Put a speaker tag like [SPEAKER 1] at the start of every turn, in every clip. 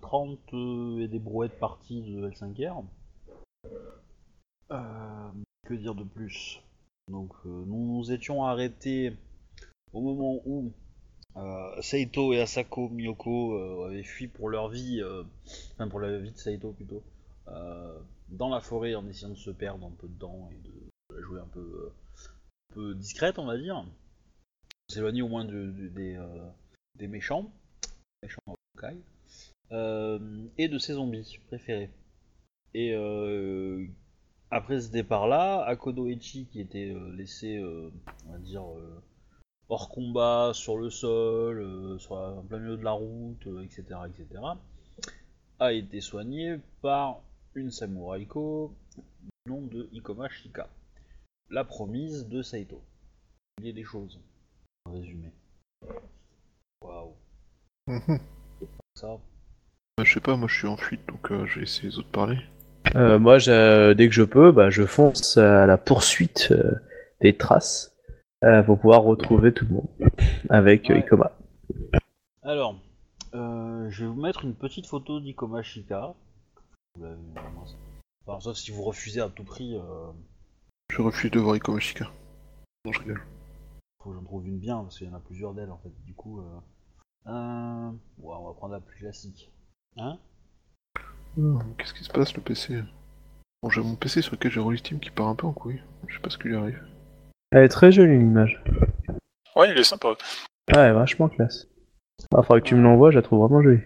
[SPEAKER 1] 30 euh, et des brouettes parties de L5R. Euh, que dire de plus Donc, euh, nous nous étions arrêtés au moment où euh, Saito et Asako Miyoko euh, avaient fui pour leur vie, euh, enfin pour la vie de Saito plutôt, euh, dans la forêt en essayant de se perdre un peu dedans et de, de la jouer un peu, euh, un peu discrète, on va dire. S'éloigner au moins de- de- des, euh, des méchants, méchants Hokage, euh, et de ses zombies préférés. Et euh, après ce départ-là, Akodo Echi, qui était euh, laissé, euh, on va dire, euh, hors combat, sur le sol, euh, sur la- en plein milieu de la route, euh, etc., etc., a été soigné par une samuraïko du nom de Ikoma Shika, la promise de Saito. Il y a des choses, en résumé. Waouh,
[SPEAKER 2] Mhm.
[SPEAKER 1] ça.
[SPEAKER 2] Bah, je sais pas, moi je suis en fuite donc euh, je vais essayer les autres de parler.
[SPEAKER 3] Euh, moi, je- dès que je peux, bah, je fonce à la poursuite euh, des traces euh, pour pouvoir retrouver tout le monde avec euh,
[SPEAKER 1] Ouais.
[SPEAKER 3] Ikoma.
[SPEAKER 1] Alors, euh, je vais vous mettre une petite photo d'Ikoma Shika. Vous l'avez, normalement, ça. Enfin, sauf si vous refusez à tout prix, euh,
[SPEAKER 2] Je refuse de voir Ikoma Shika. Non, je rigole.
[SPEAKER 1] faut que j'en trouve une bien, parce qu'il y en a plusieurs d'elles en fait. Du coup, euh, euh, ouais, on va prendre la plus classique. Hein Ah.
[SPEAKER 2] Hum, Qu'est-ce qui se passe le PC Bon, j'ai mon PC sur lequel j'ai Roll Steam qui part un peu en couille. Je sais pas ce qui lui arrive.
[SPEAKER 3] Elle est très jolie l'image.
[SPEAKER 4] Ouais, il est sympa.
[SPEAKER 3] Ouais, elle est vachement classe. Ah, faudra que tu me l'envoies, je la trouve vraiment jolie.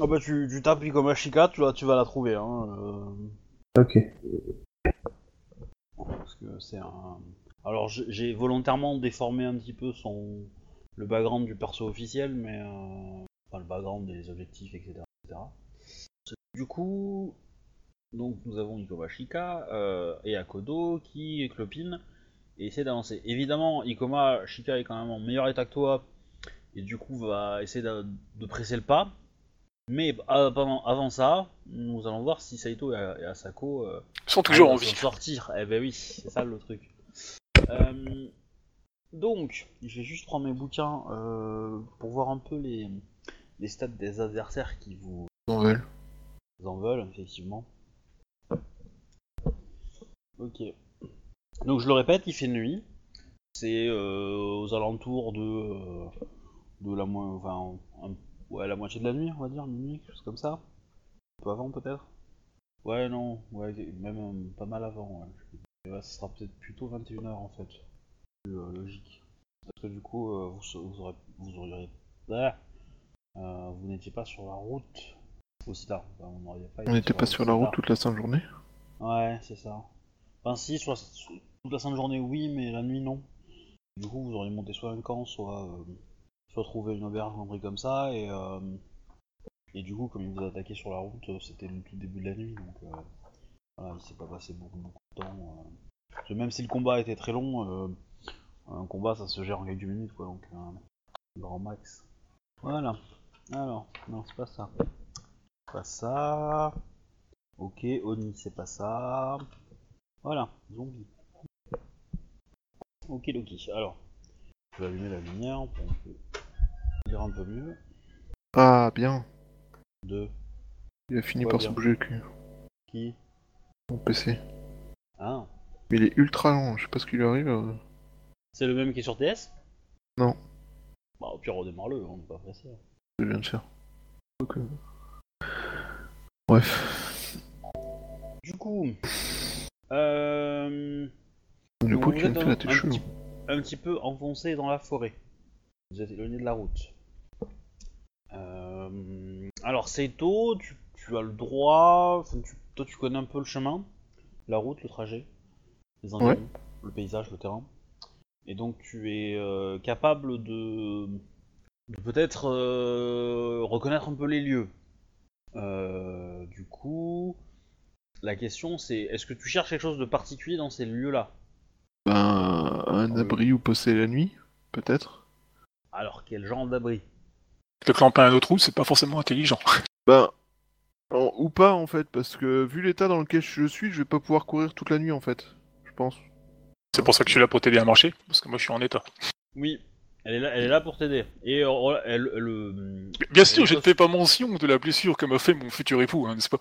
[SPEAKER 1] Ah bah, tu, tu tapes Ikoma Shika, tu, la- tu vas la trouver. Hein, euh,
[SPEAKER 3] Ok.
[SPEAKER 1] parce que c'est un. Alors, j'ai- j'ai volontairement déformé un petit peu son le background du perso officiel, mais euh, enfin le background des objectifs, etc. etc. Du coup, donc nous avons Ikoma Shika euh, et Akodo qui clopine et essaie d'avancer. Évidemment, Ikoma Shika est quand même en meilleur état que toi et du coup va essayer d'a- de, presser le pas. Mais euh, pendant- avant ça, nous allons voir si Saito et, et Asako euh,
[SPEAKER 4] Ils sont toujours
[SPEAKER 1] ah,
[SPEAKER 4] en
[SPEAKER 1] ils
[SPEAKER 4] vie.
[SPEAKER 1] vont sortir, eh ben oui, c'est ça le truc. Euh, donc, je vais juste prendre mes bouquins euh, pour voir un peu les, les stats des adversaires qui vous
[SPEAKER 2] Non, Val.
[SPEAKER 1] en veulent, effectivement. Ok. Donc, je le répète, il fait nuit. C'est euh, aux alentours de, euh, de la, mo- enfin, un- ouais, la moitié de la nuit, on va dire, minuit, quelque chose comme ça. Un peu avant, peut-être Ouais, non, ouais, même euh, pas mal avant. Ouais. Et là, ce sera peut-être plutôt 21h en fait. Plus euh, logique. Parce que du coup, euh, vous, sa- vous aurez. Vous auriez. Ah Euh, vous n'étiez pas sur la route aussi tard. Enfin, on n'aurait pas été
[SPEAKER 2] On n'était pas sur la route
[SPEAKER 1] aussi
[SPEAKER 2] toute la sainte journée.
[SPEAKER 1] tard. Ouais, c'est ça. Enfin, si, sur la- sur- toute la sainte journée, oui, mais la nuit, non. Du coup, vous auriez monté soit un camp, soit. euh, soit trouvé une auberge, un truc comme ça, et. euh, et du coup, comme ils vous attaquaient sur la route, euh, c'était le tout début de la nuit, donc. euh, voilà, il s'est pas passé beaucoup, beaucoup de temps. euh. Parce que même si le combat était très long, euh, un combat ça se gère en quelques minutes, quoi, donc euh, grand max. Voilà. Alors, non, c'est pas ça. C'est Pas ça. Ok, Oni, c'est pas ça. Voilà, zombie. Ok, Loki. Alors, je vais allumer la lumière pour qu'on peut lire un peu mieux.
[SPEAKER 2] Ah, bien.
[SPEAKER 1] De
[SPEAKER 2] Il a fini
[SPEAKER 1] Ouais,
[SPEAKER 2] par
[SPEAKER 1] bien.
[SPEAKER 2] se bouger le cul.
[SPEAKER 1] qui
[SPEAKER 2] Mon PC.
[SPEAKER 1] Hein
[SPEAKER 2] Mais il est ultra lent, je sais pas ce qui lui arrive. euh.
[SPEAKER 1] C'est le même qui est sur TS
[SPEAKER 2] Non.
[SPEAKER 1] Bah, au pire, redémarre-le, on n'est pas pressé.
[SPEAKER 2] que je viens de faire. Donc, euh, Bref.
[SPEAKER 1] Du coup, euh,
[SPEAKER 2] Le
[SPEAKER 1] donc
[SPEAKER 2] bruit que
[SPEAKER 1] vous
[SPEAKER 2] tu viens
[SPEAKER 1] êtes
[SPEAKER 2] de
[SPEAKER 1] un,
[SPEAKER 2] faire était
[SPEAKER 1] un
[SPEAKER 2] chelou.
[SPEAKER 1] petit, un petit peu enfoncé dans la forêt. Vous êtes éloigné de la route. Euh, alors, Seito, tu, tu as le droit. enfin, tu- toi, tu connais un peu le chemin, la route, le trajet, les environs,
[SPEAKER 2] Ouais.
[SPEAKER 1] le paysage, le terrain. Et donc, tu es euh, capable de, de peut-être euh, reconnaître un peu les lieux. Euh, du coup, la question c'est est-ce que tu cherches quelque chose de particulier dans ces lieux-là
[SPEAKER 2] Ben, un
[SPEAKER 1] Euh.
[SPEAKER 2] abri où passer la nuit, peut-être.
[SPEAKER 1] Alors, quel genre d'abri
[SPEAKER 4] Le clampin à notre roue, c'est pas forcément intelligent.
[SPEAKER 2] Ben, en- ou pas en fait, parce que vu l'état dans lequel je suis, je vais pas pouvoir courir toute la nuit en fait, je pense.
[SPEAKER 4] C'est pour ça que je suis là pour t'aider à marcher, parce que moi je suis en état.
[SPEAKER 1] Oui, Elle est là, elle est là pour t'aider. Et euh, on- elle, le.
[SPEAKER 4] Bien sûr, je ne fais pas mention de la blessure que m'a fait mon futur époux, hein, n'est-ce pas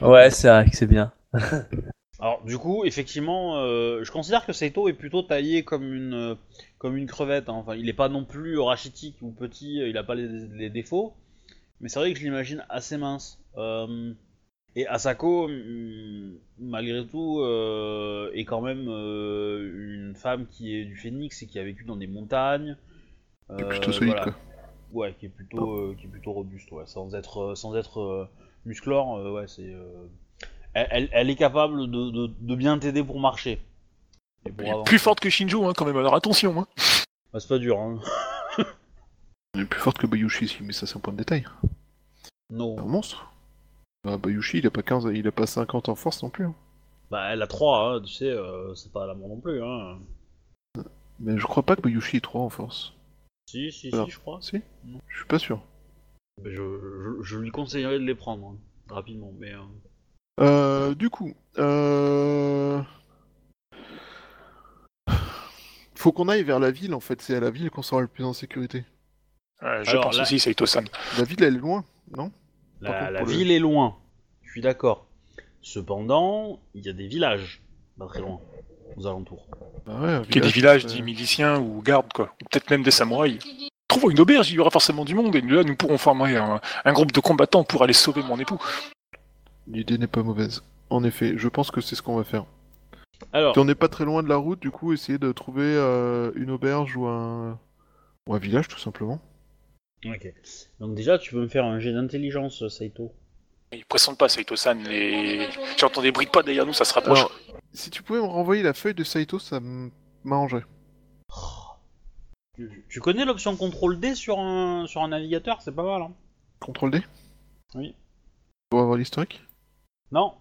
[SPEAKER 3] Ouais, c'est vrai que c'est bien.
[SPEAKER 1] Alors du coup, effectivement, euh, je considère que Seito est plutôt taillé comme une euh, comme une crevette. hein. Enfin, il n'est pas non plus rachitique ou petit. euh, Il n'a pas les, les défauts. Mais c'est vrai que je l'imagine assez mince. Euh, et Asako, hum, malgré tout, euh, est quand même euh, une femme qui est du Phénix et qui a vécu dans des montagnes.
[SPEAKER 2] C'est
[SPEAKER 1] Euh,
[SPEAKER 2] plutôt solide,
[SPEAKER 1] voilà.
[SPEAKER 2] quoi.
[SPEAKER 1] Ouais, qui est plutôt, euh, qui est plutôt robuste, ouais. Sans être, euh, sans être euh, musclore, euh, ouais, c'est. euh, Elle, elle- elle est capable de, de- de bien t'aider pour marcher. Et pour
[SPEAKER 4] Elle est
[SPEAKER 1] avancer.
[SPEAKER 4] Plus forte que Shinjo, hein, quand même, alors attention. Hein.
[SPEAKER 1] Bah, c'est pas dur, hein.
[SPEAKER 2] Elle est plus forte que Bayushi ici, mais ça c'est un point de détail.
[SPEAKER 1] Non.
[SPEAKER 2] C'est un monstre. Bah, Bayushi il a pas 15, il a pas 50 en force non plus. hein.
[SPEAKER 1] Bah, elle a 3, hein, tu sais, euh, c'est pas la mort non plus, hein.
[SPEAKER 2] Mais je crois pas que Bayushi ait 3 en force.
[SPEAKER 1] Si, si,
[SPEAKER 2] Alors.
[SPEAKER 1] si, je crois.
[SPEAKER 2] Si
[SPEAKER 1] Non.
[SPEAKER 2] Je suis pas sûr.
[SPEAKER 1] Mais je, je- je lui conseillerais de les prendre, hein, rapidement, mais. euh,
[SPEAKER 2] Euh, du coup, euh... faut qu'on aille vers la ville en fait. C'est à la ville qu'on sera le plus en sécurité.
[SPEAKER 4] Ouais, je
[SPEAKER 1] Alors,
[SPEAKER 4] pense
[SPEAKER 1] là-
[SPEAKER 4] aussi, Saito-san.
[SPEAKER 2] La ville elle est loin. Par
[SPEAKER 1] La,
[SPEAKER 2] contre,
[SPEAKER 1] la
[SPEAKER 2] pour le-
[SPEAKER 1] ville est loin, je suis d'accord. Cependant, il y a des villages, pas très loin, aux alentours.
[SPEAKER 2] Bah ouais, un
[SPEAKER 4] Qui est des
[SPEAKER 2] village,
[SPEAKER 4] villages,
[SPEAKER 2] euh,
[SPEAKER 4] des miliciens ou gardes, quoi. Ou peut-être même des samouraïs. Trouvons une auberge, il y aura forcément du monde, et là, nous pourrons former un, un groupe de combattants pour aller sauver mon époux.
[SPEAKER 2] L'idée n'est pas mauvaise. En effet, je pense que c'est ce qu'on va faire.
[SPEAKER 1] Alors,
[SPEAKER 2] Si on n'est pas très loin de la route, du coup, essayer de trouver euh, une auberge ou un... ou un village tout simplement.
[SPEAKER 1] Ok. Donc déjà, tu peux me faire un jet d'intelligence, Saito.
[SPEAKER 4] Ils pressent pas, Saito-san, les... J'entends des bruits de pas derrière nous, ça se rapproche.
[SPEAKER 2] Alors, si tu pouvais me renvoyer la feuille de Saito, ça m- m'arrangerait.
[SPEAKER 1] Tu, tu connais l'option contrôle D sur un sur un navigateur, c'est pas mal. Hein
[SPEAKER 2] Contrôle D
[SPEAKER 1] Oui.
[SPEAKER 2] Pour avoir l'historique
[SPEAKER 1] non.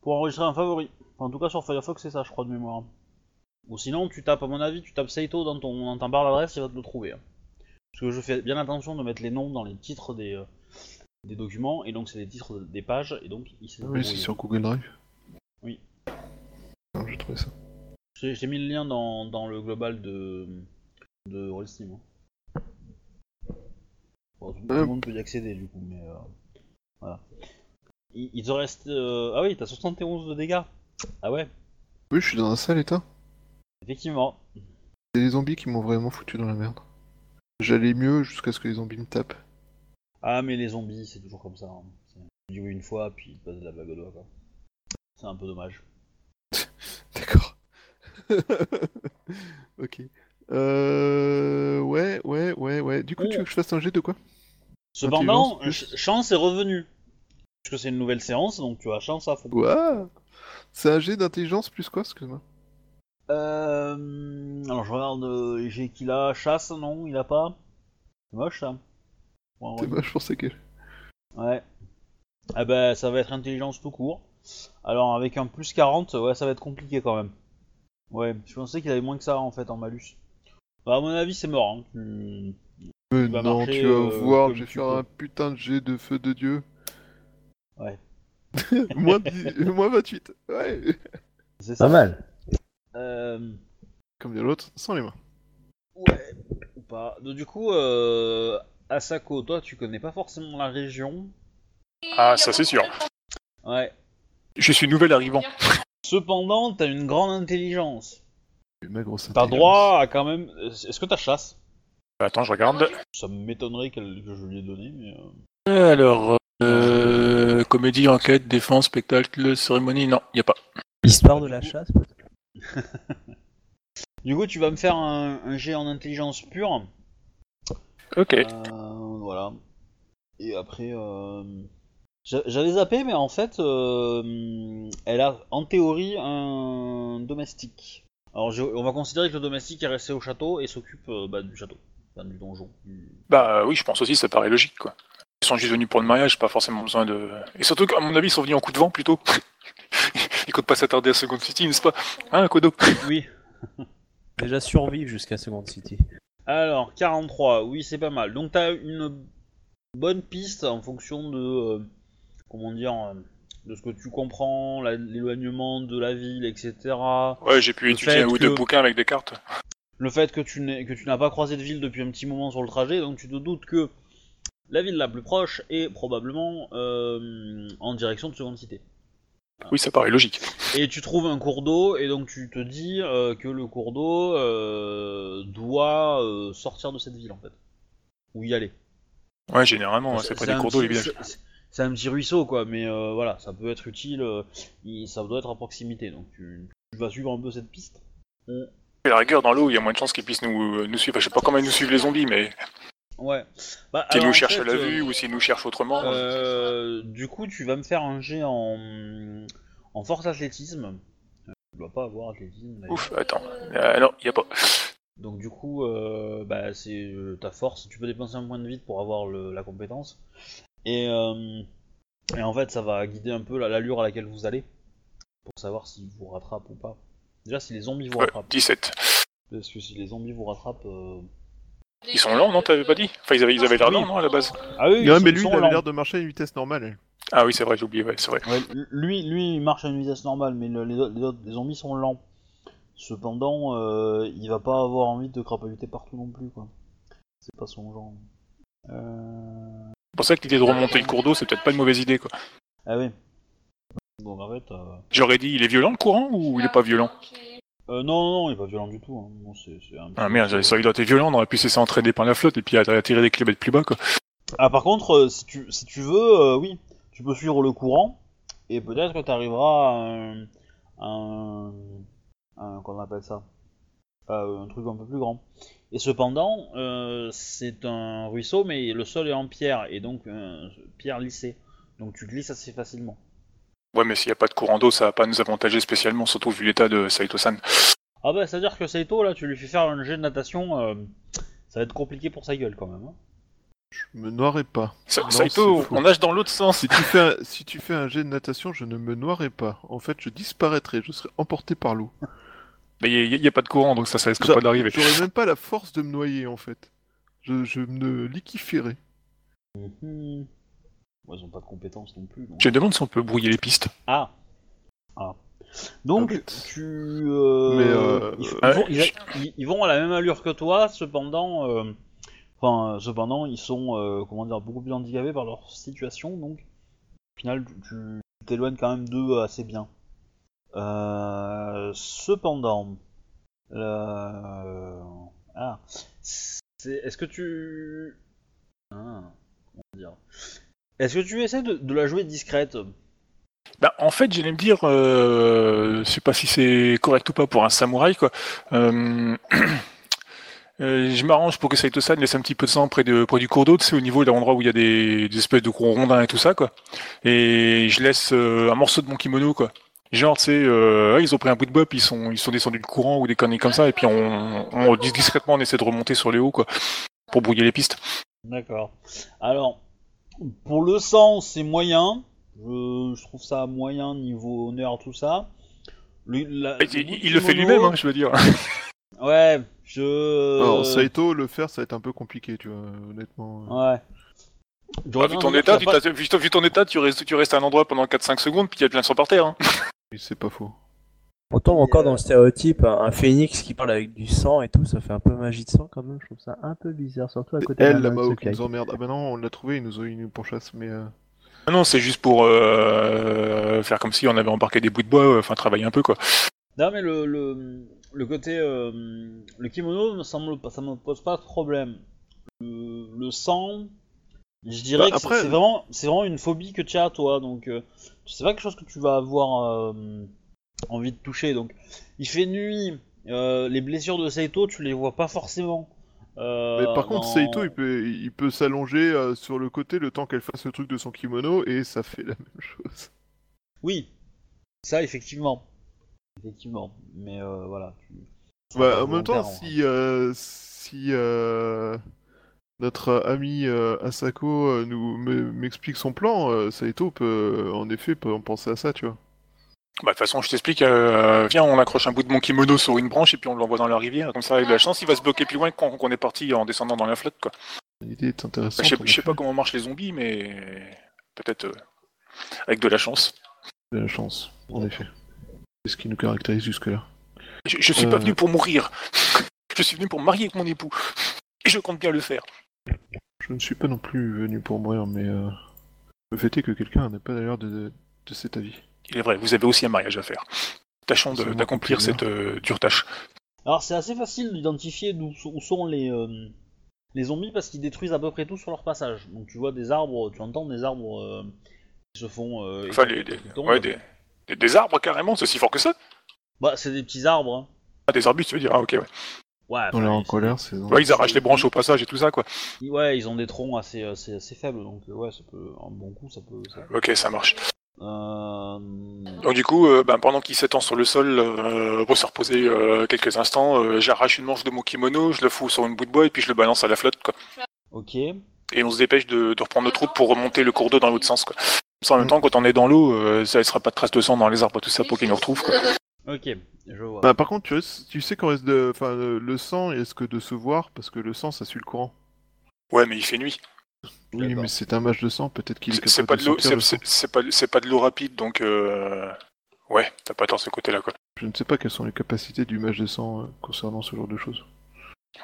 [SPEAKER 1] Pour enregistrer un favori. Enfin, en tout cas, sur Firefox, c'est ça, je crois de mémoire. Ou sinon, tu tapes, à mon avis, tu tapes Saito dans ton dans ta barre d'adresse, il va te le trouver. hein. Parce que je fais bien attention de mettre les noms dans les titres des euh, des documents, et donc c'est les titres des pages, et donc il s'est
[SPEAKER 2] Oui, c'est sur Google Drive.
[SPEAKER 1] Oui.
[SPEAKER 2] Non, j'ai trouvé ça.
[SPEAKER 1] J'ai j'ai mis le lien dans, dans le global de, de Rollsteam. hein. Bon, tout, tout le
[SPEAKER 2] Hop.
[SPEAKER 1] monde peut y accéder du coup, mais euh, voilà. Il, il te reste. euh, Ah oui, t'as 71 de dégâts. Ah ouais,
[SPEAKER 2] Oui, je suis dans un sale état.
[SPEAKER 1] effectivement.
[SPEAKER 2] C'est les zombies qui m'ont vraiment foutu dans la merde. J'allais mieux jusqu'à ce que les zombies me tapent.
[SPEAKER 1] Ah, mais les zombies, c'est toujours comme ça. hein. C'est- Tu dis oui une fois, puis ils te passent de la bague au doigt, quoi. C'est un peu
[SPEAKER 2] Ah,
[SPEAKER 1] dommage.
[SPEAKER 2] D'accord. ok. Euh... Ouais, ouais, ouais, ouais.
[SPEAKER 1] Oh.
[SPEAKER 2] Du coup, tu veux que je fasse un jet de quoi
[SPEAKER 1] Cependant,
[SPEAKER 2] Intelligence plus.
[SPEAKER 1] ch- chance est revenue. Puisque c'est une nouvelle séance, donc tu as chance à fond.
[SPEAKER 2] Ouah C'est un jet d'intelligence plus quoi, excuse-moi
[SPEAKER 1] Euh, alors je regarde, euh, j'ai qu'il a chasse, non, il a pas. C'est moche ça. Ouais,
[SPEAKER 2] C'est
[SPEAKER 1] ouais.
[SPEAKER 2] moche pour ça qu'elle.
[SPEAKER 1] Ouais. Ah bah ça va être intelligence tout court. Alors avec un plus 40, ouais, ça va être compliqué quand même. Ouais, je pensais qu'il avait moins que ça en fait en malus. Bah, à mon avis c'est mort. Hein. Tu-
[SPEAKER 2] Mais
[SPEAKER 1] vas
[SPEAKER 2] non,
[SPEAKER 1] marcher,
[SPEAKER 2] tu vas
[SPEAKER 1] euh,
[SPEAKER 2] voir,
[SPEAKER 1] comme
[SPEAKER 2] je vais
[SPEAKER 1] tu
[SPEAKER 2] faire
[SPEAKER 1] peux.
[SPEAKER 2] un putain de jet de feu de dieu.
[SPEAKER 1] Ouais.
[SPEAKER 2] moins, 10 moins 28. Ouais.
[SPEAKER 1] C'est ça.
[SPEAKER 3] Pas mal.
[SPEAKER 1] Euh,
[SPEAKER 2] Comme dit l'autre, sans les mains.
[SPEAKER 1] Ouais, ou pas. Donc, du coup, euh, Asako, toi tu connais pas forcément la région.
[SPEAKER 4] Ah, ça c'est sûr.
[SPEAKER 1] Ouais.
[SPEAKER 4] Je suis nouvel arrivant.
[SPEAKER 1] Cependant, t'as une grande intelligence.
[SPEAKER 2] Et Ma grosse
[SPEAKER 1] T'as
[SPEAKER 2] intelligence.
[SPEAKER 1] droit à quand même. euh, Est-ce que t'as chasse
[SPEAKER 4] Attends, je regarde.
[SPEAKER 1] Ça m'étonnerait qu'elle- que je lui ai donné, mais. euh,
[SPEAKER 4] Alors, euh, comédie, enquête, défense, spectacle, cérémonie, non, il n'y a pas.
[SPEAKER 3] Histoire de la chasse.
[SPEAKER 1] Du coup, tu vas me faire un, un jet en intelligence pure.
[SPEAKER 4] Ok.
[SPEAKER 1] Euh, voilà. Et après. euh, j'a- J'avais zappé, mais en fait, euh, elle a en théorie un domestique. Alors, je- on va considérer que le domestique est resté au château et s'occupe euh, bah, du château, enfin, du donjon. du-
[SPEAKER 4] Bah oui, je pense aussi, ça paraît logique, quoi. Ils sont juste venus pour le mariage, pas forcément besoin de... Et surtout qu'à mon avis, ils sont venus en coup de vent, plutôt. ils comptent pas s'attarder à Second City, n'est-ce pas Hein, Kodo
[SPEAKER 1] Oui.
[SPEAKER 3] Déjà survivre jusqu'à Second City.
[SPEAKER 1] Alors, 43, oui, c'est pas mal. Donc, t'as une bonne piste en fonction de. euh, comment dire euh, De ce que tu comprends, la- l'éloignement de la ville, etc.
[SPEAKER 4] Ouais, j'ai pu
[SPEAKER 1] Le
[SPEAKER 4] étudier
[SPEAKER 1] fait
[SPEAKER 4] un ou deux
[SPEAKER 1] que-
[SPEAKER 4] bouquins avec des cartes.
[SPEAKER 1] le fait que tu n'aies- que tu n'as pas croisé de ville depuis un petit moment sur le trajet, donc tu te doutes que la ville la plus proche est probablement euh, en direction de Seconde Cité.
[SPEAKER 4] Oui, ça paraît logique.
[SPEAKER 1] Et tu trouves un cours d'eau, et donc tu te dis euh, que le cours d'eau euh, doit euh, sortir de cette ville en fait. Ou y aller.
[SPEAKER 4] Ouais, généralement, c'est près des
[SPEAKER 1] un
[SPEAKER 4] cours d'eau, les
[SPEAKER 1] petit-
[SPEAKER 4] villages.
[SPEAKER 1] c'est- C'est un petit ruisseau quoi, mais euh, voilà, ça peut être utile, euh, il- ça doit être à proximité, donc tu, tu vas suivre un peu cette piste.
[SPEAKER 4] À la rigueur, dans l'eau, il y a moins de chances qu'ils puissent nous, nous suivre. Enfin, je sais pas comment ils nous suivent les zombies, mais
[SPEAKER 1] Ouais. Bah,
[SPEAKER 4] s'ils
[SPEAKER 1] alors, en
[SPEAKER 4] nous cherchent
[SPEAKER 1] fait,
[SPEAKER 4] à la
[SPEAKER 1] euh,
[SPEAKER 4] vue ou s'ils nous cherchent autrement.
[SPEAKER 1] Euh, du coup, tu vas me faire un jet en, en force athlétisme. Euh, Tu dois pas avoir athlétisme. d'ailleurs.
[SPEAKER 4] Ouf, attends. Euh, non, il y a pas.
[SPEAKER 1] Donc du coup, euh, bah, c'est euh, ta force. Tu peux dépenser un point de vie pour avoir le- la compétence. Et, euh, et en fait, ça va guider un peu la- l'allure à laquelle vous allez pour savoir s'ils vous rattrapent ou pas. Déjà, si les zombies vous
[SPEAKER 4] Ouais,
[SPEAKER 1] rattrapent.
[SPEAKER 4] 17.
[SPEAKER 1] Parce que si les zombies vous rattrapent. euh,
[SPEAKER 4] Ils sont lents, non T'avais pas dit Enfin, ils avaient ils avaient l'air lents, non, à la base
[SPEAKER 1] Ah oui,
[SPEAKER 2] Non,
[SPEAKER 1] ils
[SPEAKER 2] mais
[SPEAKER 1] sont-
[SPEAKER 2] lui,
[SPEAKER 1] ils
[SPEAKER 2] il
[SPEAKER 1] sont
[SPEAKER 2] avait
[SPEAKER 1] lents.
[SPEAKER 2] l'air de marcher à une vitesse normale. hein.
[SPEAKER 4] Ah oui, c'est vrai, j'ai oublié, ouais, c'est vrai.
[SPEAKER 1] Ouais, l- lui, lui, il marche à une vitesse normale, mais le- les, autres- les autres- les zombies sont lents. Cependant, euh, il va pas avoir envie de crapahuter partout non plus, quoi. C'est pas son genre. Euh...
[SPEAKER 4] C'est pour ça que l'idée de remonter le cours d'eau, c'est peut-être pas une mauvaise idée, quoi.
[SPEAKER 1] Ah oui. Bon, bah, en fait, euh,
[SPEAKER 4] J'aurais dit, il est violent le courant ou
[SPEAKER 2] Ah.
[SPEAKER 4] il est pas violent
[SPEAKER 1] euh, non, non, non, il est pas violent du tout. hein. Non, c'est- c'est un
[SPEAKER 4] Ah
[SPEAKER 1] petit-
[SPEAKER 4] merde, j'avais ça, il doit être violent, on aurait pu se laisser entraîner par la flotte et puis attirer des clébettes plus bas, quoi.
[SPEAKER 1] Ah, par contre, euh, si tu, si tu veux, euh, oui, tu peux suivre le courant, et peut-être que t'arriveras à un. un, un- qu'on appelle ça Euh, Un truc un peu plus grand. Et cependant, euh, c'est un ruisseau, mais le sol est en pierre, et donc euh, pierre lissée. Donc tu glisses assez facilement.
[SPEAKER 4] Ouais, mais s'il n'y a pas de courant d'eau, ça va pas nous avantager spécialement, surtout vu l'état de Saito-san.
[SPEAKER 1] Ah, bah, c'est-à-dire que Saito, là, tu lui fais faire un jet de natation, euh, ça va être compliqué pour sa gueule quand même. hein.
[SPEAKER 2] Je me noierai pas.
[SPEAKER 4] Sa-
[SPEAKER 2] Ah Non,
[SPEAKER 4] Saito,
[SPEAKER 2] c'est faux.
[SPEAKER 4] on nage dans l'autre sens.
[SPEAKER 2] Si tu, fais un, si tu fais un jet de natation, je ne me noierai pas. En fait, je disparaîtrai, je serai emporté par l'eau.
[SPEAKER 4] Mais il n'y a pas de courant, donc ça, ça risque
[SPEAKER 2] Ça-
[SPEAKER 4] pas d'arriver.
[SPEAKER 2] J'aurais même pas la force de me noyer, en fait. Je, je me liquifierai.
[SPEAKER 1] Mhm. Bon, ils ont pas de compétences non plus. donc-
[SPEAKER 4] Je me demande si on peut brouiller les pistes.
[SPEAKER 1] Ah. Ah. Donc,
[SPEAKER 2] Ah, bête.
[SPEAKER 1] tu. euh,
[SPEAKER 2] Mais, euh,
[SPEAKER 1] ils,
[SPEAKER 4] ouais.
[SPEAKER 1] ils vont, ils a- ils- ils vont à la même allure que toi, cependant. euh, Enfin, euh, cependant, ils sont, euh, comment dire, beaucoup plus handicapés par leur situation, donc. Au final, tu- tu t'éloignes quand même d'eux assez bien. Euh, cependant. euh, Ah. c'est- Est-ce que tu. Ah, comment dire Est-ce que tu essaies de- de la jouer discrète
[SPEAKER 4] Bah, en fait, j'allais me dire, euh, je sais pas si c'est correct ou pas pour un samouraï, quoi. Euh, euh, je m'arrange pour que Saito-san laisse un petit peu de sang près, de, près du cours d'eau, tu sais, au niveau de l'endroit où il y a des, des espèces de courants rondins et tout ça, quoi. Et je laisse euh, un morceau de mon kimono, quoi. Genre, tu sais, euh, ouais, ils ont pris un bout de bop, ils sont, ils sont descendus du courant ou des conneries comme ça, et puis on, on discrètement, on essaie de remonter sur les hauts, quoi, pour brouiller les pistes.
[SPEAKER 1] D'accord. Alors, pour le sang, c'est moyen. Je, je trouve ça moyen niveau honneur, tout ça. Le- la-
[SPEAKER 4] Il,
[SPEAKER 1] bout
[SPEAKER 4] Bah, il-
[SPEAKER 1] de
[SPEAKER 4] il le fait
[SPEAKER 1] kimono,
[SPEAKER 4] lui-même, hein, je veux dire.
[SPEAKER 1] Ouais, je.
[SPEAKER 2] Alors, Saito, le faire, Oh, ça va être un peu compliqué, tu vois, honnêtement.
[SPEAKER 1] Euh, Ouais.
[SPEAKER 4] Bah,
[SPEAKER 1] J'aurais
[SPEAKER 4] vu,
[SPEAKER 1] tendance
[SPEAKER 4] ton
[SPEAKER 1] à dire
[SPEAKER 4] état, tu
[SPEAKER 1] qu'il y a pas-
[SPEAKER 4] t'as- vu ton- vu ton état, tu restes, tu restes à un endroit pendant 4-5 secondes, puis il y a plein de sang par terre. Hein.
[SPEAKER 2] Oui, c'est pas faux.
[SPEAKER 3] On tombe encore
[SPEAKER 1] euh,
[SPEAKER 3] dans le stéréotype, un, un phénix qui parle avec du sang et tout, ça fait un peu magie de sang quand même, je trouve ça un peu bizarre, surtout à
[SPEAKER 2] C'est
[SPEAKER 3] côté de
[SPEAKER 2] elle, la
[SPEAKER 3] main de
[SPEAKER 2] Mao, qui
[SPEAKER 3] Sokai.
[SPEAKER 2] nous emmerde. Ah bah non, on l'a trouvé, il nous a eu une pourchasse, mais... euh,
[SPEAKER 4] Ah Non, c'est juste pour euh, faire comme si on avait embarqué des bouts de bois, euh, enfin travailler un peu quoi.
[SPEAKER 1] Non, mais le, le, le côté. euh, le kimono, me semble, pas- ça me pose pas de problème. Le, le sang, je dirais
[SPEAKER 2] Bah,
[SPEAKER 1] que c'est-
[SPEAKER 2] après-
[SPEAKER 1] c'est vraiment, c'est vraiment une phobie que tu as, toi. Donc, euh, c'est pas quelque chose que tu vas avoir euh, envie de toucher. Donc, il fait nuit. euh, les blessures de Saito, tu les vois pas forcément. Euh,
[SPEAKER 2] Mais par contre,
[SPEAKER 1] dans-
[SPEAKER 2] Saito, il peut, il peut s'allonger euh, sur le côté le temps qu'elle fasse le truc de son kimono, et ça fait la même chose.
[SPEAKER 1] Oui, ça, effectivement. Effectivement. Mais euh, voilà. tu-
[SPEAKER 2] Bah, en même temps,
[SPEAKER 1] volontaire, hein.
[SPEAKER 2] si, euh, si euh, notre ami euh, Asako euh, nous me- m'explique son plan, euh, Saito peut, euh, en effet, peut en penser à ça, tu vois.
[SPEAKER 4] Bah de toute façon, je t'explique. euh, viens, on accroche un bout de mon kimono sur une branche et puis on l'envoie dans la rivière. Comme ça, avec de la chance, il va se bloquer plus loin que quand qu'on est parti en descendant dans la flotte quoi.
[SPEAKER 2] L'idée est
[SPEAKER 4] Bah,
[SPEAKER 2] intéressante.
[SPEAKER 4] je sais,
[SPEAKER 2] en
[SPEAKER 4] je sais
[SPEAKER 2] effet.
[SPEAKER 4] pas comment marchent les zombies, mais peut-être euh, avec de la chance.
[SPEAKER 2] De la chance, en effet. C'est ce qui nous caractérise jusque-là.
[SPEAKER 4] Je, je suis
[SPEAKER 2] Euh.
[SPEAKER 4] pas venu pour mourir. Je suis venu pour me marier avec mon époux. Et je compte bien le faire.
[SPEAKER 2] Je ne suis pas non plus venu pour mourir, mais euh, le fait est que quelqu'un n'est pas d'ailleurs de, de, de cet avis.
[SPEAKER 4] Il est vrai, vous avez aussi un mariage à faire. Tâchons de-
[SPEAKER 2] Absolument,
[SPEAKER 4] d'accomplir cette
[SPEAKER 2] complètement.
[SPEAKER 4] euh, dure tâche.
[SPEAKER 1] Alors c'est assez facile d'identifier d'où sont- où sont les, euh, les zombies parce qu'ils détruisent à peu près tout sur leur passage. Donc tu vois des arbres, tu entends des arbres euh, qui se font... euh,
[SPEAKER 4] Enfin,
[SPEAKER 1] qui-
[SPEAKER 4] les- les-
[SPEAKER 1] qui tombent.
[SPEAKER 4] ouais, des, des- des arbres carrément, c'est si fort que ça
[SPEAKER 1] Bah c'est des petits arbres. hein.
[SPEAKER 4] Ah, des arbustes, tu veux dire Ah, ok, ouais.
[SPEAKER 1] Ouais,
[SPEAKER 2] On
[SPEAKER 4] Ah,
[SPEAKER 1] enfin,
[SPEAKER 2] l'a en
[SPEAKER 1] c'est-
[SPEAKER 2] colère, c'est...
[SPEAKER 4] Ouais, ils arrachent les branches au passage et tout ça, quoi.
[SPEAKER 1] ils- Ouais, ils ont des troncs assez, assez, assez faibles, donc euh, ouais, ça peut... Un bon coup, ça peut... ça-
[SPEAKER 4] Ok, ça marche.
[SPEAKER 1] Euh,
[SPEAKER 4] Donc, du coup, euh, ben, pendant qu'il s'étend sur le sol euh, pour se reposer euh, quelques instants, euh, j'arrache une manche de mon kimono, je le fous sur une bout de bois et puis je le balance à la flotte, quoi.
[SPEAKER 1] Ok.
[SPEAKER 4] Et on se dépêche de, de reprendre nos troupes pour remonter le cours d'eau dans l'autre sens, quoi. Comme ça, en même temps, quand on est dans l'eau, euh, ça ne sera pas de traces de sang dans les arbres, tout ça, pour qu'ils nous retrouvent, quoi.
[SPEAKER 1] Ok, je vois.
[SPEAKER 2] Bah, par contre, tu, ris- tu sais qu'on risque de... Enfin, euh, le sang est-ce que de se voir, parce que le sang, ça suit le courant.
[SPEAKER 4] Ouais, mais il fait nuit.
[SPEAKER 2] Oui,
[SPEAKER 1] D'accord.
[SPEAKER 2] mais c'est un match de sang, peut-être qu'il est
[SPEAKER 4] bah. C'est- C'est
[SPEAKER 2] capable
[SPEAKER 4] pas de l'eau,
[SPEAKER 2] sentir
[SPEAKER 4] c'est-
[SPEAKER 2] le sang.
[SPEAKER 4] c'est c'est pas, c'est pas de l'eau rapide, donc euh, ouais, t'as pas tort ce côté-là, quoi.
[SPEAKER 2] Je ne sais pas quelles sont les capacités du match de sang euh, concernant ce genre de choses.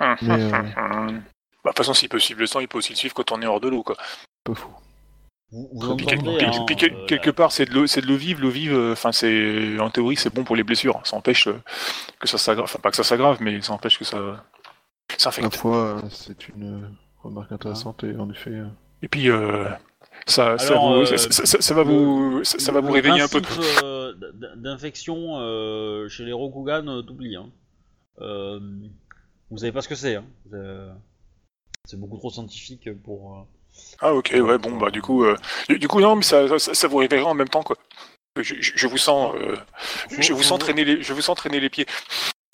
[SPEAKER 4] Hum,
[SPEAKER 2] Mais,
[SPEAKER 4] hum,
[SPEAKER 2] euh,
[SPEAKER 4] hum, hum. Bah, de toute façon, s'il peut suivre le sang, il peut aussi le suivre quand on est hors de l'eau, quoi.
[SPEAKER 2] Pas fou.
[SPEAKER 1] Vous, vous
[SPEAKER 4] Puis,
[SPEAKER 2] Très bien.
[SPEAKER 1] entendez,
[SPEAKER 4] quel-
[SPEAKER 1] hein,
[SPEAKER 4] puis quel-
[SPEAKER 1] euh,
[SPEAKER 4] quelque part, c'est de l'eau, c'est de l'eau vive, l'eau vive. euh, Enfin, c'est en théorie, c'est bon pour les blessures. Ça empêche euh, que ça s'aggrave, enfin pas que ça s'aggrave, mais ça empêche que ça
[SPEAKER 2] Ma
[SPEAKER 4] s'infecte.
[SPEAKER 2] foi, euh, c'est une euh, remarque intéressante, et en effet... euh,
[SPEAKER 4] Et puis euh, ça, ça,
[SPEAKER 1] Alors,
[SPEAKER 4] vous,
[SPEAKER 1] euh,
[SPEAKER 4] ça, ça- ça va
[SPEAKER 1] le-
[SPEAKER 4] vous, ça, ça va
[SPEAKER 1] le
[SPEAKER 4] vous réveiller un peu.
[SPEAKER 1] principe, euh, d- d- d'infection euh, chez les Rokugan, euh, t'oublies. Hein. Euh, vous savez pas ce que c'est. Hein. Euh, c'est beaucoup trop scientifique pour. euh,
[SPEAKER 4] Ah ok, ouais, bon bah du coup, euh, du, du coup non, mais ça, ça, ça vous réveillera en même temps, quoi. Je, je- je vous sens, euh,
[SPEAKER 1] Faut-
[SPEAKER 4] je vous
[SPEAKER 1] faut-
[SPEAKER 4] sens traîner les, je vous sens traîner les pieds.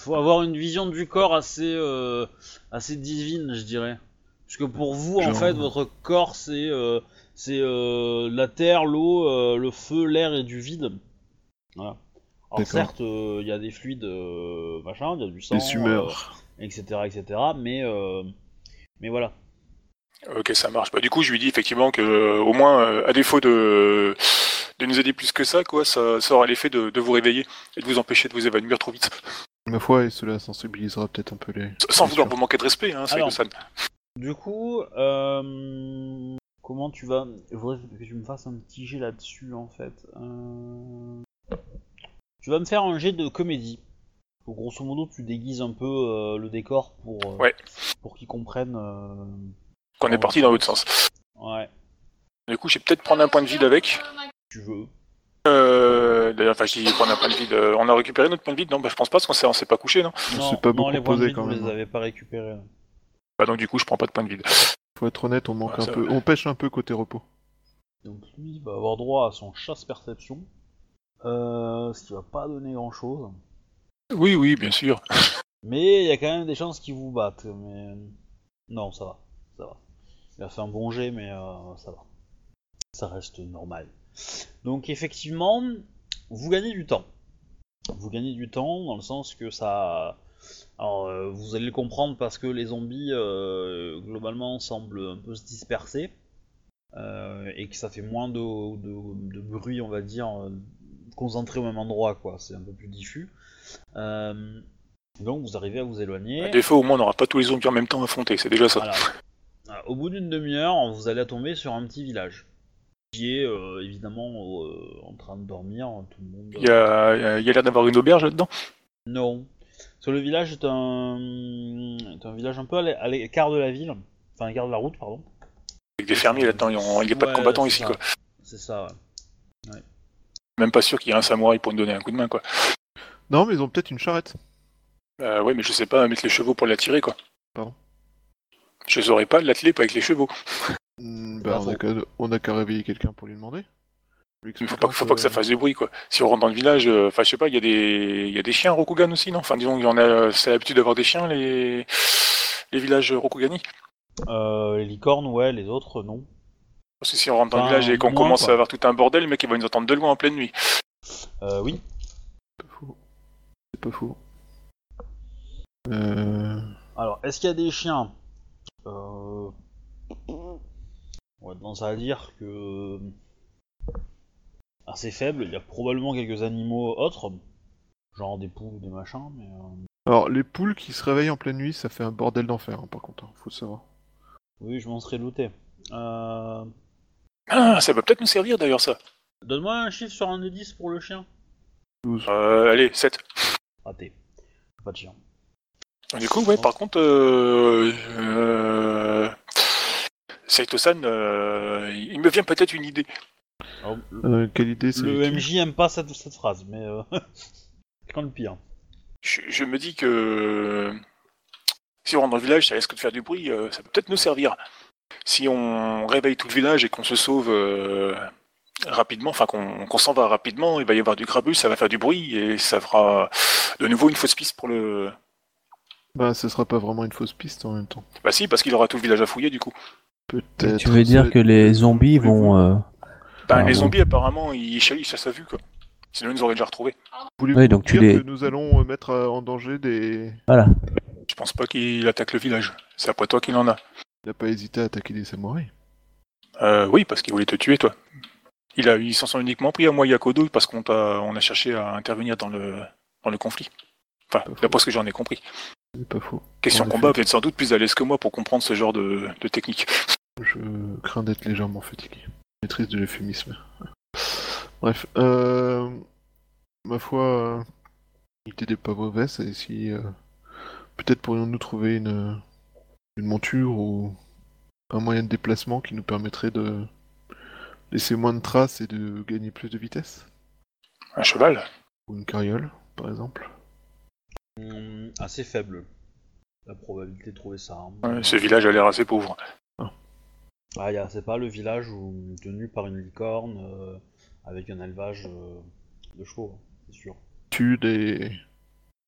[SPEAKER 1] faut avoir une vision du corps assez, euh, assez divine, je dirais. Parce que pour vous, en
[SPEAKER 2] Genre- euh,
[SPEAKER 1] fait, votre corps, c'est euh, c'est, euh, la terre, l'eau, euh, le feu, l'air et du vide. Voilà. Alors
[SPEAKER 2] D'accord.
[SPEAKER 1] certes, il y a des fluides, euh, machin, il y a du sang,
[SPEAKER 2] Les humeurs.
[SPEAKER 1] euh, etc., etc. Mais, euh, mais voilà.
[SPEAKER 4] Ok, ça marche. Bah, du coup, je lui dis effectivement que, euh, au moins, euh, à défaut de, de nous aider plus que ça, quoi, ça, ça aura l'effet de, de vous réveiller et de vous empêcher de vous évanouir trop vite.
[SPEAKER 2] Ma foi, et cela sensibilisera peut-être un peu les...
[SPEAKER 4] S- Sans
[SPEAKER 2] Bien
[SPEAKER 4] vouloir
[SPEAKER 2] sûr.
[SPEAKER 4] vous manquer de respect, hein,
[SPEAKER 1] Alors.
[SPEAKER 4] Saïdo-san.
[SPEAKER 1] Du coup, euh, comment tu vas Je voudrais que tu me fasses un petit jet là-dessus, en fait. Euh, Tu vas me faire un jet de comédie. Donc, grosso modo, tu déguises un peu euh, le décor pour, euh,
[SPEAKER 4] Ouais.
[SPEAKER 1] pour qu'ils comprennent. euh,
[SPEAKER 4] Qu'on est parti dans l'autre sens.
[SPEAKER 1] Ouais,
[SPEAKER 4] Du coup, je vais peut-être prendre un point de vide avec.
[SPEAKER 1] tu veux.
[SPEAKER 4] Euh, D'ailleurs, enfin, je dis prendre un point de vide. euh, on a récupéré notre point de vide Non, bah, je pense pas, parce qu'on s'est, on s'est pas couché, non
[SPEAKER 2] On s'est pas beaucoup
[SPEAKER 1] les points de
[SPEAKER 2] posé,
[SPEAKER 1] vide,
[SPEAKER 2] quand
[SPEAKER 1] vous
[SPEAKER 2] même,
[SPEAKER 1] les
[SPEAKER 2] hein.
[SPEAKER 1] avez pas récupérés.
[SPEAKER 4] Bah, donc, du coup, je prends pas de point de vide.
[SPEAKER 2] Faut être honnête, on manque
[SPEAKER 4] Ouais,
[SPEAKER 2] un
[SPEAKER 4] ça
[SPEAKER 2] peu... On pêche un peu côté repos.
[SPEAKER 1] Donc lui il va avoir droit à son chasse perception. Euh, ce qui va pas donner grand chose.
[SPEAKER 4] Oui, oui, bien sûr.
[SPEAKER 1] Mais il y a quand même des chances qu'ils vous battent. Mais euh, non, ça va, ça va. Il a fait un bon jet, mais euh, ça va. Ça reste normal. Donc effectivement, vous gagnez du temps. Vous gagnez du temps dans le sens que ça. Alors euh, vous allez le comprendre parce que les zombies euh, globalement semblent un peu se disperser euh, et que ça fait moins de, de- de bruit, on va dire, euh, concentré au même endroit quoi. C'est un peu plus diffus. Euh, donc vous arrivez à vous éloigner.
[SPEAKER 4] À défaut, au moins, on n'aura pas tous les zombies en même temps affrontés. C'est déjà ça.
[SPEAKER 1] Voilà. Euh, Au bout d'une demi-heure, vous allez tomber sur un petit village. Qui est euh, évidemment euh, en train de dormir, hein, tout le monde. euh,
[SPEAKER 4] Il y a, il y a- il y a l'air d'avoir une auberge là-dedans.
[SPEAKER 1] Non. Parce que le village est un, est un village un peu à l'é- à l'écart de la ville, enfin à l'écart de la route, pardon.
[SPEAKER 4] Avec des fermiers là-dedans. Il n'y a pas de
[SPEAKER 1] Ouais,
[SPEAKER 4] combattants
[SPEAKER 1] c'est
[SPEAKER 4] ici,
[SPEAKER 1] ça.
[SPEAKER 4] quoi.
[SPEAKER 1] C'est ça, ouais.
[SPEAKER 4] Même pas sûr qu'il y ait un samouraï pour nous donner un coup de main, quoi.
[SPEAKER 2] Non, mais ils ont peut-être une charrette.
[SPEAKER 4] Euh, ouais, mais je sais pas mettre les chevaux pour l'attirer, quoi.
[SPEAKER 2] Pardon
[SPEAKER 4] Je les aurais pas l'atteler pas avec les chevaux.
[SPEAKER 2] Hmm,
[SPEAKER 1] C'est
[SPEAKER 2] bah,
[SPEAKER 1] pas
[SPEAKER 2] on a
[SPEAKER 1] faux.
[SPEAKER 2] qu'à on a qu'à réveiller quelqu'un pour lui demander. Lui
[SPEAKER 4] Il faut pas,
[SPEAKER 2] expliquant
[SPEAKER 4] faut pas que ça fasse du bruit, quoi. Si on rentre dans le village, euh, enfin, je sais pas, il y, a des- il y a des chiens Rokugan aussi, non Enfin, disons, il y en a, c'est l'habitude d'avoir des chiens, les, les villages Rokugani.
[SPEAKER 1] Euh, les licornes, ouais, les autres, non.
[SPEAKER 4] Parce que si on rentre dans le
[SPEAKER 1] Enfin,
[SPEAKER 4] village et qu'on
[SPEAKER 1] moins,
[SPEAKER 4] commence
[SPEAKER 1] quoi.
[SPEAKER 4] à avoir tout un bordel, le mec, il va nous entendre de loin en pleine nuit.
[SPEAKER 1] Euh, oui.
[SPEAKER 2] C'est pas faux. C'est pas faux. Euh...
[SPEAKER 1] Alors, est-ce qu'il y a des chiens euh... On a tendance à dire que. Assez faible, il y a probablement quelques animaux autres, genre des poules, des machins, mais. euh,
[SPEAKER 2] Alors, les poules qui se réveillent en pleine nuit, ça fait un bordel d'enfer, hein, par contre, hein, faut le savoir.
[SPEAKER 1] Oui, je m'en serais douté. Euh,
[SPEAKER 4] Ah, ça va peut-être nous servir d'ailleurs, ça.
[SPEAKER 1] Donne-moi un chiffre sur un des 10 pour le chien.
[SPEAKER 2] 12.
[SPEAKER 4] Euh, allez, 7.
[SPEAKER 1] Raté. Pas de chien.
[SPEAKER 4] Du coup, ouais, par contre, euh, euh, Saito-san, euh, il me vient peut-être une idée.
[SPEAKER 1] Alors, le
[SPEAKER 2] Euh, quelle idée, c'est
[SPEAKER 1] le MJ aime pas cette, cette phrase, mais euh, c'est quand le pire.
[SPEAKER 4] Je, je me dis que si on rentre dans le village, ça risque de faire du bruit, euh, ça peut peut-être nous servir. Si on réveille tout le village et qu'on se sauve euh, rapidement, enfin qu'on qu'on s'en va rapidement, il va y avoir du crabule, ça va faire du bruit et ça fera de nouveau une fausse piste pour le.
[SPEAKER 2] Bah, ce sera pas vraiment une fausse piste en même temps.
[SPEAKER 4] Bah si, parce qu'il aura tout le village à fouiller du coup.
[SPEAKER 2] Peut-être.
[SPEAKER 3] Tu veux
[SPEAKER 2] ça-
[SPEAKER 3] dire que les zombies
[SPEAKER 2] Oui, vous-
[SPEAKER 3] vont. euh,
[SPEAKER 4] Bah,
[SPEAKER 3] Ah,
[SPEAKER 4] les
[SPEAKER 3] bon.
[SPEAKER 4] zombies, apparemment, ils chahissent à sa vue quoi. Sinon, ils nous auraient déjà retrouvés.
[SPEAKER 2] Voulez-vous
[SPEAKER 3] Oui, donc tu
[SPEAKER 2] dire
[SPEAKER 3] les-
[SPEAKER 2] que nous allons euh, mettre euh, en danger des...
[SPEAKER 3] Voilà.
[SPEAKER 4] Je pense pas qu'il attaque le village. C'est après toi qu'il en a.
[SPEAKER 2] Il n'a pas hésité à attaquer des samouraïs.
[SPEAKER 4] Euh, oui, parce qu'il voulait te tuer, toi. Il a, ils s'en sont uniquement pris à moi et à Kodo parce qu'on t'a- on a cherché à intervenir dans le, dans le conflit. Enfin,
[SPEAKER 2] Pas faux.
[SPEAKER 4] d'après ce que j'en ai compris.
[SPEAKER 2] C'est pas faux.
[SPEAKER 4] Question
[SPEAKER 2] En effet.
[SPEAKER 4] combat, vous êtes sans doute plus à l'aise que moi pour comprendre ce genre de, de technique.
[SPEAKER 2] Je crains d'être légèrement fatigué. Maîtrise de l'euphémisme. Bref, euh, ma foi, euh, l'idée n'est pas mauvaise. Et si euh, peut-être pourrions-nous trouver une, une monture ou un moyen de déplacement qui nous permettrait de laisser moins de traces et de gagner plus de vitesse,
[SPEAKER 4] Un cheval
[SPEAKER 2] ou une carriole, par exemple.
[SPEAKER 1] Hmm, assez faible. La probabilité de trouver ça. hein.
[SPEAKER 4] Ouais, Ce village a l'air assez pauvre.
[SPEAKER 1] Ah, y a- c'est pas le village où, tenu par une licorne euh, avec un élevage euh, de chevaux, hein, c'est sûr.
[SPEAKER 2] Tue des,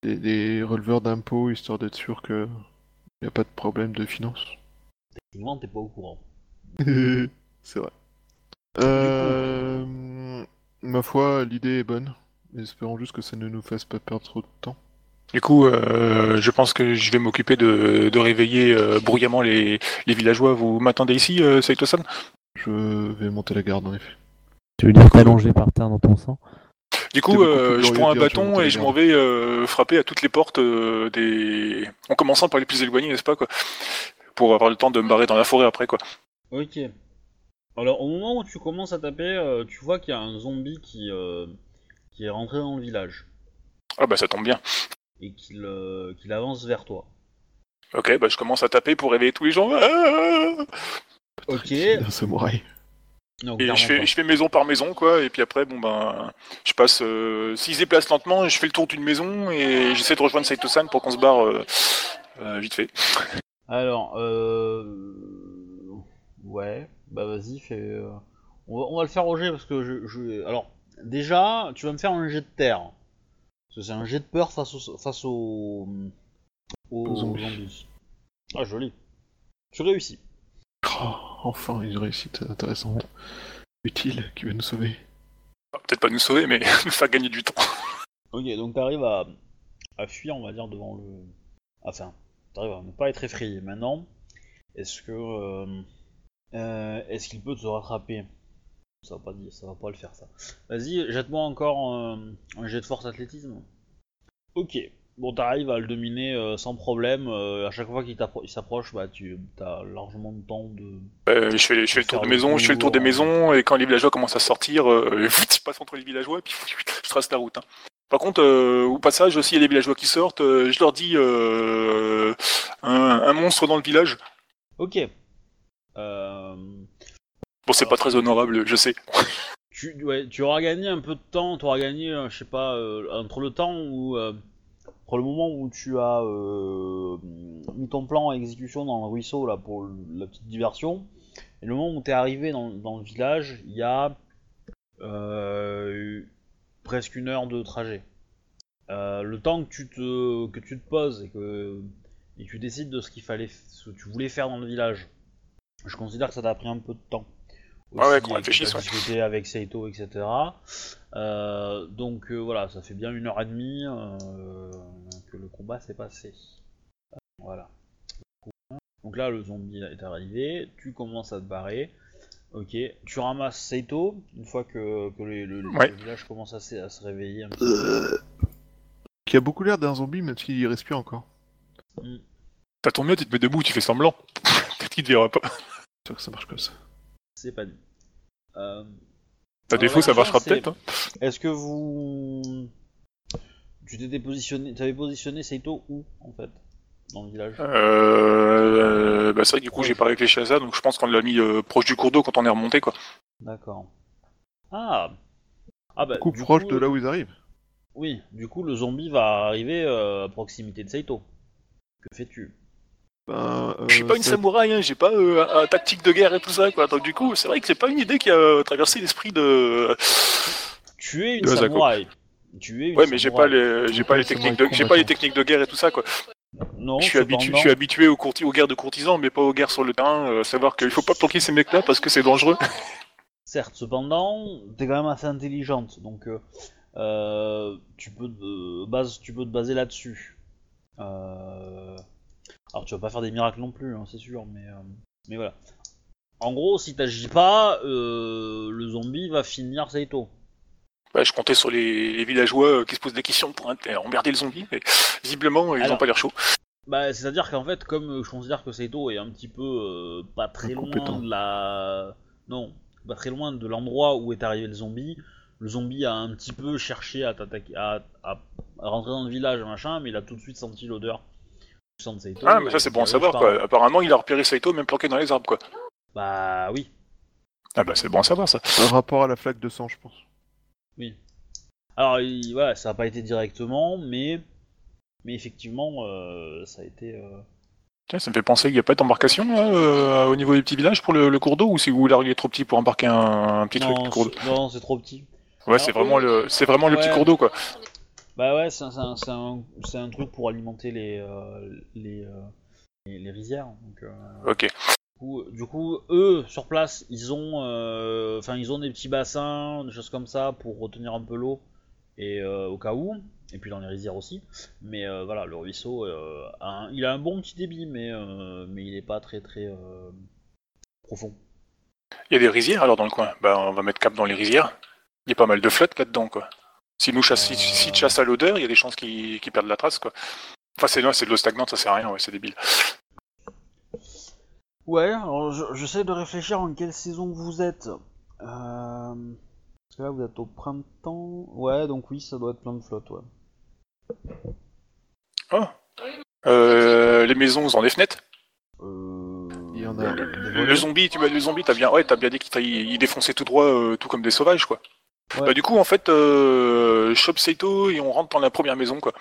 [SPEAKER 2] des, des releveurs d'impôts histoire d'être sûr que n'y a pas de problème de finance.
[SPEAKER 1] Techniquement, t'es pas au courant.
[SPEAKER 2] C'est vrai. Euh, Ma foi, l'idée est bonne. Espérons juste que ça ne nous fasse pas perdre trop de temps.
[SPEAKER 4] Du coup, euh, je pense que je vais m'occuper de, de réveiller euh, bruyamment les, les villageois. Vous m'attendez ici, euh, Saito-san
[SPEAKER 2] Je vais monter la garde en effet.
[SPEAKER 3] Tu veux dire t'allonger par terre dans ton sang
[SPEAKER 4] Du
[SPEAKER 2] C'était
[SPEAKER 4] coup,
[SPEAKER 2] beaucoup
[SPEAKER 4] euh,
[SPEAKER 2] plus
[SPEAKER 4] je
[SPEAKER 2] glorieux
[SPEAKER 4] prends un
[SPEAKER 2] de dire, je
[SPEAKER 4] bâton
[SPEAKER 2] vais
[SPEAKER 4] et je
[SPEAKER 2] monter
[SPEAKER 4] m'en vais euh, frapper à toutes les portes euh, des. En commençant par les plus éloignées, n'est-ce pas, quoi Pour avoir le temps de me barrer dans la forêt après, quoi.
[SPEAKER 1] Ok. Alors, au moment où tu commences à taper, euh, tu vois qu'il y a un zombie qui, euh, qui est rentré dans le village
[SPEAKER 4] Ah bah ça tombe bien.
[SPEAKER 1] et qu'il euh, qu'il avance vers toi.
[SPEAKER 4] Ok, bah je commence à taper pour réveiller tous les gens. Ah
[SPEAKER 1] Ok.
[SPEAKER 2] Un samouraï.
[SPEAKER 1] Non,
[SPEAKER 4] Et
[SPEAKER 1] clairement
[SPEAKER 4] je fais,
[SPEAKER 1] pas.
[SPEAKER 4] je fais maison par maison, quoi. Et puis après, bon ben, je passe. Euh, S'ils se déplacent lentement, je fais le tour d'une maison et j'essaie de rejoindre Saito-san pour qu'on se barre euh, euh, vite fait.
[SPEAKER 1] Alors, euh... ouais, bah vas-y, fais. euh, On va, on va le faire au jet parce que je, je- Alors, déjà, tu vas me faire un jet de terre. Parce que c'est un jet de peur face au. Face au. au
[SPEAKER 2] Aux zombies.
[SPEAKER 1] zombies. Ah, joli. Tu réussis.
[SPEAKER 2] Oh, enfin, une réussite intéressante. Utile, qui va nous sauver.
[SPEAKER 4] Enfin, Peut-être pas nous sauver, mais nous faire gagner du temps.
[SPEAKER 1] Ok, donc t'arrives à. à fuir, on va dire, devant le. Enfin, t'arrives à ne pas être effrayé. Maintenant, est-ce que. euh, euh, est-ce qu'il peut te rattraper ça va, pas dire, ça va pas le faire ça. Vas-y, jette-moi encore euh, un jet de force athlétisme. Ok, bon t'arrives à le dominer euh, sans problème. euh, à chaque fois qu'il t'appro- il s'approche, bah tu as largement de temps de.
[SPEAKER 4] Euh, je, fais, je fais le tour de maison, je fais le tour des maisons, et quand les villageois commencent à sortir, euh, vite, je passe entre les villageois, et puis je trace la route. hein. Par contre, euh, au passage, s'il y a des villageois qui sortent, euh, je leur dis euh, un, un monstre dans le village.
[SPEAKER 1] Ok. Euh...
[SPEAKER 4] Bon, c'est pas très honorable, je sais.
[SPEAKER 1] tu, ouais, tu auras gagné un peu de temps, tu auras gagné, euh, je sais pas, euh, entre le temps où, euh, entre le moment où tu as euh, mis ton plan à exécution dans le ruisseau là pour le- la petite diversion, et le moment où t'es arrivé dans, dans le village, il y a euh, presque une heure de trajet. Euh, le temps que tu te, que tu te poses et que, et que tu décides de ce qu'il fallait, ce que tu voulais faire dans le village, je considère que ça t'a pris un peu de temps.
[SPEAKER 4] Ouais, ouais,
[SPEAKER 1] Aussi,
[SPEAKER 4] qu'on
[SPEAKER 1] et que
[SPEAKER 4] réfléchisse,
[SPEAKER 1] t'as
[SPEAKER 4] ouais.
[SPEAKER 1] discuté avec Seito, etc. Euh, donc euh, voilà, ça fait bien une heure et demie euh, que le combat s'est passé. Euh, Voilà. Donc là, le zombie est arrivé, tu commences à te barrer. Ok, tu ramasses Seito une fois que, que les- le, le
[SPEAKER 4] Ouais.
[SPEAKER 1] village commence à, se- à se réveiller un petit
[SPEAKER 2] Ok. qui a beaucoup l'air d'un zombie, même s'il respire encore.
[SPEAKER 1] Hmm,
[SPEAKER 4] T'as ton mieux, tu te mets debout, tu fais semblant. Peut-être qu'il te verra pas.
[SPEAKER 2] C'est sûr que ça marche comme ça.
[SPEAKER 1] C'est pas dit. Euh,
[SPEAKER 4] T'as
[SPEAKER 1] Alors,
[SPEAKER 4] défaut,
[SPEAKER 1] la
[SPEAKER 4] ça
[SPEAKER 1] question,
[SPEAKER 4] marchera
[SPEAKER 1] c'est-
[SPEAKER 4] peut-être. hein.
[SPEAKER 1] Est-ce que vous. Tu t'étais positionné. T'avais positionné Seito où, en fait Dans le village
[SPEAKER 4] hein. Euh, bah, c'est vrai que du coup, j'ai pas réfléchi à ça, donc je pense qu'on l'a mis euh, proche du cours d'eau quand on est remonté, quoi.
[SPEAKER 1] D'accord. Ah Ah bah.
[SPEAKER 2] Du coup,
[SPEAKER 1] du
[SPEAKER 2] proche
[SPEAKER 1] coup,
[SPEAKER 2] de là où ils arrivent.
[SPEAKER 1] Oui, du coup, le zombie va arriver euh, à proximité de Saito. Que fais-tu
[SPEAKER 2] Ben, euh,
[SPEAKER 4] Je suis pas une
[SPEAKER 2] ça-
[SPEAKER 4] samouraï, hein, j'ai pas euh, un, un tactique de guerre et tout ça, quoi. Donc du coup, c'est vrai que c'est pas une idée qui a euh, traversé l'esprit de.
[SPEAKER 1] Tu es une
[SPEAKER 4] De Asako.
[SPEAKER 1] samouraï. Tu es une
[SPEAKER 4] Ouais, mais j'ai pas
[SPEAKER 1] samouraï.
[SPEAKER 4] les, j'ai pas les
[SPEAKER 2] Samouraï
[SPEAKER 4] techniques de, j'ai pas les
[SPEAKER 2] combattant.
[SPEAKER 4] techniques de guerre et tout ça, quoi.
[SPEAKER 1] Non,
[SPEAKER 4] je suis habitué, je suis
[SPEAKER 1] cependant-
[SPEAKER 4] habitué aux, courti- aux guerres de courtisans, mais pas aux guerres sur le terrain. euh, savoir qu'il faut pas planquer ces mecs-là parce que c'est dangereux.
[SPEAKER 1] Certes, cependant, t'es quand même assez intelligente, donc euh, euh, tu, peux te, base, tu peux te baser là-dessus. Euh, alors tu vas pas faire des miracles non plus, hein, c'est sûr, mais, euh, mais voilà. En gros, si t'agis pas, euh, le zombie va finir Saito.
[SPEAKER 4] Bah, je comptais sur les, les villageois euh, qui se posent des questions pour hein, emmerder le zombie, mais visiblement, ils ont
[SPEAKER 1] Alors-
[SPEAKER 4] pas l'air chaud.
[SPEAKER 1] Bah, c'est-à-dire qu'en fait, comme euh, je considère que Saito est un petit peu euh, pas très loin
[SPEAKER 2] Incompétent.
[SPEAKER 1] de la... Non, pas très loin de l'endroit où est arrivé le zombie, le zombie a un petit peu cherché à t'attaquer, à, à- à rentrer dans le village, machin, mais il a tout de suite senti l'odeur du sang de Saito.
[SPEAKER 4] Ah, mais ça,
[SPEAKER 1] et
[SPEAKER 4] c'est
[SPEAKER 1] il
[SPEAKER 4] bon à
[SPEAKER 1] arrive
[SPEAKER 4] savoir,
[SPEAKER 1] euh, par-
[SPEAKER 4] quoi. Apparemment, il a repéré Saito, même planqué dans les arbres, quoi.
[SPEAKER 1] Bah oui,
[SPEAKER 4] Ah, bah, c'est bon à savoir, ça.
[SPEAKER 2] Par rapport à la flaque de sang, je pense.
[SPEAKER 1] Alors il- voilà, ça n'a pas été directement, mais mais effectivement, euh, ça a été. euh,
[SPEAKER 4] Tiens, ça me fait penser qu'il n'y a pas d'embarcation là, euh, au niveau des petits villages pour le, le cours d'eau ou c'est où là il est trop petit pour embarquer un, un petit truc
[SPEAKER 1] Non,
[SPEAKER 4] de cours d'eau
[SPEAKER 1] c'est- non, c'est trop petit.
[SPEAKER 4] Ouais, c'est vraiment le, c'est vraiment le petit
[SPEAKER 1] Ouais.
[SPEAKER 4] cours d'eau quoi.
[SPEAKER 1] Bah ouais, c'est un, c'est un- c'est un- c'est un truc pour alimenter les, euh, les, euh, les, les rizières. Donc, euh,
[SPEAKER 4] Ok.
[SPEAKER 1] du, coup, du coup, eux, sur place, ils ont, euh, enfin, ils ont des petits bassins, des choses comme ça pour retenir un peu l'eau et euh, au cas où, et puis dans les rizières aussi. Mais euh, voilà, le ruisseau, euh, a un- il a un bon petit débit, mais, euh, mais il est pas très très euh, profond.
[SPEAKER 4] Il y a des rizières alors dans le coin. Bah, on va mettre cap dans les rizières. Il y a pas mal de flotte là-dedans quoi. Si nous chasse, si, si tu chasses à l'odeur, il y a des chances qu'ils qu'ils perdent la trace quoi. Enfin, c'est, non, c'est de l'eau stagnante, ça sert à rien, ouais, c'est débile.
[SPEAKER 1] Ouais, alors je- j'essaie de réfléchir en quelle saison vous êtes. Euh... Parce que là vous êtes au printemps. Ouais, donc oui, ça doit être plein de flotte, ouais.
[SPEAKER 4] Euh, les maisons ont des fenêtres.
[SPEAKER 1] Euh...
[SPEAKER 2] Il y en a.
[SPEAKER 4] Le zombie, tu m'as le zombie, t'as bien, ouais, t'as bien dit qu'il t'a- il défonçait tout droit, euh, tout comme des sauvages quoi.
[SPEAKER 1] Ouais.
[SPEAKER 4] Bah, du coup, en fait, euh, chope Seito et on rentre dans la première maison, quoi.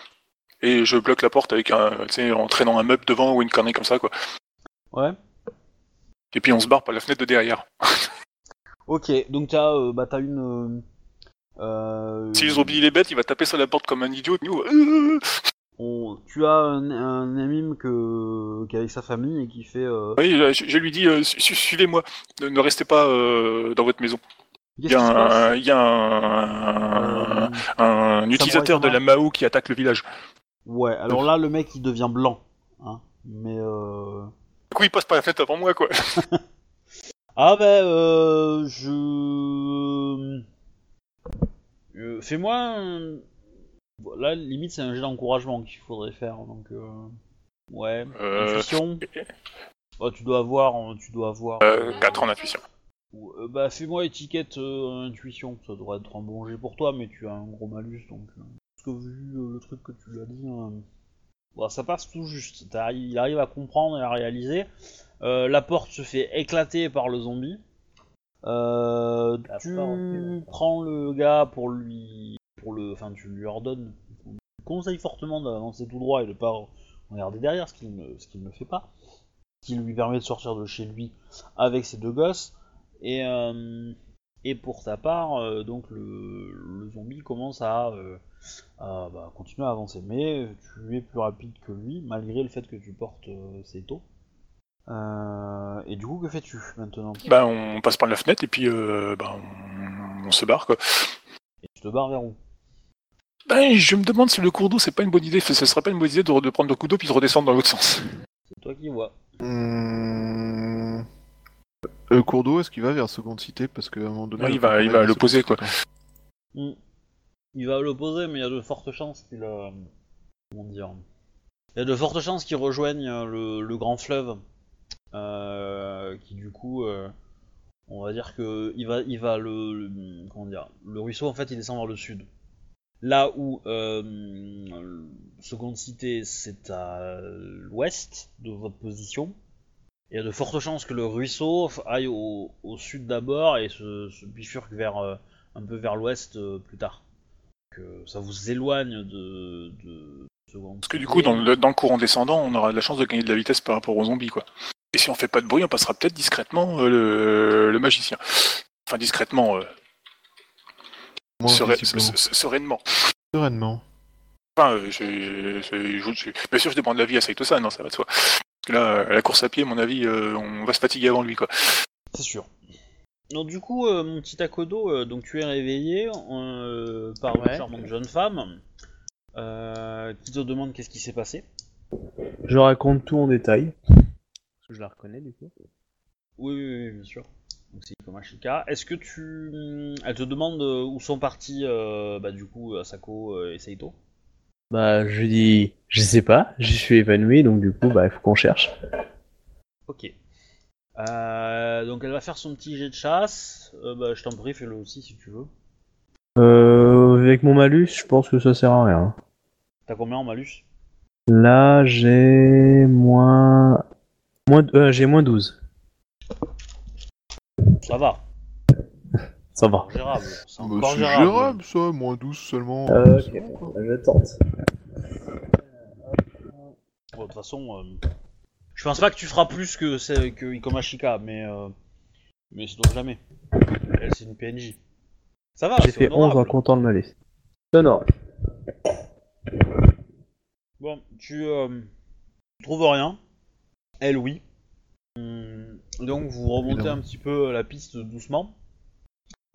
[SPEAKER 4] Et je bloque la porte avec un, tu sais, en traînant un meuble devant ou une cornée comme ça, quoi.
[SPEAKER 1] Ouais.
[SPEAKER 4] Et puis on se barre par la fenêtre de derrière.
[SPEAKER 1] Ok, donc t'as euh, bah, t'as une. euh, euh,
[SPEAKER 4] Si le zombie il est bête, il va taper sur la porte comme un idiot. Nous, euh,
[SPEAKER 1] on- Tu as un, un amime que... qui est avec sa famille et qui fait. Euh...
[SPEAKER 4] oui, je, je lui dis, euh, su- su- suivez-moi, ne, ne restez pas euh, dans votre maison. Il y
[SPEAKER 1] Qu'est-ce
[SPEAKER 4] a
[SPEAKER 1] qui se passe
[SPEAKER 4] un, il y a un,
[SPEAKER 1] Euh,
[SPEAKER 4] un utilisateur de la Mao qui attaque le village.
[SPEAKER 1] Ouais, alors là le mec il devient blanc. Hein, mais. Euh...
[SPEAKER 4] Du coup, il passe par la fenêtre avant moi, quoi.
[SPEAKER 1] Ah ben, euh, je... Euh, Fais-moi un... Bon, Là, limite, c'est un jet d'encouragement qu'il faudrait faire, donc... Euh... Ouais,
[SPEAKER 4] Euh,
[SPEAKER 1] intuition Oh, tu dois avoir... hein, Tu dois avoir...
[SPEAKER 4] euh, 4 en intuition.
[SPEAKER 1] Ou- euh, bah, fais-moi étiquette euh, intuition, ça devrait être un bon jet pour toi, mais tu as un gros malus, donc... euh, Parce que vu euh, le truc que tu lui as dit... euh, Bon, ça passe tout juste, T'arri- il arrive à comprendre et à réaliser. Euh, la porte se fait éclater par le zombie. Euh,
[SPEAKER 5] La
[SPEAKER 1] tu
[SPEAKER 5] porte est là.
[SPEAKER 1] prends le gars pour lui, pour le, enfin tu lui ordonnes, tu lui conseilles fortement d'avancer tout droit et de pas regarder derrière, ce qu'il ne, ce qu'il ne fait pas, ce qui lui permet de sortir de chez lui avec ses deux gosses. Et euh, et pour ta part, euh, donc le, le zombie commence à, euh, à, bah, continuer à avancer, mais tu es plus rapide que lui malgré le fait que tu portes euh, ses taux. Euh, et du coup, que fais-tu maintenant
[SPEAKER 4] Bah, on passe par la fenêtre et puis, euh, bah, on- on se barre, quoi.
[SPEAKER 1] Et tu te barres vers où
[SPEAKER 4] Ben, je me demande si le cours d'eau, c'est pas une bonne idée. Ce serait pas une bonne idée de, de prendre le coup d'eau puis de redescendre dans l'autre sens.
[SPEAKER 1] C'est toi qui vois.
[SPEAKER 2] Hum. Le Euh, cours d'eau, est-ce qu'il va vers seconde cité Parce qu'à un moment donné.
[SPEAKER 4] Ouais,
[SPEAKER 2] le
[SPEAKER 4] il va-
[SPEAKER 2] cours d'eau
[SPEAKER 4] il va à
[SPEAKER 2] vers
[SPEAKER 4] l'opposé,
[SPEAKER 1] Hmm.
[SPEAKER 2] Seconde Cité,
[SPEAKER 1] Il va l'opposer, mais il y a de fortes chances qu'il euh, Comment dire Il y a de fortes chances qu'ils rejoignent euh, le, le grand fleuve, euh, qui du coup, euh, on va dire que il va, il va le, le- comment dire, le ruisseau en fait, il descend vers le sud. Là où euh, Seconde Cité, c'est à l'ouest de votre position. Il y a de fortes chances que le ruisseau aille au, au sud d'abord et se, se bifurque vers, euh, un peu vers l'ouest euh, plus tard. Donc, euh, ça vous éloigne de, de Seconde
[SPEAKER 4] Parce que du coup, dans le, dans le courant descendant, on aura de la chance de gagner de la vitesse par rapport aux zombies, quoi. Et si on fait pas de bruit, on passera peut-être discrètement euh, le, le magicien. Enfin, discrètement, euh,
[SPEAKER 2] Moi,
[SPEAKER 4] serai-
[SPEAKER 2] visiblement.
[SPEAKER 4] se- se- sereinement.
[SPEAKER 2] Sereinement.
[SPEAKER 4] Enfin, euh, je, je- je- je- bien sûr, je demande l'avis à Saito San, ça va de soi. Parce que là, euh, la course à pied, à mon avis, euh, on va se fatiguer avant lui, quoi.
[SPEAKER 1] C'est sûr. Donc du coup, euh, mon petit Akodo, euh, donc tu es réveillé euh, par
[SPEAKER 3] Ouais.
[SPEAKER 1] une charmante jeune femme euh, qui te demande qu'est-ce qui s'est passé.
[SPEAKER 3] Je raconte tout en détail. Parce que je la reconnais du coup.
[SPEAKER 1] Oui, oui, oui, bien sûr. Donc c'est Ikomashika. Est-ce que tu... Elle te demande euh, où sont partis, euh, bah, du coup, Asako euh, et Saito.
[SPEAKER 3] Bah, je lui dis, je sais pas, j'y suis évanoui, donc du coup, bah, il faut qu'on cherche.
[SPEAKER 1] Ok. Euh, donc elle va faire son petit jet de chasse. Euh, bah, je t'en prie, fais-le aussi si tu veux.
[SPEAKER 3] Euh, avec mon malus, je pense que ça sert à rien.
[SPEAKER 1] T'as combien en malus
[SPEAKER 3] Là, j'ai moins. moins... euh, j'ai moins 12.
[SPEAKER 1] Ça va.
[SPEAKER 3] Ça va.
[SPEAKER 1] encore Gérable. C'est
[SPEAKER 2] Bah,
[SPEAKER 1] encore
[SPEAKER 2] c'est
[SPEAKER 1] gérable.
[SPEAKER 2] gérable, ça, moins 12 seulement.
[SPEAKER 3] Euh,
[SPEAKER 2] C'est bon, quoi.
[SPEAKER 3] Je tente.
[SPEAKER 1] Bon, De toute façon, euh, je pense pas que tu feras plus que, c'est- que Ikomashika, mais, euh, mais c'est donc jamais. Elle, c'est une PNJ. Ça va, c'est
[SPEAKER 3] J'ai fait 11 en
[SPEAKER 1] honorable.
[SPEAKER 3] comptant le malus. Sonore.
[SPEAKER 1] Bon, tu euh, trouves rien. Elle, oui. Hum, Donc, vous remontez
[SPEAKER 2] Évidemment.
[SPEAKER 1] un petit peu la piste doucement.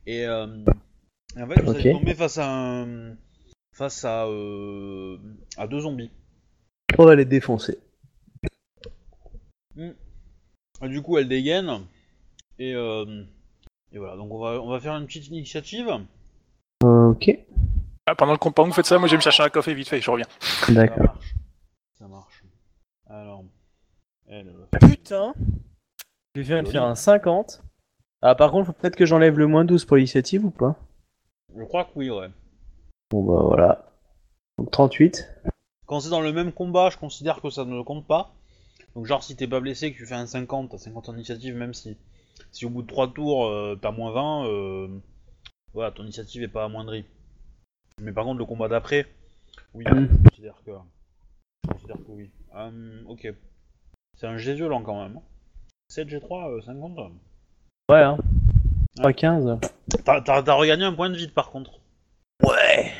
[SPEAKER 1] Et, euh, et en fait, vous
[SPEAKER 3] Ok.
[SPEAKER 1] allez tomber face à un- face à, euh, à deux zombies.
[SPEAKER 3] On va les défoncer.
[SPEAKER 1] Et Ah, du coup, elle dégaine. Et, euh, et voilà, donc on va, on va faire une petite initiative.
[SPEAKER 3] Euh, ok.
[SPEAKER 4] Ah, pendant le compas, vous faites ça, moi, je vais me chercher un café vite fait, je reviens.
[SPEAKER 1] Ça
[SPEAKER 3] D'accord.
[SPEAKER 1] marche. Ça marche. Alors, elle euh, va faire-
[SPEAKER 3] Putain Je viens de faire un 50. Ah, par contre, faut peut-être que j'enlève le moins 12 pour l'initiative ou pas
[SPEAKER 1] Je crois que oui, ouais.
[SPEAKER 3] Bon, bah voilà. Donc 38.
[SPEAKER 1] Quand c'est dans le même combat, je considère que ça ne compte pas. Donc, genre, si t'es pas blessé, que tu fais un 50, t'as 50 en initiative, même si, si au bout de 3 tours euh, t'as moins 20, euh, voilà, ton initiative est pas amoindrie. Mais par contre, le combat d'après, oui,
[SPEAKER 3] Mm.
[SPEAKER 1] je considère que, je considère que oui. Hum, ok. C'est un G violent quand même. 7 G3, euh, 50.
[SPEAKER 3] Ouais, hein. Pas 15.
[SPEAKER 1] T'as- T'as t'as regagné un point de vide par contre.
[SPEAKER 3] Ouais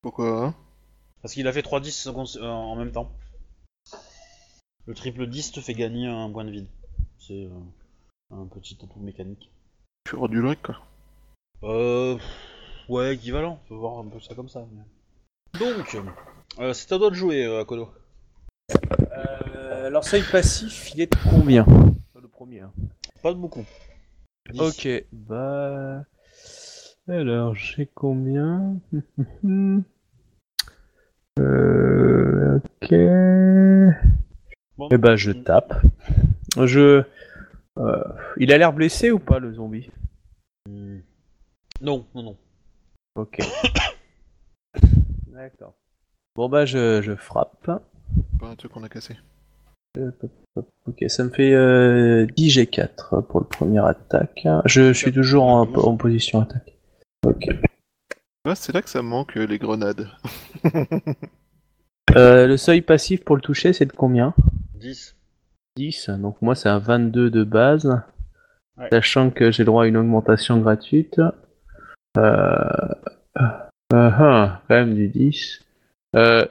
[SPEAKER 2] Pourquoi hein
[SPEAKER 1] Parce qu'il a fait 3-10 cons- euh, en même temps. Le triple 10 te fait gagner un point de vide. C'est euh, un petit atout mécanique.
[SPEAKER 2] Fureur du lac, quoi.
[SPEAKER 1] Euh. pff, Ouais, équivalent. Faut voir un peu ça comme ça. mais- Donc, euh, c'est à toi de jouer, euh, Akodo.
[SPEAKER 3] Euh, alors, seuil passif, il est de combien Le premier. hein.
[SPEAKER 1] Pas de beaucoup. 10.
[SPEAKER 3] Ok. Bah. Alors, j'ai combien Euh. Ok.
[SPEAKER 1] Bon.
[SPEAKER 3] Eh ben, je tape. Je. euh, il a l'air blessé ou pas le zombie
[SPEAKER 1] Hmm. Non, non, non.
[SPEAKER 3] Ok. D'accord. Bon bah je, je frappe.
[SPEAKER 2] Pas un truc qu'on a cassé.
[SPEAKER 3] Ok, ça me fait euh, 10 G4 pour le premier attaque. Je suis toujours en, en position attaque. Ok.
[SPEAKER 2] Là, Ah, c'est là que ça manque, euh, les grenades.
[SPEAKER 3] Euh, le seuil passif pour le toucher c'est de combien
[SPEAKER 1] 10.
[SPEAKER 3] 10. Donc moi c'est un 22 de base.
[SPEAKER 1] Ouais.
[SPEAKER 3] Sachant que j'ai droit à une augmentation gratuite. Euh... euh, hein, quand même du 10. Euh,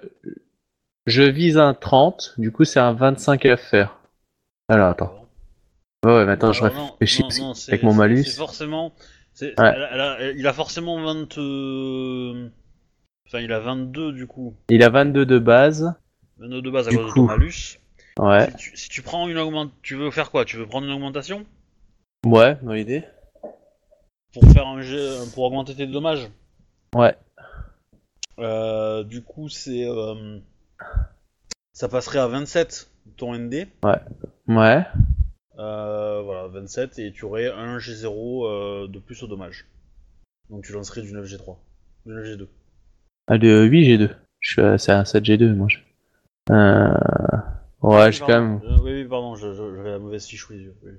[SPEAKER 3] Je vise un 30, du coup c'est un 25 à faire. Alors attends. Ouais, ouais, mais attends, je
[SPEAKER 1] Alors,
[SPEAKER 3] réfléchis
[SPEAKER 1] non,
[SPEAKER 3] parce
[SPEAKER 1] non,
[SPEAKER 3] que
[SPEAKER 1] c'est-
[SPEAKER 3] avec mon
[SPEAKER 1] c'est-
[SPEAKER 3] malus.
[SPEAKER 1] C'est forcément. c'est-
[SPEAKER 3] Ouais.
[SPEAKER 1] elle a- elle a- elle- il a forcément 20. euh, Enfin, il a 22 du coup.
[SPEAKER 3] Il a 22 de base.
[SPEAKER 1] 22 de base à
[SPEAKER 3] Du
[SPEAKER 1] cause de
[SPEAKER 3] coup.
[SPEAKER 1] ton malus.
[SPEAKER 3] Ouais,
[SPEAKER 1] Si, tu, si tu prends une augmentation. Tu veux faire quoi Tu veux prendre une augmentation
[SPEAKER 3] ouais, bonne idée.
[SPEAKER 1] Pour faire un jet. euh, Pour augmenter tes dommages
[SPEAKER 3] Ouais.
[SPEAKER 1] Euh, Euh, du coup, c'est. euh, ça passerait à 27, ton ND.
[SPEAKER 3] Ouais.
[SPEAKER 1] Euh, voilà, 27, et tu aurais un G0 euh, de plus au dommage. Donc tu lancerais du 9G3. Du 9G2.
[SPEAKER 3] Ah, de 8 G2. Je suis à, c'est à 7 G2, moi. je- Euh... Ouais, j'ai quand
[SPEAKER 1] pardon.
[SPEAKER 3] même.
[SPEAKER 1] Euh, oui, oui, pardon, je- je- j'avais la mauvaise fiche sous les yeux. oui.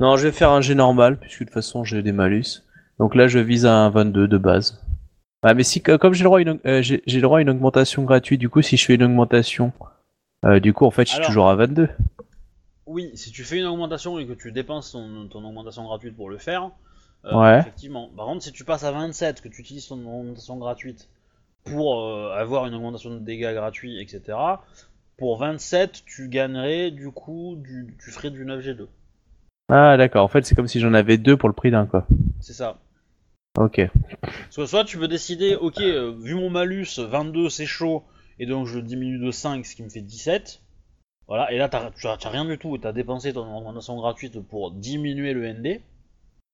[SPEAKER 3] Non, je vais faire un G normal, puisque de toute façon j'ai des malus. Donc là, je vise à un 22 de base. Ah, mais si, comme j'ai le droit à une, euh, j'ai, j'ai le droit à une augmentation gratuite, du coup, si je fais une augmentation, euh, du coup, en fait, je suis
[SPEAKER 1] Alors.
[SPEAKER 3] toujours à 22.
[SPEAKER 1] Oui, si tu fais une augmentation et que tu dépenses ton, ton augmentation gratuite pour le faire, euh,
[SPEAKER 3] Ouais.
[SPEAKER 1] effectivement. Par contre, si tu passes à 27, que tu utilises ton augmentation gratuite pour euh, avoir une augmentation de dégâts gratuits, etc., pour 27, tu gagnerais du coup, du, tu ferais du 9G2.
[SPEAKER 3] Ah, d'accord. En fait, c'est comme si j'en avais deux pour le prix d'un, quoi.
[SPEAKER 1] C'est ça.
[SPEAKER 3] Ok.
[SPEAKER 1] Soit, soit tu peux décider, ok, euh, vu mon malus, 22 c'est chaud, et donc je le diminue de 5, ce qui me fait 17. Voilà, et là t'as tu as- t'as rien du tout, t'as dépensé ton augmentation gratuite pour diminuer le ND.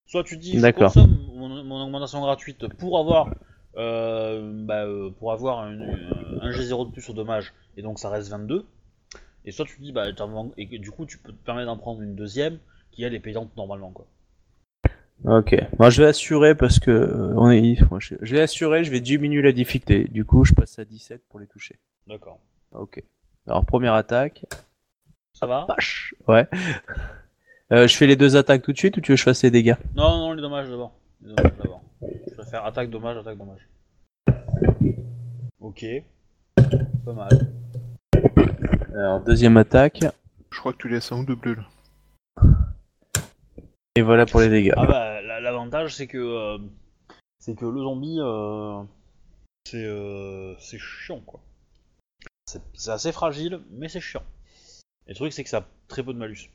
[SPEAKER 1] Soit tu dis, je
[SPEAKER 3] D'accord.
[SPEAKER 1] consomme mon, mon augmentation gratuite pour avoir, euh, bah, euh, pour avoir une- euh, un G0 de plus au dommage, et donc ça reste 22. Et soit tu dis, bah, t'as mon- et que du coup tu peux te permettre d'en prendre une deuxième, qui elle est payante normalement, quoi.
[SPEAKER 3] Ok. Moi, je vais assurer parce que euh, on est. moi, je, je vais assurer. Je vais diminuer la difficulté. Du coup, je passe à 17 pour les toucher.
[SPEAKER 1] D'accord.
[SPEAKER 3] Ok. Alors, première attaque.
[SPEAKER 1] Ça va
[SPEAKER 3] Pache. Ouais. Euh, je fais les deux attaques tout de suite ou tu veux que je fasse les dégâts
[SPEAKER 1] Non, non, les dommages d'abord. Les dommages d'abord. Je vais faire attaque, dommage, attaque, dommage. Ok. Pas mal.
[SPEAKER 3] Alors, deuxième attaque.
[SPEAKER 2] Je crois que tu laisses un ou deux bleus là.
[SPEAKER 3] Et voilà pour les dégâts.
[SPEAKER 1] Ah bah, la- l'avantage c'est que. euh, c'est que le zombie. euh, c'est. euh, c'est chiant quoi. C'est c'est assez fragile, mais c'est chiant. Et le truc c'est que ça a très peu de malus.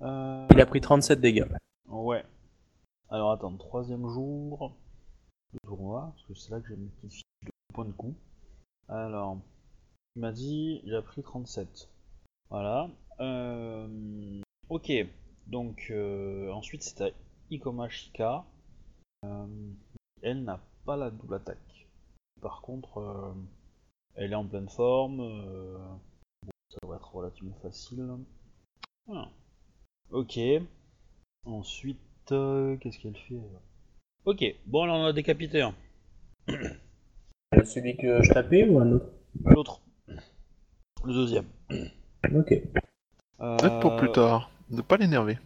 [SPEAKER 1] Euh,
[SPEAKER 3] Il a pris 37 dégâts.
[SPEAKER 1] Ouais. Alors attends, troisième jour de tournoi, parce que c'est là que j'ai mes petites fiches de points de coup. Alors, tu m'as dit, il a pris 37. Voilà. Euh, ok, donc euh, ensuite c'est à Ikomashika. Euh, elle n'a pas la double attaque. Par contre, euh, elle est en pleine forme. euh, bon, ça va être relativement facile. Voilà. Ok. Ensuite, euh, qu'est-ce qu'elle fait euh elle Ok, bon, là on a décapité un.
[SPEAKER 3] Euh, Celui que je tapais ou un autre
[SPEAKER 1] L'autre. Le deuxième.
[SPEAKER 3] Ok.
[SPEAKER 2] Peut-être pour plus
[SPEAKER 1] Euh,
[SPEAKER 2] tard. Ne pas l'énerver.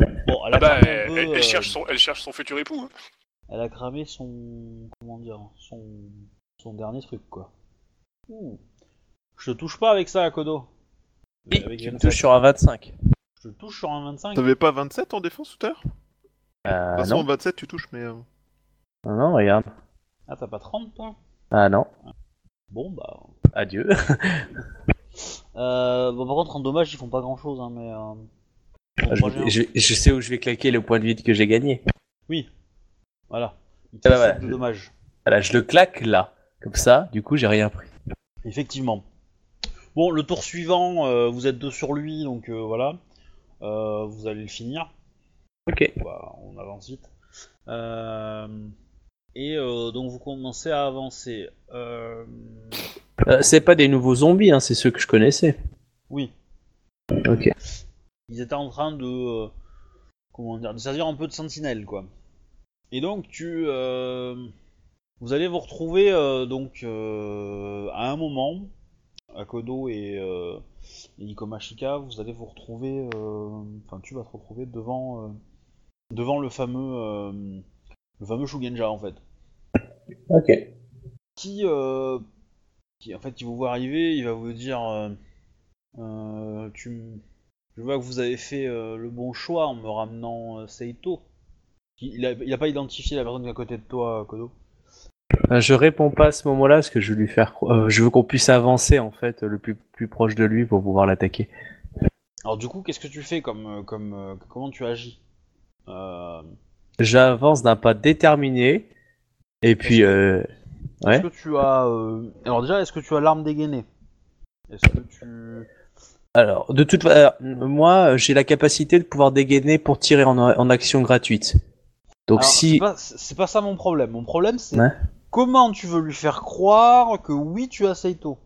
[SPEAKER 1] Bon, elle a
[SPEAKER 4] Ah bah,
[SPEAKER 1] cramé un
[SPEAKER 4] elle,
[SPEAKER 1] peu,
[SPEAKER 4] elle
[SPEAKER 1] euh,
[SPEAKER 4] cherche son, elle cherche son futur époux. hein.
[SPEAKER 1] elle a cramé son. Comment dire Son. Son dernier truc, quoi. Ouh. Je te touche pas avec ça, Kodo. Avec
[SPEAKER 3] Tu me
[SPEAKER 1] 25.
[SPEAKER 3] touches sur un 25.
[SPEAKER 1] Je te touche sur un 25.
[SPEAKER 2] T'avais pas 27 en défense tout à l'heure De
[SPEAKER 3] Euh,
[SPEAKER 2] toute façon,
[SPEAKER 3] non.
[SPEAKER 2] 27 tu touches, mais. euh,
[SPEAKER 3] non, non, regarde.
[SPEAKER 1] Ah, t'as pas 30, toi
[SPEAKER 3] Ah non,
[SPEAKER 1] Bon, bah.
[SPEAKER 3] adieu.
[SPEAKER 1] Euh, bon, par contre, en dommage, ils font pas grand chose, hein, mais.
[SPEAKER 2] Ah,
[SPEAKER 1] Euh... bon,
[SPEAKER 3] je,
[SPEAKER 1] moi, j'ai un-
[SPEAKER 3] je- je sais où je vais claquer le point de vide que j'ai gagné.
[SPEAKER 1] Voilà. Ils
[SPEAKER 3] Ah bah,
[SPEAKER 1] te
[SPEAKER 3] voilà.
[SPEAKER 1] font de dommage.
[SPEAKER 3] Voilà, je le claque là. Comme ça, du coup, j'ai rien pris.
[SPEAKER 1] Effectivement. Bon, le tour suivant, euh, vous êtes deux sur lui, donc euh, voilà. Euh, vous allez le finir.
[SPEAKER 3] Ok.
[SPEAKER 1] Bah, on avance vite. Euh, et euh, donc vous commencez à avancer. Euh,
[SPEAKER 3] Euh, c'est pas des nouveaux zombies, hein, c'est ceux que je connaissais.
[SPEAKER 1] oui,
[SPEAKER 3] Ok.
[SPEAKER 1] ils étaient en train de euh, comment dire de servir un peu de sentinelle quoi. Et donc tu euh, vous allez vous retrouver euh, donc euh, à un moment Akodo et, euh, et Ikomashika, vous allez vous retrouver euh, enfin tu vas te retrouver devant euh, devant le fameux euh, le fameux Shugenja en fait
[SPEAKER 3] Ok.
[SPEAKER 1] qui, euh, qui en fait il vous voit arriver, il va vous dire euh, Euh, tu m- je vois que vous avez fait euh, le bon choix en me ramenant euh, Seito. Il il a, il a pas identifié la personne qui est à côté de toi, Kodo.
[SPEAKER 3] Euh, je réponds pas à ce moment-là parce que je veux lui faire. cro- euh, je veux qu'on puisse avancer en fait euh, le plus, plus proche de lui pour pouvoir l'attaquer.
[SPEAKER 1] Alors du coup, qu'est-ce que tu fais comme euh, comme euh, comment tu agis Euh,
[SPEAKER 3] J'avance d'un pas déterminé et puis euh, Ouais.
[SPEAKER 1] Est-ce que tu as euh, alors déjà est-ce que tu as l'arme dégainée Est-ce que tu
[SPEAKER 3] Alors, de toute façon, moi, euh, j'ai la capacité de pouvoir dégainer pour tirer en, en action gratuite. Donc
[SPEAKER 1] Alors, c'est
[SPEAKER 3] si...
[SPEAKER 1] pas- c'est c'est pas ça mon problème. Mon problème c'est
[SPEAKER 3] Ouais.
[SPEAKER 1] Comment tu veux lui faire croire que oui, tu as Saito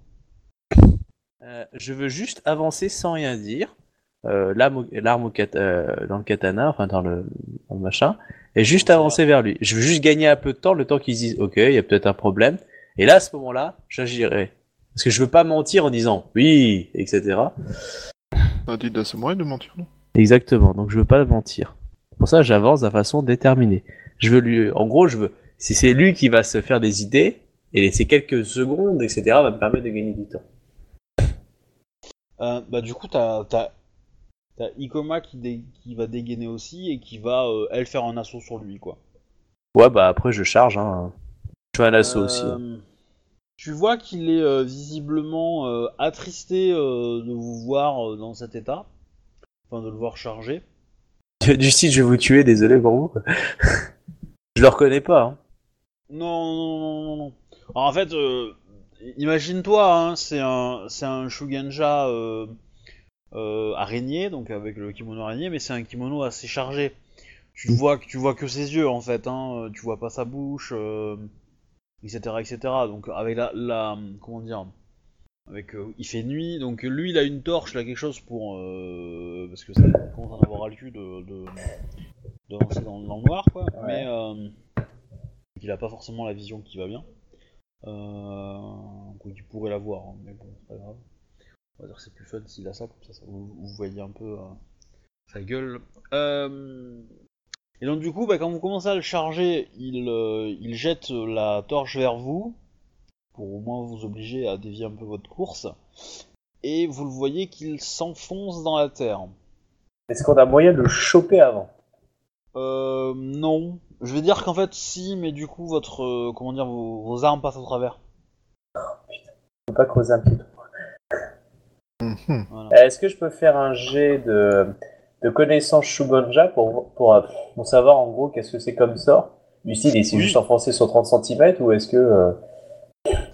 [SPEAKER 3] Euh, je veux juste avancer sans rien dire, euh, l'arme au- l'arme au kat- euh, dans le katana, enfin dans le, dans le machin, et juste avancer vers lui. Je veux juste gagner un peu de temps, le temps qu'ils se disent, ok, il y a peut-être un problème. Et là, à ce moment-là, j'agirai. Parce que je veux pas mentir en disant oui, etc.
[SPEAKER 2] Interdit de la samouraï de mentir, non
[SPEAKER 3] Exactement, donc je veux pas mentir. Pour ça, j'avance de façon déterminée. Je veux lui, en gros, je veux, si c'est lui qui va se faire des idées, et ces quelques secondes, etc., va me permettre de gagner du temps.
[SPEAKER 1] Euh, bah du coup t'as t'as t'as Ikoma qui, dé- qui va dégainer aussi et qui va euh, elle faire un assaut sur lui quoi.
[SPEAKER 3] Ouais, bah après, je charge, hein. Je fais un assaut
[SPEAKER 1] Euh,
[SPEAKER 3] aussi. hein.
[SPEAKER 1] Tu vois qu'il est euh, visiblement euh, attristé euh, de vous voir euh, dans cet état, enfin de le voir charger.
[SPEAKER 3] Du du style, je vais vous tuer, désolé pour vous. je le reconnais pas. hein.
[SPEAKER 1] Non non non non non. Alors, en fait, euh, imagine-toi, hein, c'est un c'est un shugenja euh, euh, araignée donc avec le kimono araignée, mais c'est un kimono assez chargé. Tu vois que tu vois que ses yeux en fait, hein, euh, tu vois pas sa bouche, euh, etc etc. Donc avec la la comment dire, avec euh, il fait nuit, donc lui il a une torche là quelque chose pour euh, parce que ça commence à en avoir ras le cul de de d'avancer dans, dans le noir quoi, mais euh, il a pas forcément la vision qui va bien. Euh, quoi qu'il pourrait l'avoir, hein, mais bon, c'est pas grave. On va dire que c'est plus fun s'il a ça, comme ça, ça- vous, vous voyez un peu euh, sa gueule. Euh, et donc du coup, bah, quand vous commencez à le charger, il, euh, il jette la torche vers vous, pour au moins vous obliger à dévier un peu votre course, et vous le voyez qu'il s'enfonce dans la terre.
[SPEAKER 3] Est-ce qu'on a moyen de le choper avant
[SPEAKER 1] Euh, non. Je vais dire qu'en fait, si, mais du coup, votre, euh, comment dire, vos, vos armes passent au travers.
[SPEAKER 3] Faut pas creuser un petit peu.
[SPEAKER 2] Mhm.
[SPEAKER 3] Est-ce que je peux faire un jet de, de connaissance Shugonja pour, pour, euh, pour savoir en gros qu'est-ce que c'est comme sort Du style, il s'est
[SPEAKER 1] Oui.
[SPEAKER 3] juste enfoncé sur 30 cm ou est-ce que. euh,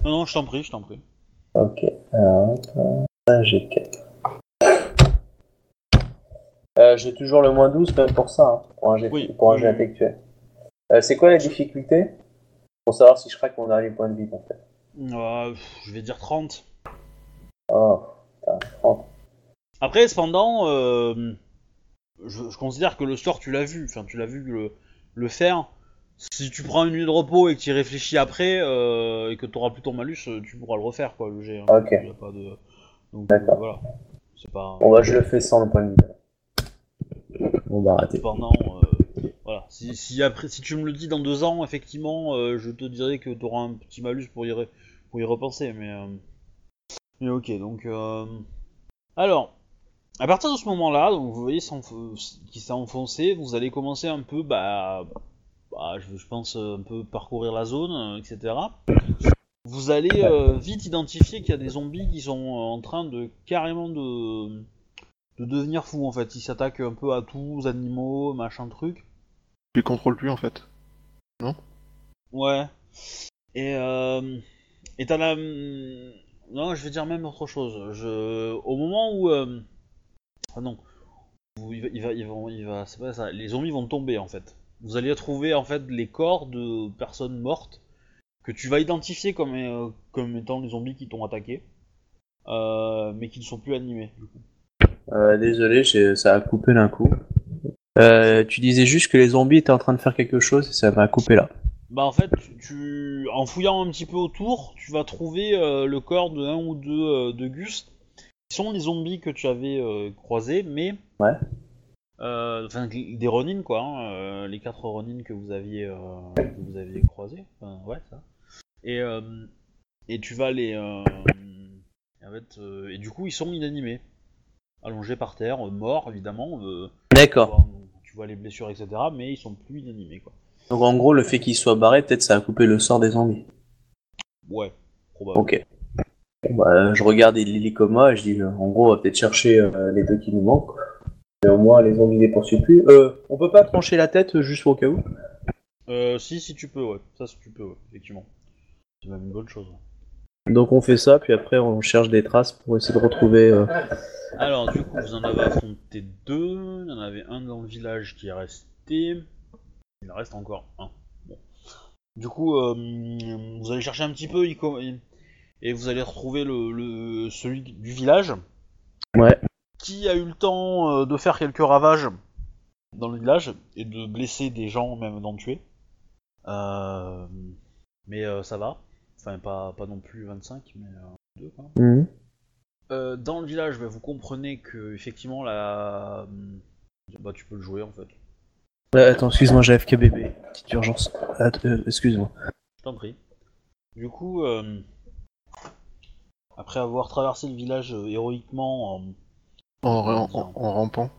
[SPEAKER 1] Non, non, je t'en prie, je t'en prie.
[SPEAKER 3] Ok. Alors, hop, un G4. Euh, J'ai toujours le moins 12 même pour ça, hein, pour un jet,
[SPEAKER 1] Oui.
[SPEAKER 3] pour un jet intellectuel. Euh, c'est quoi la difficulté Pour savoir si je craque mon dernier point de vie en fait.
[SPEAKER 1] Euh, pff, je vais dire 30.
[SPEAKER 3] Oh,
[SPEAKER 1] Après, cependant, euh, je, je considère que le sort, tu l'as vu. Enfin, tu l'as vu le, le faire. Si tu prends une nuit de repos et que tu y réfléchis après, euh, et que tu auras plus ton malus, euh, tu pourras le refaire, quoi, le jet. hein.
[SPEAKER 3] Ok.
[SPEAKER 1] Il y a pas de... Donc, euh,
[SPEAKER 3] D'accord.
[SPEAKER 1] voilà. C'est pas...
[SPEAKER 3] bon bah je le fais sans le point de vie. Bon bah raté.
[SPEAKER 1] Cependant, euh, voilà. Si, si, après, si tu me le dis dans deux ans, effectivement, euh, je te dirai que tu auras un petit malus pour y, re- pour y repenser. Mais, euh, mais ok, donc. euh, Alors, à partir de ce moment-là, donc vous voyez s'enf- qui s'est enfoncé, vous allez commencer un peu, bah, bah, je, je pense, euh, un peu parcourir la zone, euh, etc. Vous allez euh, vite identifier qu'il y a des zombies qui sont euh, en train de carrément de de devenir fou en fait. Il s'attaque un peu à tout, aux animaux, machin truc.
[SPEAKER 2] Tu les contrôles plus en fait.
[SPEAKER 1] Ouais. Et euh, et t'as la non, je vais dire même autre chose. Je au moment où euh, ah non, Où il va, il va, ils vont- il va, c'est pas ça. Les zombies vont tomber en fait. Vous allez trouver en fait les corps de personnes mortes que tu vas identifier comme euh, comme étant les zombies qui t'ont attaqué, euh, mais qui ne sont plus animés. du coup.
[SPEAKER 3] Euh, désolé, j'ai- ça a coupé d'un coup. Euh, tu disais juste que les zombies étaient en train de faire quelque chose et ça m'a coupé là.
[SPEAKER 1] Bah en fait, tu, tu- en fouillant un petit peu autour, tu vas trouver euh, le corps de un ou deux euh, de Gus, qui sont les zombies que tu avais euh, croisés, mais...
[SPEAKER 3] Ouais.
[SPEAKER 1] Euh, Enfin, des des Ronin, quoi. hein, euh, les quatre Ronin que vous aviez, euh, que vous aviez croisés. Enfin, ouais, ça. Et, euh, et tu vas les... euh, en fait, euh, et du coup, ils sont inanimés. Allongés par terre, euh, morts, évidemment. euh, tu,
[SPEAKER 3] D'accord.
[SPEAKER 1] vois, tu vois les blessures, etc. Mais ils sont plus inanimés, quoi.
[SPEAKER 3] Donc en gros, le fait qu'ils soient barrés, peut-être ça a coupé le sort des zombies.
[SPEAKER 1] Ouais, probablement.
[SPEAKER 3] Ok. Bon, bah, je regarde l'hélicoma et je dis, euh, en gros, on va peut-être chercher euh, les deux qui nous manquent. Mais au moins, les zombies les poursuivent plus. Euh, on peut pas trancher la tête euh, juste au cas où
[SPEAKER 1] Euh, si, si tu peux, ouais. Ça, si tu peux, ouais, effectivement. C'est même une bonne chose. hein.
[SPEAKER 3] Donc on fait ça, puis après on cherche des traces pour essayer de retrouver... euh,
[SPEAKER 1] Alors, du coup, vous en avez affronté deux. Il y en avait un dans le village qui est resté. Il en reste encore un. Bon. Du coup, euh, vous allez chercher un petit peu il co- il- et vous allez retrouver le, le- celui du village.
[SPEAKER 3] Ouais.
[SPEAKER 1] Qui a eu le temps euh, de faire quelques ravages dans le village et de blesser des gens, même d'en tuer. Euh, mais euh, ça va. Enfin, pas, pas non plus 25, mais euh, deux, quoi.
[SPEAKER 3] Mhm.
[SPEAKER 1] Euh, dans le village, bah, vous comprenez que effectivement la. Bah, tu peux le jouer en fait. Je
[SPEAKER 3] Euh, attends, excuse-moi, j'ai AFK bébé. Petite urgence. Att- euh, excuse-moi.
[SPEAKER 1] t'en prie. Du coup, euh, après avoir traversé le village euh, héroïquement, en-
[SPEAKER 2] En, en- en- en rampant.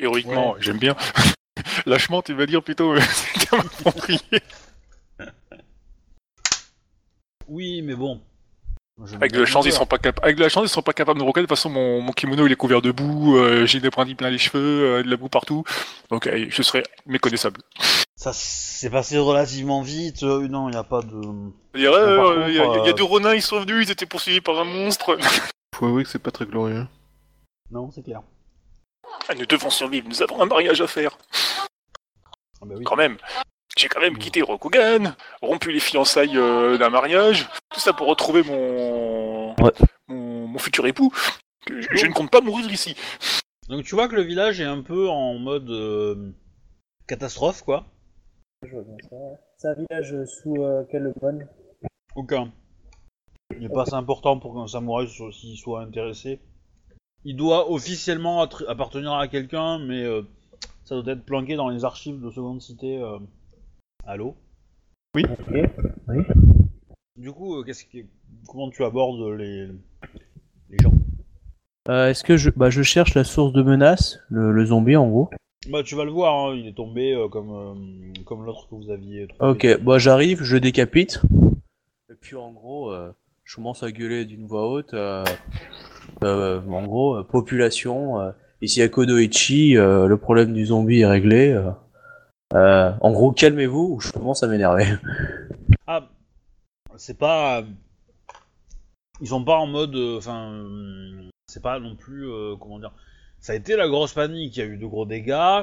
[SPEAKER 4] Héroïquement,
[SPEAKER 1] Ouais.
[SPEAKER 4] j'aime bien. Lâchement, tu vas dire plutôt. euh, c'est quand même compris.
[SPEAKER 1] oui, mais bon. je
[SPEAKER 4] Avec
[SPEAKER 1] me
[SPEAKER 4] de la chance, ils
[SPEAKER 1] demande-
[SPEAKER 4] seront pas cap- Avec de la chance, ils seront pas capables de me reconnaître. De toute façon, mon, mon kimono, il est couvert de boue. euh, J'ai des brindilles plein les cheveux, euh, de la boue partout. Donc, euh, je serai méconnaissable.
[SPEAKER 1] Ça s'est passé relativement vite. euh, non, il n'y a pas de.
[SPEAKER 4] Il y a,
[SPEAKER 1] euh, par contre, il y a- il y a euh, deux
[SPEAKER 4] ronins, ils sont venus, ils étaient poursuivis par un monstre.
[SPEAKER 2] Faut avouer que c'est pas très glorieux.
[SPEAKER 1] Non, c'est clair.
[SPEAKER 4] Ah, nous devons survivre, nous avons un mariage à faire.
[SPEAKER 1] Ah bah oui.
[SPEAKER 4] Quand même. J'ai quand même quitté Rokugan, rompu les fiançailles euh, d'un mariage. Tout ça pour retrouver mon.
[SPEAKER 3] Ouais.
[SPEAKER 4] Mon, mon futur époux. que Je,
[SPEAKER 1] Oh.
[SPEAKER 4] je ne compte pas mourir ici.
[SPEAKER 1] Donc tu vois que le village est un peu en mode euh, catastrophe quoi.
[SPEAKER 5] C'est un village sous euh, quel mode
[SPEAKER 1] Aucun. Il n'est pas assez important pour qu'un samouraï soit, s'il soit intéressé. Il doit officiellement attr- appartenir à quelqu'un, mais euh, ça doit être planqué dans les archives de Seconde Cité. euh. Allô
[SPEAKER 5] Ok.
[SPEAKER 1] Du coup, euh, qu'est-ce que- comment tu abordes les, les gens
[SPEAKER 3] Euh, Est-ce que je, bah, je cherche la source de menace, le, le zombie en gros.
[SPEAKER 1] Bah, tu vas le voir, hein, il est tombé euh, comme, euh, comme l'autre que vous aviez trouvé.
[SPEAKER 3] Ok, bah j'arrive, je décapite. Et puis en gros, euh, je commence à gueuler d'une voix haute. euh, euh, en gros, euh, population, euh, ici à Kodoichi, euh, le problème du zombie est réglé. euh. Euh, en gros, calmez-vous ou je commence à m'énerver.
[SPEAKER 1] Ah, c'est pas. euh, Ils sont pas en mode. euh, Enfin, euh, c'est pas non plus. euh, comment dire Ça a été la grosse panique. Il y a eu de gros dégâts.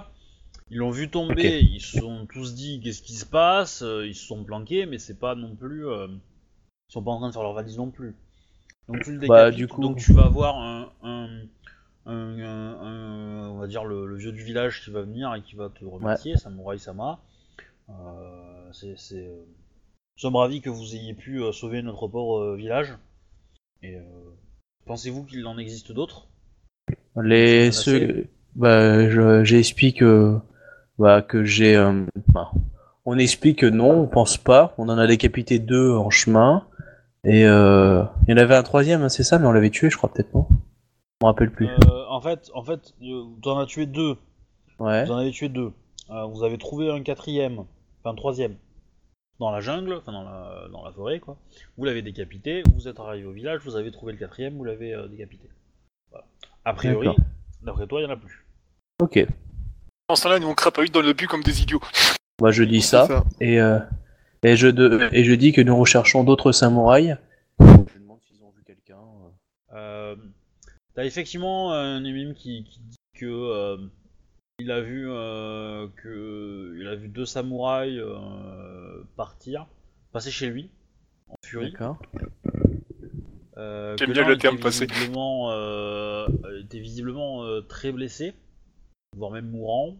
[SPEAKER 1] Ils l'ont vu tomber. Ils se sont tous dit qu'est-ce qui se passe. euh, Ils se sont planqués, mais c'est pas non plus. euh, ils sont pas en train de faire leur valise non plus. Donc tu le décapites.
[SPEAKER 3] Bah, du coup-
[SPEAKER 1] Donc tu vas avoir un. un- un- un- un- on va dire le, le vieux du village qui va venir et qui va te remercier, Samurai Sama. Euh, c'est, c'est, euh, nous sommes ravis que vous ayez pu euh, sauver notre pauvre euh, village. Et euh, pensez-vous qu'il en existe d'autres
[SPEAKER 3] Les
[SPEAKER 1] Menacé.
[SPEAKER 3] ceux, bah, je- j'explique euh, bah, que j'ai. euh, bah, on explique que non, on pense pas. On en a décapité deux en chemin. Et euh, il y en avait un troisième, hein, c'est ça, mais on l'avait tué, je crois peut-être non. Je me rappelle plus.
[SPEAKER 1] Euh, En fait, en fait, euh, vous en avez tué deux.
[SPEAKER 3] Ouais.
[SPEAKER 1] Vous en avez tué deux. Euh, vous avez trouvé un quatrième, enfin un troisième, dans la jungle, enfin dans la, dans la forêt quoi. Vous l'avez décapité. Vous êtes arrivé au village. Vous avez trouvé le quatrième. Vous l'avez euh, décapité. Voilà. A priori,
[SPEAKER 3] D'accord.
[SPEAKER 1] d'après toi, il n'y en a plus.
[SPEAKER 3] Ok.
[SPEAKER 4] En ce temps-là, nous on crapahute dans le but comme des idiots.
[SPEAKER 3] Bah, je dis ça.
[SPEAKER 2] C'est ça.
[SPEAKER 3] Et, euh, et, je de- et je dis que nous recherchons d'autres samouraïs. Je demande s'ils ont vu quelqu'un.
[SPEAKER 1] Euh, T'as effectivement euh, un émime qui, qui dit que euh, il a vu euh, que il a vu deux samouraïs euh, partir, passer chez lui en furie.
[SPEAKER 3] D'accord.
[SPEAKER 1] Euh,
[SPEAKER 4] J'aime
[SPEAKER 1] que
[SPEAKER 4] bien
[SPEAKER 1] l'un
[SPEAKER 4] le terme
[SPEAKER 1] était
[SPEAKER 4] passer.
[SPEAKER 1] visiblement, euh, était visiblement euh, très blessé, voire même mourant,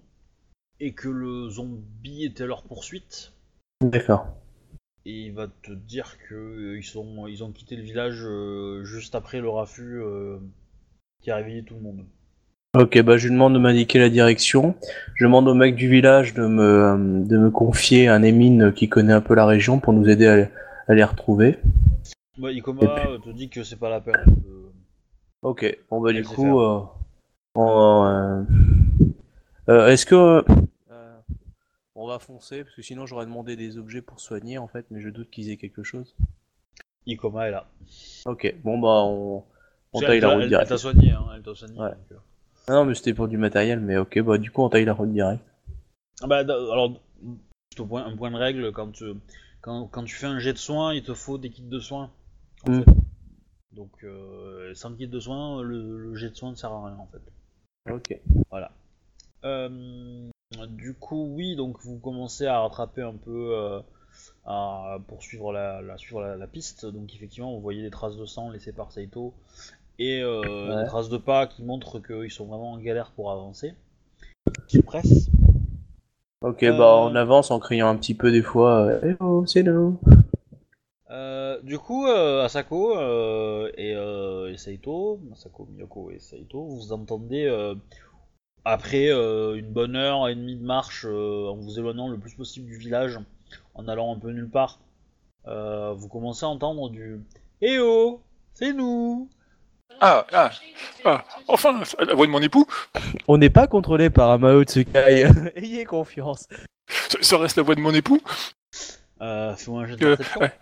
[SPEAKER 1] et que le zombie était à leur poursuite.
[SPEAKER 3] D'accord.
[SPEAKER 1] Et il va te dire que euh, ils sont ils ont quitté le village euh, juste après le raffut euh, qui a réveillé tout le monde.
[SPEAKER 3] Ok, bah je lui demande de m'indiquer la direction. Je demande au mec du village de me, euh, de me confier un émine qui connaît un peu la région pour nous aider à, les- à les retrouver.
[SPEAKER 1] Ouais, Ikoma
[SPEAKER 3] Et puis-
[SPEAKER 1] euh, te dit que c'est pas la peine. de-
[SPEAKER 3] Ok, bon bah du
[SPEAKER 1] Vas-y,
[SPEAKER 3] coup, euh, on, euh, euh, est-ce que euh, euh, on va foncer parce que sinon j'aurais demandé des objets pour soigner en fait, mais je doute qu'ils aient quelque chose.
[SPEAKER 1] Ikoma est là.
[SPEAKER 3] Ok, bon bah on, on
[SPEAKER 1] C'est-
[SPEAKER 3] taille
[SPEAKER 1] elle t'a-
[SPEAKER 3] la route
[SPEAKER 1] elle- Elle
[SPEAKER 3] directe.
[SPEAKER 1] t'a soigné, hein, elle t'a soigné.
[SPEAKER 3] Ouais.
[SPEAKER 1] donc, euh.
[SPEAKER 3] Ah non mais c'était pour du matériel, mais ok bah du coup on taille la route directe.
[SPEAKER 1] Ah bah, d- alors, juste au point- un point de règle, quand tu, quand, quand tu fais un jet de soins, il te faut des kits de soins. en
[SPEAKER 3] Mm.
[SPEAKER 1] fait. Donc, euh, sans kit de soins, le, le jet de soins ne sert à rien en fait.
[SPEAKER 3] Ok.
[SPEAKER 1] Euh, du coup, oui, donc vous commencez à rattraper un peu euh, à, pour suivre la, la- suivre la, la piste. Donc effectivement, vous voyez des traces de sang laissées par Saito et euh,
[SPEAKER 3] Ouais.
[SPEAKER 1] des traces de pas qui montrent qu'ils sont vraiment en galère pour avancer. Qui pressent.
[SPEAKER 3] Ok,
[SPEAKER 1] Euh,
[SPEAKER 3] bah on avance en criant un petit peu des fois. euh, Eh oh, c'est nous.
[SPEAKER 1] Euh, du coup, euh, Asako euh, et, euh, et Saito, Asako, Miyoko et Saito, vous entendez euh, après euh, une bonne heure et demie de marche, euh, en vous éloignant le plus possible du village, en allant un peu nulle part, euh, vous commencez à entendre du Eh oh, c'est nous
[SPEAKER 4] Ah, ah, ah, enfin, la voix de mon époux,
[SPEAKER 6] On n'est pas contrôlé par un Mao Tsukai. Ayez confiance.
[SPEAKER 4] ça- ça reste la voix de mon époux.
[SPEAKER 1] euh, Fais-moi un jet de
[SPEAKER 4] Euh,
[SPEAKER 1] perception.
[SPEAKER 4] ouais.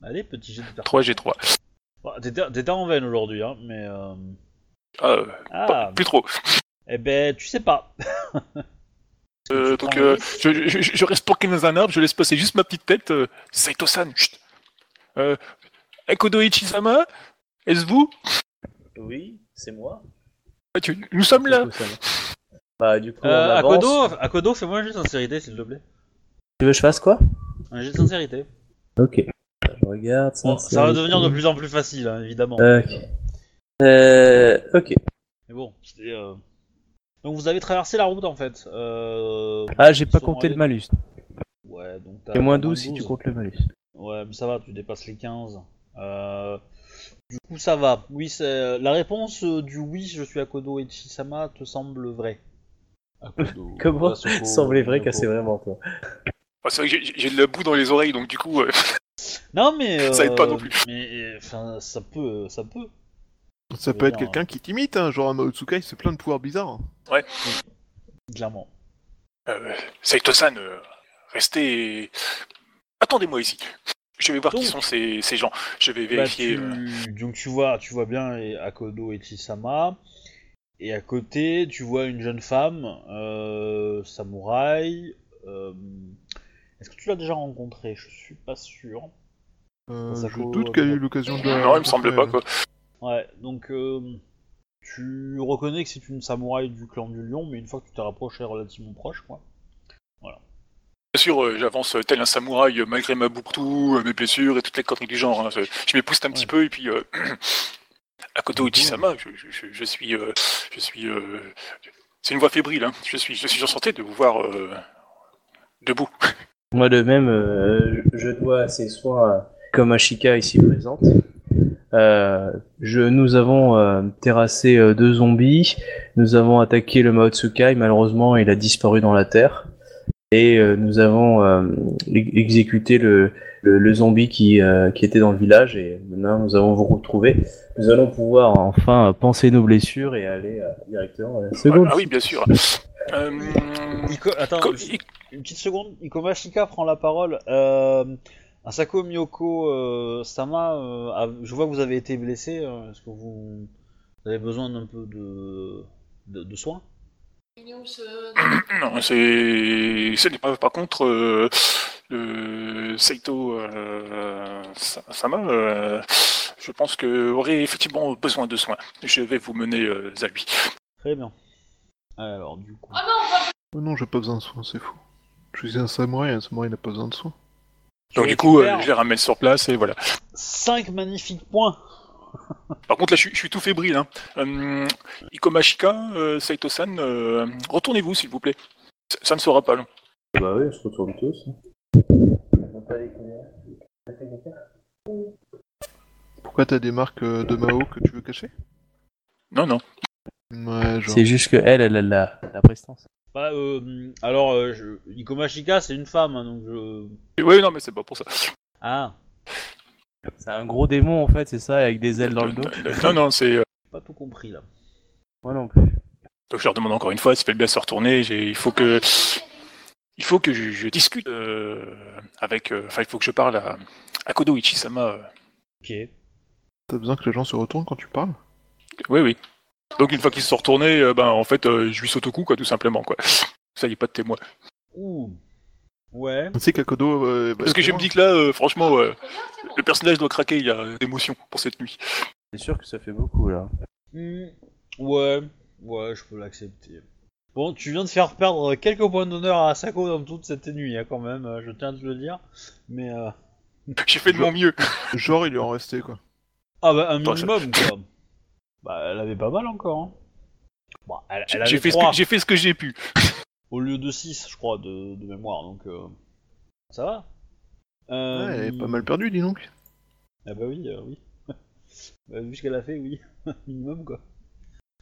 [SPEAKER 1] Allez, petit jet de perception.
[SPEAKER 4] 3G3.
[SPEAKER 1] Bon, T'étais t'étais en veine aujourd'hui, hein, mais. euh,
[SPEAKER 4] Ah, euh,
[SPEAKER 1] Ah,
[SPEAKER 4] plus trop.
[SPEAKER 1] eh ben, tu sais pas.
[SPEAKER 4] Euh,
[SPEAKER 1] Tu
[SPEAKER 4] donc,
[SPEAKER 1] prends un
[SPEAKER 4] euh,
[SPEAKER 1] risque.
[SPEAKER 4] je, je- je- je reste planqué dans un arbre, je laisse passer juste ma petite tête. euh, Saito-san, chut. Euh, Ekodo Ichisama, est-ce vous
[SPEAKER 3] Oui, c'est moi.
[SPEAKER 4] Ah, tu- Nous sommes là.
[SPEAKER 3] Bah du coup
[SPEAKER 1] Euh,
[SPEAKER 3] on avance.
[SPEAKER 1] Akodo, Akodo fais-moi un jet de sincérité, s'il te plaît.
[SPEAKER 3] Tu veux que je fasse quoi
[SPEAKER 1] Un jet de sincérité.
[SPEAKER 3] Ok. Je regarde.
[SPEAKER 1] Bon, ça va
[SPEAKER 3] sincérité.
[SPEAKER 1] devenir de plus en plus facile, hein, évidemment.
[SPEAKER 3] Ok. Euh, ok.
[SPEAKER 1] Mais bon, c'était. euh, Donc vous avez traversé la route en fait. Euh,
[SPEAKER 6] Ah, j'ai pas
[SPEAKER 1] ils sont
[SPEAKER 6] compté le
[SPEAKER 1] allés-
[SPEAKER 6] malus.
[SPEAKER 1] Ouais, donc t'as.
[SPEAKER 6] Et moins
[SPEAKER 1] t'as
[SPEAKER 6] 12 si tu comptes le malus.
[SPEAKER 1] Ouais, mais ça va, tu dépasses les 15. Euh, Du coup, ça va. Oui, c'est... la réponse euh, du oui, je suis Akodo et Chisama te semble vraie. Akodo.
[SPEAKER 3] Comment
[SPEAKER 1] Asoko,
[SPEAKER 3] Semblait vrai que
[SPEAKER 1] Yoko.
[SPEAKER 3] c'est vraiment toi.
[SPEAKER 4] Ah, c'est vrai que j'ai- j'ai j'ai de la boue dans les oreilles, donc du coup, euh,
[SPEAKER 1] Non, mais.
[SPEAKER 4] Ça aide pas
[SPEAKER 1] euh,
[SPEAKER 4] non plus.
[SPEAKER 1] Mais enfin, ça peut. Ça peut.
[SPEAKER 2] Ça
[SPEAKER 1] Je
[SPEAKER 2] peut
[SPEAKER 1] veux
[SPEAKER 2] être
[SPEAKER 1] dire,
[SPEAKER 2] quelqu'un qui t'imite, hein, genre un Maotsukai, il se plein de pouvoirs bizarres. hein.
[SPEAKER 1] Clairement.
[SPEAKER 4] euh, Saito-san, euh, restez. Attendez-moi ici. Je vais voir qui
[SPEAKER 1] Donc.
[SPEAKER 4] sont ces, ces gens. Je vais
[SPEAKER 1] Bah,
[SPEAKER 4] vérifier.
[SPEAKER 1] tu-
[SPEAKER 4] euh,
[SPEAKER 1] Donc tu vois, tu vois bien et- Akodo et Chisama. Et à côté, tu vois une jeune femme, euh, samouraï. euh, Est-ce que tu l'as déjà rencontrée Je suis pas sûr.
[SPEAKER 2] Euh,
[SPEAKER 1] Ça
[SPEAKER 2] je
[SPEAKER 1] faut-
[SPEAKER 2] doute qu'elle ait eu l'occasion de. la
[SPEAKER 4] euh, Non, il me semble pas,
[SPEAKER 2] rencontrer,
[SPEAKER 4] quoi.
[SPEAKER 1] Ouais, donc euh, tu reconnais que c'est une samouraï du clan du lion, mais une fois que tu t'es rapproché, elle est relativement proche, quoi.
[SPEAKER 4] Bien sûr, euh, j'avance euh, tel un samouraï, euh, malgré ma bouctou, euh, mes blessures et toutes les conneries du genre. hein. Je, je m'épouste un petit
[SPEAKER 1] Ouais.
[SPEAKER 4] peu, et puis... euh, à côté Ojisama, je, je- je- je suis... euh, je suis euh, c'est une voix fébrile, hein. Je suis, je suis enchanté de vous voir... euh, debout.
[SPEAKER 3] Moi de même, euh, je dois à ces soins euh, comme Ashika ici présente. Euh, je, nous avons euh, terrassé euh, deux zombies, nous avons attaqué le Maotsukai, malheureusement il a disparu dans la terre, et euh, nous avons euh, ex- exécuté le, le, le zombie qui, euh, qui était dans le village, et maintenant nous avons vous retrouvé. Nous allons pouvoir enfin euh, penser nos blessures et aller euh, directement à la seconde.
[SPEAKER 4] Ah oui, bien sûr. Euh,
[SPEAKER 1] Iko- Attends,
[SPEAKER 4] co-
[SPEAKER 1] ju- une petite seconde. Ikomashika prend la parole. Euh, Asako Miyoko euh, Sama, euh, a- je vois que vous avez été blessé. euh, Est-ce que vous, vous avez besoin d'un peu de, de, de soins
[SPEAKER 4] Non, c'est. Ce n'est pas. Par contre, euh, le Saito euh, Sa- Sama, euh, je pense que aurait effectivement besoin de soins. Je vais vous mener euh, à lui.
[SPEAKER 1] Très bien. Alors, du coup.
[SPEAKER 2] Oh non, j'ai pas besoin de soins, c'est fou. Je suis un samouraï, un samouraï n'a pas besoin de soins.
[SPEAKER 4] Donc, du coup, euh, je les ramène sur place et voilà.
[SPEAKER 1] 5 magnifiques points
[SPEAKER 4] Par contre, là, je, suis- je suis tout fébrile. Hein. Euh, Ikomashika, euh, Saito-san, euh, retournez-vous, s'il vous plaît. Ça- Ça ne sera pas long.
[SPEAKER 3] Bah oui, on se retourne tous. hein.
[SPEAKER 2] Pourquoi t'as des marques euh, de Mao que tu veux cacher
[SPEAKER 4] Non, non.
[SPEAKER 2] Ouais, genre.
[SPEAKER 6] C'est juste que elle, elle a la, la prestance.
[SPEAKER 1] Bah, euh, Alors, euh, je- Ikomashika, c'est une femme, hein, donc je.
[SPEAKER 4] Oui, non, mais c'est pas pour ça.
[SPEAKER 1] Ah,
[SPEAKER 6] C'est un gros démon en fait, c'est ça, avec des ailes dans le dos.
[SPEAKER 4] Non, non, c'est. euh,
[SPEAKER 1] j'ai pas tout compris là.
[SPEAKER 6] Moi non plus.
[SPEAKER 4] Donc, je leur demande encore une fois, s'il fait bien se retourner. j'ai- Il faut que. Il faut que je, je discute euh, avec. euh, Enfin, il faut que je parle à, à Kodo Ichisama. euh.
[SPEAKER 1] Ok.
[SPEAKER 2] T'as besoin que les gens se retournent quand tu parles
[SPEAKER 4] Oui, oui. Donc, une fois qu'ils se sont retournés, euh, ben, en fait, euh, je lui saute au cou, quoi, tout simplement, quoi. Ça y est, pas de témoin.
[SPEAKER 1] Ouh. Ouais.
[SPEAKER 2] Tu sais qu'Akodo. euh, bah,
[SPEAKER 4] Parce que je me
[SPEAKER 2] témoin.
[SPEAKER 4] dis que là, euh, franchement, euh, le personnage doit craquer. Il y a euh, d'émotion pour cette nuit.
[SPEAKER 6] C'est sûr que ça fait beaucoup là.
[SPEAKER 1] Hmm, Ouais. Ouais, je peux l'accepter. Bon, tu viens de faire perdre quelques points d'honneur à Asako dans toute cette nuit, hein, quand même, euh, je tiens à te le dire. Mais. euh,
[SPEAKER 4] J'ai fait de mon mieux.
[SPEAKER 2] Genre, il lui en restait, quoi.
[SPEAKER 1] Ah bah, un
[SPEAKER 4] Attends, ça-
[SPEAKER 1] minimum, quoi. Bah, elle avait pas mal encore, hein. Bon, elle, elle
[SPEAKER 4] J'ai
[SPEAKER 1] avait
[SPEAKER 4] j'ai fait, ce que-
[SPEAKER 1] trois,
[SPEAKER 4] j'ai fait ce que j'ai pu.
[SPEAKER 1] au lieu de 6, je crois, de, de mémoire, donc. euh, Ça va
[SPEAKER 2] Ouais,
[SPEAKER 1] Euh,
[SPEAKER 2] elle est pas mal perdue, dis donc.
[SPEAKER 1] Ah bah oui, euh, oui. Bah, vu ce qu'elle a fait, oui. Minimum, quoi.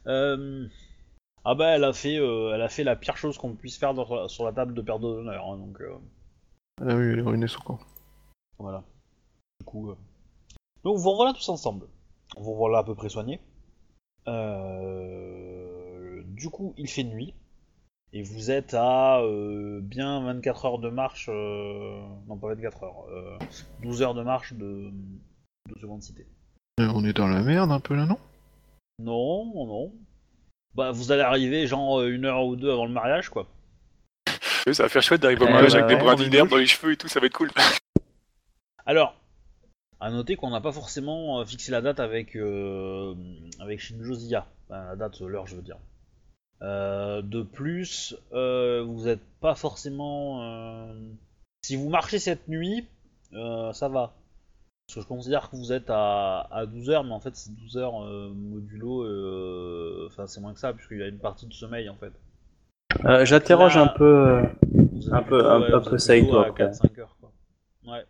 [SPEAKER 1] Euh, Ah bah elle a fait, euh, elle a fait la pire chose qu'on puisse faire dans- sur la table de perte d'honneur, hein, donc euh,
[SPEAKER 2] Ah oui, elle est ruinée son camp.
[SPEAKER 1] voilà. Du coup, euh, donc vous revoilà tous ensemble. Vous revoilà à peu près soignés. Euh, Du coup, il fait nuit et vous êtes à euh, bien 24 heures de marche, euh, non pas 24 heures, euh, 12 heures de marche de, de seconde cité.
[SPEAKER 2] Euh, on est dans la merde un peu là, non
[SPEAKER 1] Non, non, non. Bah, vous allez arriver genre euh, une heure ou deux avant le mariage, quoi.
[SPEAKER 4] Ça va faire chouette d'arriver au
[SPEAKER 3] Eh
[SPEAKER 4] mariage
[SPEAKER 3] bah,
[SPEAKER 4] avec des
[SPEAKER 2] ouais,
[SPEAKER 4] brins
[SPEAKER 2] on est
[SPEAKER 4] d'herbe
[SPEAKER 2] gauche.
[SPEAKER 4] dans les cheveux et tout, ça va être cool.
[SPEAKER 1] Alors, à noter qu'on n'a pas forcément euh, fixé la date avec euh, avec Shinjo Ziya. Enfin, la date, euh, l'heure, je veux dire. Euh, de plus, euh, vous n'êtes pas forcément. euh, Si vous marchez cette nuit, euh, ça va. Parce que je considère que vous êtes à, à 12 heures, mais en fait c'est 12 heures euh, modulo. euh, Enfin, c'est moins que ça, puisqu'il y a une partie de sommeil en fait.
[SPEAKER 3] Euh,
[SPEAKER 1] j'interroge
[SPEAKER 3] j'interroge
[SPEAKER 1] Là- un
[SPEAKER 3] un peu.
[SPEAKER 1] Vous êtes
[SPEAKER 3] Un peu-
[SPEAKER 1] plutôt,
[SPEAKER 3] un-
[SPEAKER 1] ouais,
[SPEAKER 3] un
[SPEAKER 1] vous
[SPEAKER 3] peu
[SPEAKER 1] êtes
[SPEAKER 3] Saito,
[SPEAKER 1] plutôt à
[SPEAKER 3] après.
[SPEAKER 1] 4-5 heures, quoi. Ouais.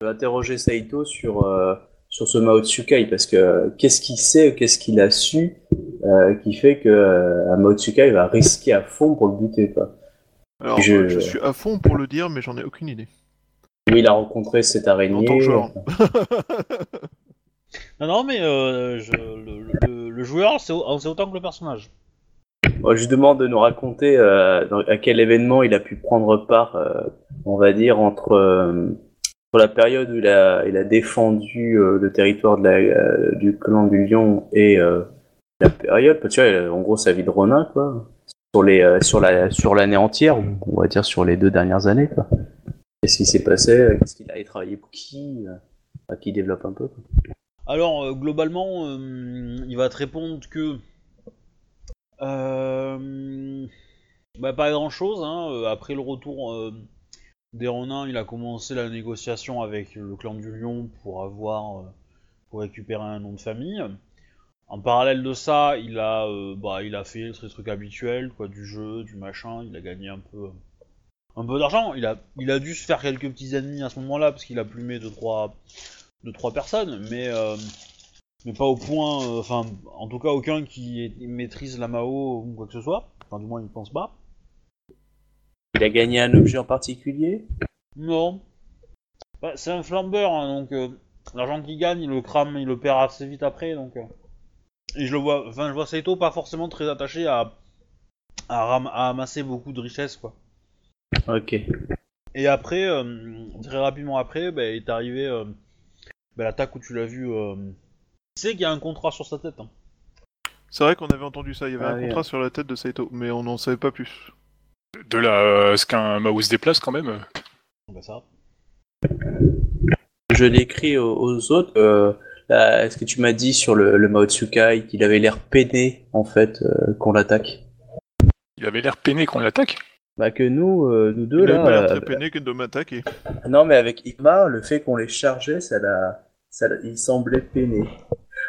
[SPEAKER 3] Je vais euh, interroger Saito sur, euh, sur ce Mao Tsukai parce que euh, qu'est-ce qu'il sait, qu'est-ce qu'il a su euh, qui fait que euh, un Mao Tsukai va risquer à fond pour le buter. Quoi.
[SPEAKER 2] Alors,
[SPEAKER 3] Je-
[SPEAKER 2] je... je suis à fond pour le dire, mais j'en ai aucune idée.
[SPEAKER 3] Où il a rencontré cette
[SPEAKER 2] En
[SPEAKER 3] araignée.
[SPEAKER 2] tant que joueur.
[SPEAKER 1] Non, non, mais euh, je- le, le- le joueur, c'est au- c'est autant que le personnage.
[SPEAKER 3] Bon, je lui demande de nous raconter euh, dans- à quel événement il a pu prendre part, euh, on va dire, entre, euh, entre la période où il a, il a défendu euh, le territoire de la, euh, du clan du lion et euh, la période, parce que, tu vois, en gros, sa vie de Ronin, quoi, sur les, euh, sur la, sur l'année entière, ou on va dire sur les deux dernières années, quoi. Qu'est-ce qui s'est passé euh, Qu'est-ce qu'il a travaillé pour qui euh, enfin, Qui développe un peu. quoi.
[SPEAKER 1] Alors, euh, globalement, euh, il va te répondre que. euh, bah, pas grand chose, Après le retour euh, des Renins, il a commencé la négociation avec le clan du Lion pour avoir. euh, pour récupérer un nom de famille. En parallèle de ça, il a, euh, bah, il a fait ses trucs habituels, quoi, du jeu, du machin. Il a gagné un peu, un peu d'argent. Il a, il a dû se faire quelques petits ennemis à ce moment-là parce qu'il a plumé deux trois, deux trois personnes, mais, euh, mais pas au point, euh, enfin, en tout cas aucun qui est- maîtrise la Mao ou quoi que ce soit. Enfin, du moins, il pense pas.
[SPEAKER 3] Il a gagné un objet en particulier
[SPEAKER 1] Non. Bah, c'est un flambeur, hein, donc euh, l'argent qu'il gagne, il le crame, il le perd assez vite après, donc. euh. Et je le vois, enfin, je vois Saito pas forcément très attaché à à, ram- à amasser beaucoup de richesses, quoi.
[SPEAKER 3] Ok.
[SPEAKER 1] Et après, euh, très rapidement après, bah, est arrivé euh, bah, l'attaque où tu l'as vu. euh, Tu sais qu'il y a un contrat sur sa tête. hein.
[SPEAKER 2] C'est vrai qu'on avait entendu ça, il y avait
[SPEAKER 3] Ah
[SPEAKER 2] un
[SPEAKER 3] oui,
[SPEAKER 2] contrat sur la tête de Saito, mais on n'en savait pas plus.
[SPEAKER 4] De là, euh, ce qu'un Mao se déplace quand même. euh,
[SPEAKER 1] Bah, ça.
[SPEAKER 3] Je l'écris aux, aux autres. Euh, là, ce que tu m'as dit sur le, le Mao Tsukai, qu'il avait l'air peiné, en fait, euh, qu'on l'attaque.
[SPEAKER 4] Il avait l'air peiné qu'on l'attaque.
[SPEAKER 3] Bah que nous, euh, nous deux,
[SPEAKER 2] Il avait
[SPEAKER 3] là...
[SPEAKER 2] pas l'air
[SPEAKER 3] euh,
[SPEAKER 2] très peiné que de m'attaquer.
[SPEAKER 3] non, mais avec Ikma, le fait qu'on les chargeait, ça l'a... Ça l'a- il semblait peiné.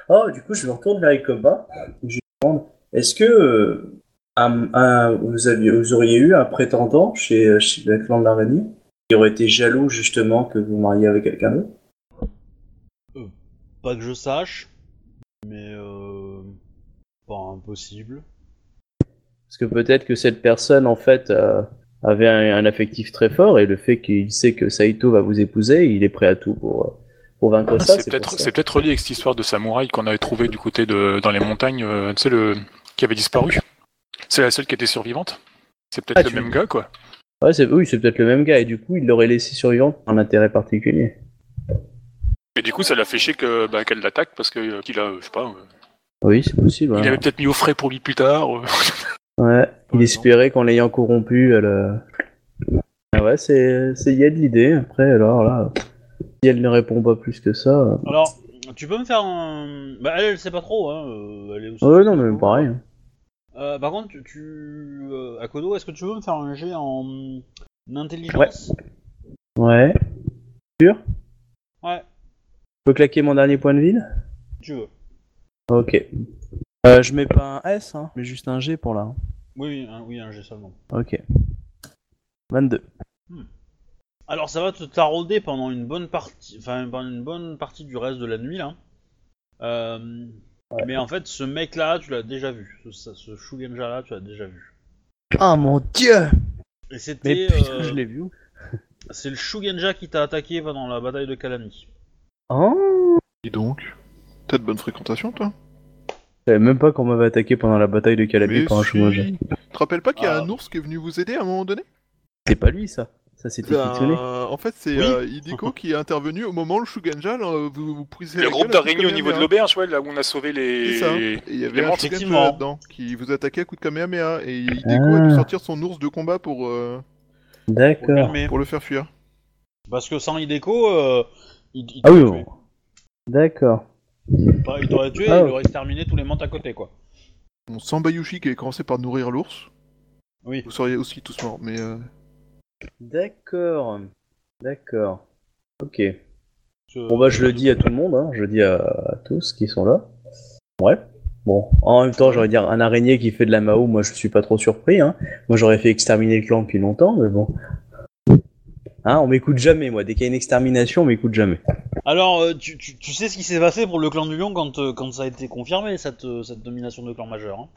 [SPEAKER 3] Oh, du coup, je me retourne vers Ikoma. Je lui demande, est-ce que euh, un- un- vous, aviez, vous auriez eu un prétendant chez, chez le clan de l'araignée qui aurait été jaloux, justement, que vous mariez avec quelqu'un d'autre
[SPEAKER 1] Pas que je sache, mais euh, pas impossible.
[SPEAKER 3] Parce que peut-être que cette personne, en fait, euh, avait un, un affectif très fort et le fait qu'il sait que Saito va vous épouser, il est prêt à tout pour, euh, pour vaincre ça.
[SPEAKER 4] Ah, C'est
[SPEAKER 3] pour
[SPEAKER 4] peut-être
[SPEAKER 3] ça.
[SPEAKER 4] c'est peut-être relié avec cette histoire de samouraï qu'on avait trouvé du côté de dans les montagnes, euh, tu sais le qui avait disparu. C'est la seule qui était survivante. C'est peut-être
[SPEAKER 3] Ah,
[SPEAKER 4] le
[SPEAKER 3] tu-
[SPEAKER 4] même gars quoi.
[SPEAKER 3] Ouais, c'est- oui, c'est peut-être le même gars et du coup, il l'aurait laissé survivant pour un intérêt particulier.
[SPEAKER 4] Et du coup, ça l'a fait chier que bah, qu'elle l'attaque parce que euh, qu'il a, euh, je sais pas, euh,
[SPEAKER 3] Oui, c'est possible.
[SPEAKER 4] il
[SPEAKER 3] hein.
[SPEAKER 4] avait peut-être mis au frais pour lui plus tard. euh.
[SPEAKER 3] Ouais, il
[SPEAKER 1] exemple.
[SPEAKER 3] espérait qu'en l'ayant corrompu, elle. euh, Ah ouais, c'est c'est- il y a de l'idée. Après, alors là, si elle ne répond pas plus que ça. euh,
[SPEAKER 1] Alors, tu peux me faire un. Bah, elle, elle sait pas trop, hein. euh, elle est aussi-
[SPEAKER 3] Ouais, non, mais pareil.
[SPEAKER 1] Euh, par contre, tu- tu. euh, Akodo, est-ce que tu veux me faire un jet en intelligence
[SPEAKER 5] Ouais.
[SPEAKER 1] Ouais,
[SPEAKER 5] Je peux claquer mon dernier point de ville
[SPEAKER 1] tu veux.
[SPEAKER 5] Ok.
[SPEAKER 6] Euh, je mets pas un S, hein, mais juste un G pour là. hein.
[SPEAKER 1] Oui, oui, un, oui, un jet seulement.
[SPEAKER 6] Ok. 22.
[SPEAKER 1] Alors ça va te tarauder pendant une bonne partie, enfin pendant une bonne partie du reste de la nuit là. Euh, Mais en fait, ce mec-là, tu l'as déjà vu. Ce, ce- ce Shugenja-là, tu l'as déjà vu.
[SPEAKER 6] Ah mon dieu
[SPEAKER 1] Et
[SPEAKER 6] Mais
[SPEAKER 1] c'était,
[SPEAKER 6] putain,
[SPEAKER 1] euh,
[SPEAKER 6] je l'ai vu. où
[SPEAKER 1] c'est le Shugenja qui t'a attaqué pendant la bataille de Kalani.
[SPEAKER 6] Hein
[SPEAKER 2] Dis donc. T'as de bonne fréquentation, toi
[SPEAKER 3] Je savais même pas qu'on m'avait attaqué pendant la bataille de Calabie
[SPEAKER 2] Mais
[SPEAKER 3] par un
[SPEAKER 2] si.
[SPEAKER 3] chômage.
[SPEAKER 2] Tu te rappelles pas qu'il y a
[SPEAKER 1] Ah.
[SPEAKER 2] un ours qui est venu vous aider à un moment donné
[SPEAKER 3] C'est pas lui, ça. Ça, c'était
[SPEAKER 2] Ben,
[SPEAKER 3] fictionné.
[SPEAKER 2] En fait, c'est
[SPEAKER 1] Oui.
[SPEAKER 2] euh, Hideko qui est intervenu au moment où le Shuganja, là, euh, vous, vous prise
[SPEAKER 4] Le groupe
[SPEAKER 2] d'araignées
[SPEAKER 4] d'araignées au niveau de l'auberge, ouais, là où on a sauvé
[SPEAKER 2] hein. C'est ça.
[SPEAKER 4] les.
[SPEAKER 2] Et il y avait
[SPEAKER 4] Clément,
[SPEAKER 2] un Shuganja
[SPEAKER 1] effectivement.
[SPEAKER 2] là-dedans qui vous attaquait à coup de Kamehameha. Et Hideko
[SPEAKER 3] Ah.
[SPEAKER 2] a dû sortir son ours de combat pour, euh,
[SPEAKER 1] Pour
[SPEAKER 3] D'accord.
[SPEAKER 1] calmer.
[SPEAKER 2] pour le faire fuir.
[SPEAKER 1] Parce que sans Hideko, euh, il, il
[SPEAKER 3] Ah oui,
[SPEAKER 1] t'aurait
[SPEAKER 3] bon. D'accord.
[SPEAKER 1] tué. Enfin, il t'aurait tué et
[SPEAKER 3] Ah
[SPEAKER 1] il
[SPEAKER 3] ouais.
[SPEAKER 1] aurait exterminé tous les mentes à côté quoi.
[SPEAKER 2] On sent Bayushi qui avait commencé par nourrir l'ours.
[SPEAKER 1] Oui.
[SPEAKER 2] Vous seriez aussi tous morts, mais euh,
[SPEAKER 3] D'accord. D'accord. Ok.
[SPEAKER 1] Parce que-
[SPEAKER 3] Bon bah je le dis à tout le monde, hein. je le dis à, à tous qui sont là. Ouais. Bon, en même temps, j'aurais dire un araignée qui fait de la Mao, moi je suis pas trop surpris. Hein. Moi j'aurais fait exterminer le clan depuis longtemps, mais bon. Hein, on m'écoute jamais, moi. Dès qu'il y a une extermination, on m'écoute jamais.
[SPEAKER 1] Alors, euh, tu, tu- tu sais ce qui s'est passé pour le clan du lion quand, euh, quand ça a été confirmé, cette, euh, cette domination de clan majeur. hein.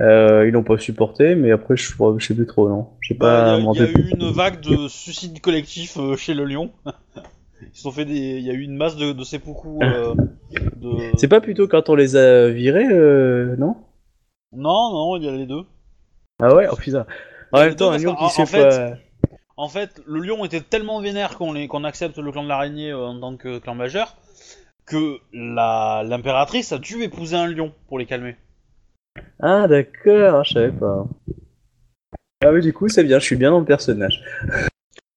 [SPEAKER 3] Euh, ils l'ont pas supporté, mais après je, je sais plus trop, non. J'ai
[SPEAKER 1] Bah,
[SPEAKER 3] pas
[SPEAKER 1] Il y a- il y,
[SPEAKER 3] inventé
[SPEAKER 1] a eu une vague de suicides collectifs euh, chez le lion. Ils se sont fait des... Il y a eu une masse de, de seppuku. euh, de...
[SPEAKER 3] C'est pas plutôt quand on les a virés, euh, non
[SPEAKER 1] Non, non, il y a les deux.
[SPEAKER 3] Ah ouais, oh putain. En même temps, un
[SPEAKER 1] Parce
[SPEAKER 3] lion
[SPEAKER 1] qu'en- en
[SPEAKER 3] qui sait
[SPEAKER 1] fait-
[SPEAKER 3] pas...
[SPEAKER 1] En fait, le lion était tellement vénère qu'on les- qu'on accepte le clan de l'araignée euh, en tant que clan majeur que la- l'impératrice a dû épouser un lion pour les calmer.
[SPEAKER 3] Ah d'accord, je savais pas. Ah oui, du coup, c'est bien, je suis bien dans le personnage.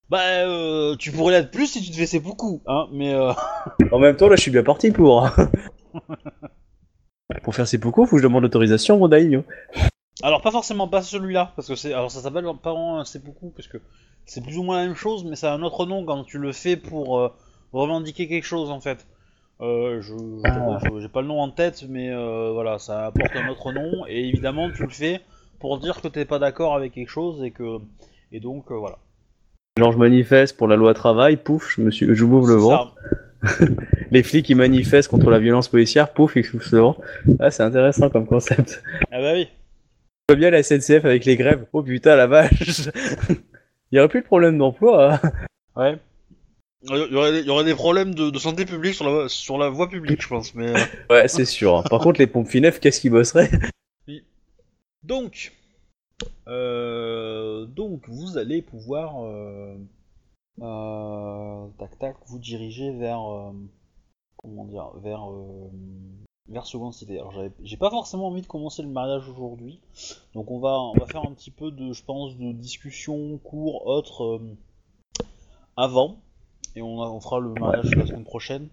[SPEAKER 1] Bah, euh, tu pourrais l'être plus si tu te fais seppuku, hein, mais... euh,
[SPEAKER 3] En même temps, là, je suis bien parti pour. Bah, pour faire ces beaucoup, faut que je demande l'autorisation au Daimyo.
[SPEAKER 1] Alors pas forcément pas celui-là, parce que c'est alors ça s'appelle pas vraiment un seppuku, parce que c'est plus ou moins la même chose, mais ça a un autre nom quand tu le fais pour euh, revendiquer quelque chose en fait. Euh, je je t'avoue que j'ai pas le nom en tête, mais euh, voilà, ça apporte un autre nom et évidemment tu le fais pour dire que t'es pas d'accord avec quelque chose et que et donc euh, voilà.
[SPEAKER 3] Genre, je manifeste pour la loi travail, pouf, je me suis, je m'ouvre le
[SPEAKER 1] C'est
[SPEAKER 3] vent. Les flics, ils manifestent contre la violence policière, pouf, ils soufflent le vent. Ah, c'est intéressant comme concept.
[SPEAKER 1] ça. Ah bah oui.
[SPEAKER 3] Je vois bien la SNCF avec les grèves. Oh putain, la vache. Il y aurait plus de problème d'emploi. hein.
[SPEAKER 1] Ouais. Il y aurait, il y aurait des problèmes de, de santé publique sur la, sur la voie publique, je pense, mais. euh,
[SPEAKER 3] Ouais, c'est sûr. hein. Par contre, les pompes finef, qu'est-ce qu'ils bosseraient
[SPEAKER 1] Donc, euh, donc vous allez pouvoir, euh, euh, tac tac, vous diriger vers, euh, comment dire, vers, euh, vers Seconde Cité. Alors j'avais- j'ai pas forcément envie de commencer le mariage aujourd'hui, donc on va, on va faire un petit peu de, je pense, de discussion, cours, autre, euh, avant, et on, a- on fera le mariage la semaine prochaine.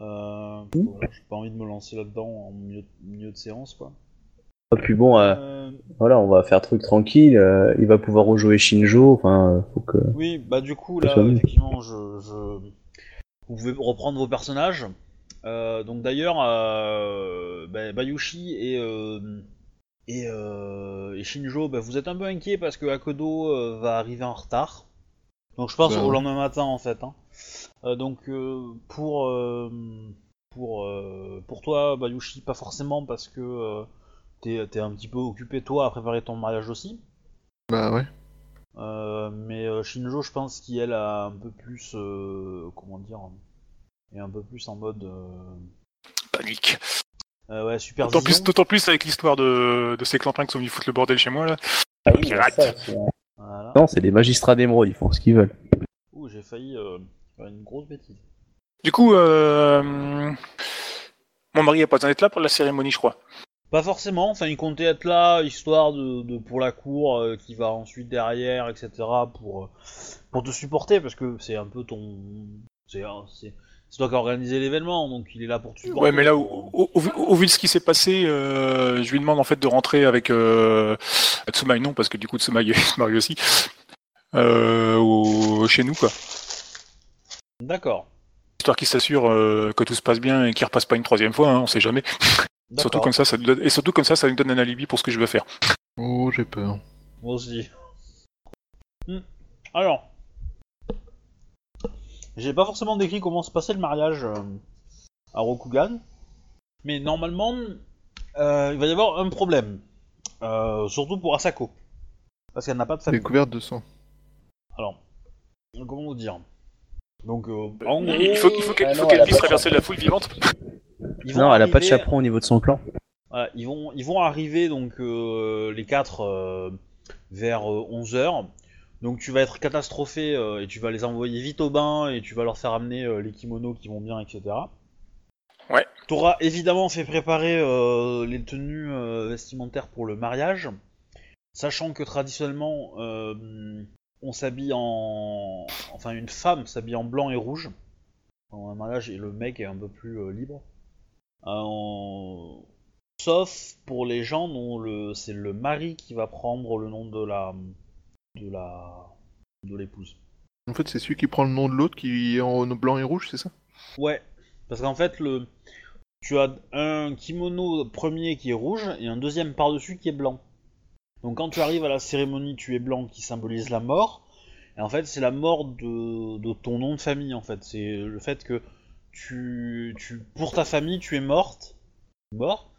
[SPEAKER 1] Euh, voilà, j'ai pas envie de me lancer là-dedans en milieu, milieu de séance, quoi.
[SPEAKER 3] Ah, puis bon, euh,
[SPEAKER 1] Euh,
[SPEAKER 3] voilà, on va faire truc tranquille. euh, il va pouvoir rejouer Shinjo. Enfin, euh, faut que.
[SPEAKER 1] Oui, bah du coup,
[SPEAKER 3] Ça
[SPEAKER 1] là,
[SPEAKER 3] sonne.
[SPEAKER 1] effectivement, je, je- vous pouvez reprendre vos personnages. Euh, donc d'ailleurs, euh, bah, Bayushi et, euh, et, euh, et Shinjo, bah, vous êtes un peu inquiets parce que Akodo euh, va arriver en retard. Donc je pense
[SPEAKER 2] Bah
[SPEAKER 1] au
[SPEAKER 2] ouais.
[SPEAKER 1] lendemain matin, en fait. hein. Euh, donc euh, pour, euh, pour, euh, pour toi, Bayushi, pas forcément parce que euh, t'es t'es un petit peu occupé, toi, à préparer ton mariage aussi.
[SPEAKER 2] bah ouais.
[SPEAKER 1] Euh, mais euh, Shinjo, je pense qu'il elle a un peu plus, euh, comment dire, est un peu plus en mode, euh,
[SPEAKER 4] Panique.
[SPEAKER 1] euh, ouais,
[SPEAKER 4] D'autant
[SPEAKER 1] supervision.
[SPEAKER 4] plus, d'autant plus avec l'histoire de, de ces clampins qui sont venus foutre le bordel chez moi, là.
[SPEAKER 5] Ah oui,
[SPEAKER 4] Pirate.
[SPEAKER 5] ça aussi, hein.
[SPEAKER 1] Voilà.
[SPEAKER 3] Non, c'est des magistrats d'émeraude, ils font ce qu'ils veulent.
[SPEAKER 1] Ouh, j'ai failli euh, faire une grosse bêtise.
[SPEAKER 4] Du coup, euh, mon mari a pas besoin d'être là pour la cérémonie, je crois.
[SPEAKER 1] Pas forcément. Enfin, il comptait être là, histoire de, de- pour la cour euh, qui va ensuite derrière, etc. pour euh, pour te supporter parce que c'est un peu ton, c'est un- c'est c'est toi qui as organisé l'événement, donc il est là pour te supporter.
[SPEAKER 4] Ouais, mais là, au, au- au vu- au vu de ce qui s'est passé, euh, je lui demande en fait de rentrer avec euh, Tsumai, non, parce que du coup Tsumai est marié aussi, euh, au- chez nous, quoi.
[SPEAKER 1] D'accord.
[SPEAKER 4] Histoire qu'il s'assure euh, que tout se passe bien et qu'il repasse pas une troisième fois, hein, on sait jamais. Surtout
[SPEAKER 1] D'accord.
[SPEAKER 4] comme ça, ça nous donne- et surtout comme ça, ça nous donne un alibi pour ce que je veux faire.
[SPEAKER 2] Oh, j'ai peur.
[SPEAKER 1] Moi aussi. Hmm. Alors, j'ai pas forcément décrit comment se passait le mariage euh, à Rokugan, mais normalement, euh, il va y avoir un problème, Euh, surtout pour Asako, parce qu'elle n'a pas de famille.
[SPEAKER 2] Découverte de sang.
[SPEAKER 1] Alors, comment vous dire Donc, euh, en gros,
[SPEAKER 4] Il faut, il faut qu'elle
[SPEAKER 5] Ah
[SPEAKER 4] il faut
[SPEAKER 5] non,
[SPEAKER 4] qu'elle
[SPEAKER 5] elle a
[SPEAKER 4] puisse
[SPEAKER 5] pas
[SPEAKER 4] traverser la fouille vivante.
[SPEAKER 1] ils vont
[SPEAKER 6] Non, elle a pas de
[SPEAKER 1] arriver-
[SPEAKER 6] chaperon au niveau de son clan.
[SPEAKER 1] Voilà, ils vont, ils vont arriver donc euh, les quatre euh, vers 11h. Donc tu vas être catastrophé euh, et tu vas les envoyer vite au bain et tu vas leur faire amener euh, les kimonos qui vont bien, etc.
[SPEAKER 4] Ouais.
[SPEAKER 1] T'auras évidemment fait préparer euh, les tenues euh, vestimentaires pour le mariage, sachant que traditionnellement euh, on s'habille en, enfin une femme s'habille en blanc et rouge pendant un mariage et le mec est un peu plus euh, libre. Euh, en- sauf pour les gens dont le c'est le mari qui va prendre le nom de la de la de l'épouse.
[SPEAKER 2] En fait, c'est celui qui prend le nom de l'autre qui est en blanc et rouge, c'est ça
[SPEAKER 1] Ouais, parce qu'en fait le tu as un kimono premier qui est rouge et un deuxième par-dessus qui est blanc. Donc quand tu arrives à la cérémonie, tu es blanc qui symbolise la mort. Et en fait, c'est la mort de, de ton nom de famille en fait, c'est le fait que tu, tu pour ta famille, tu es morte. Mort.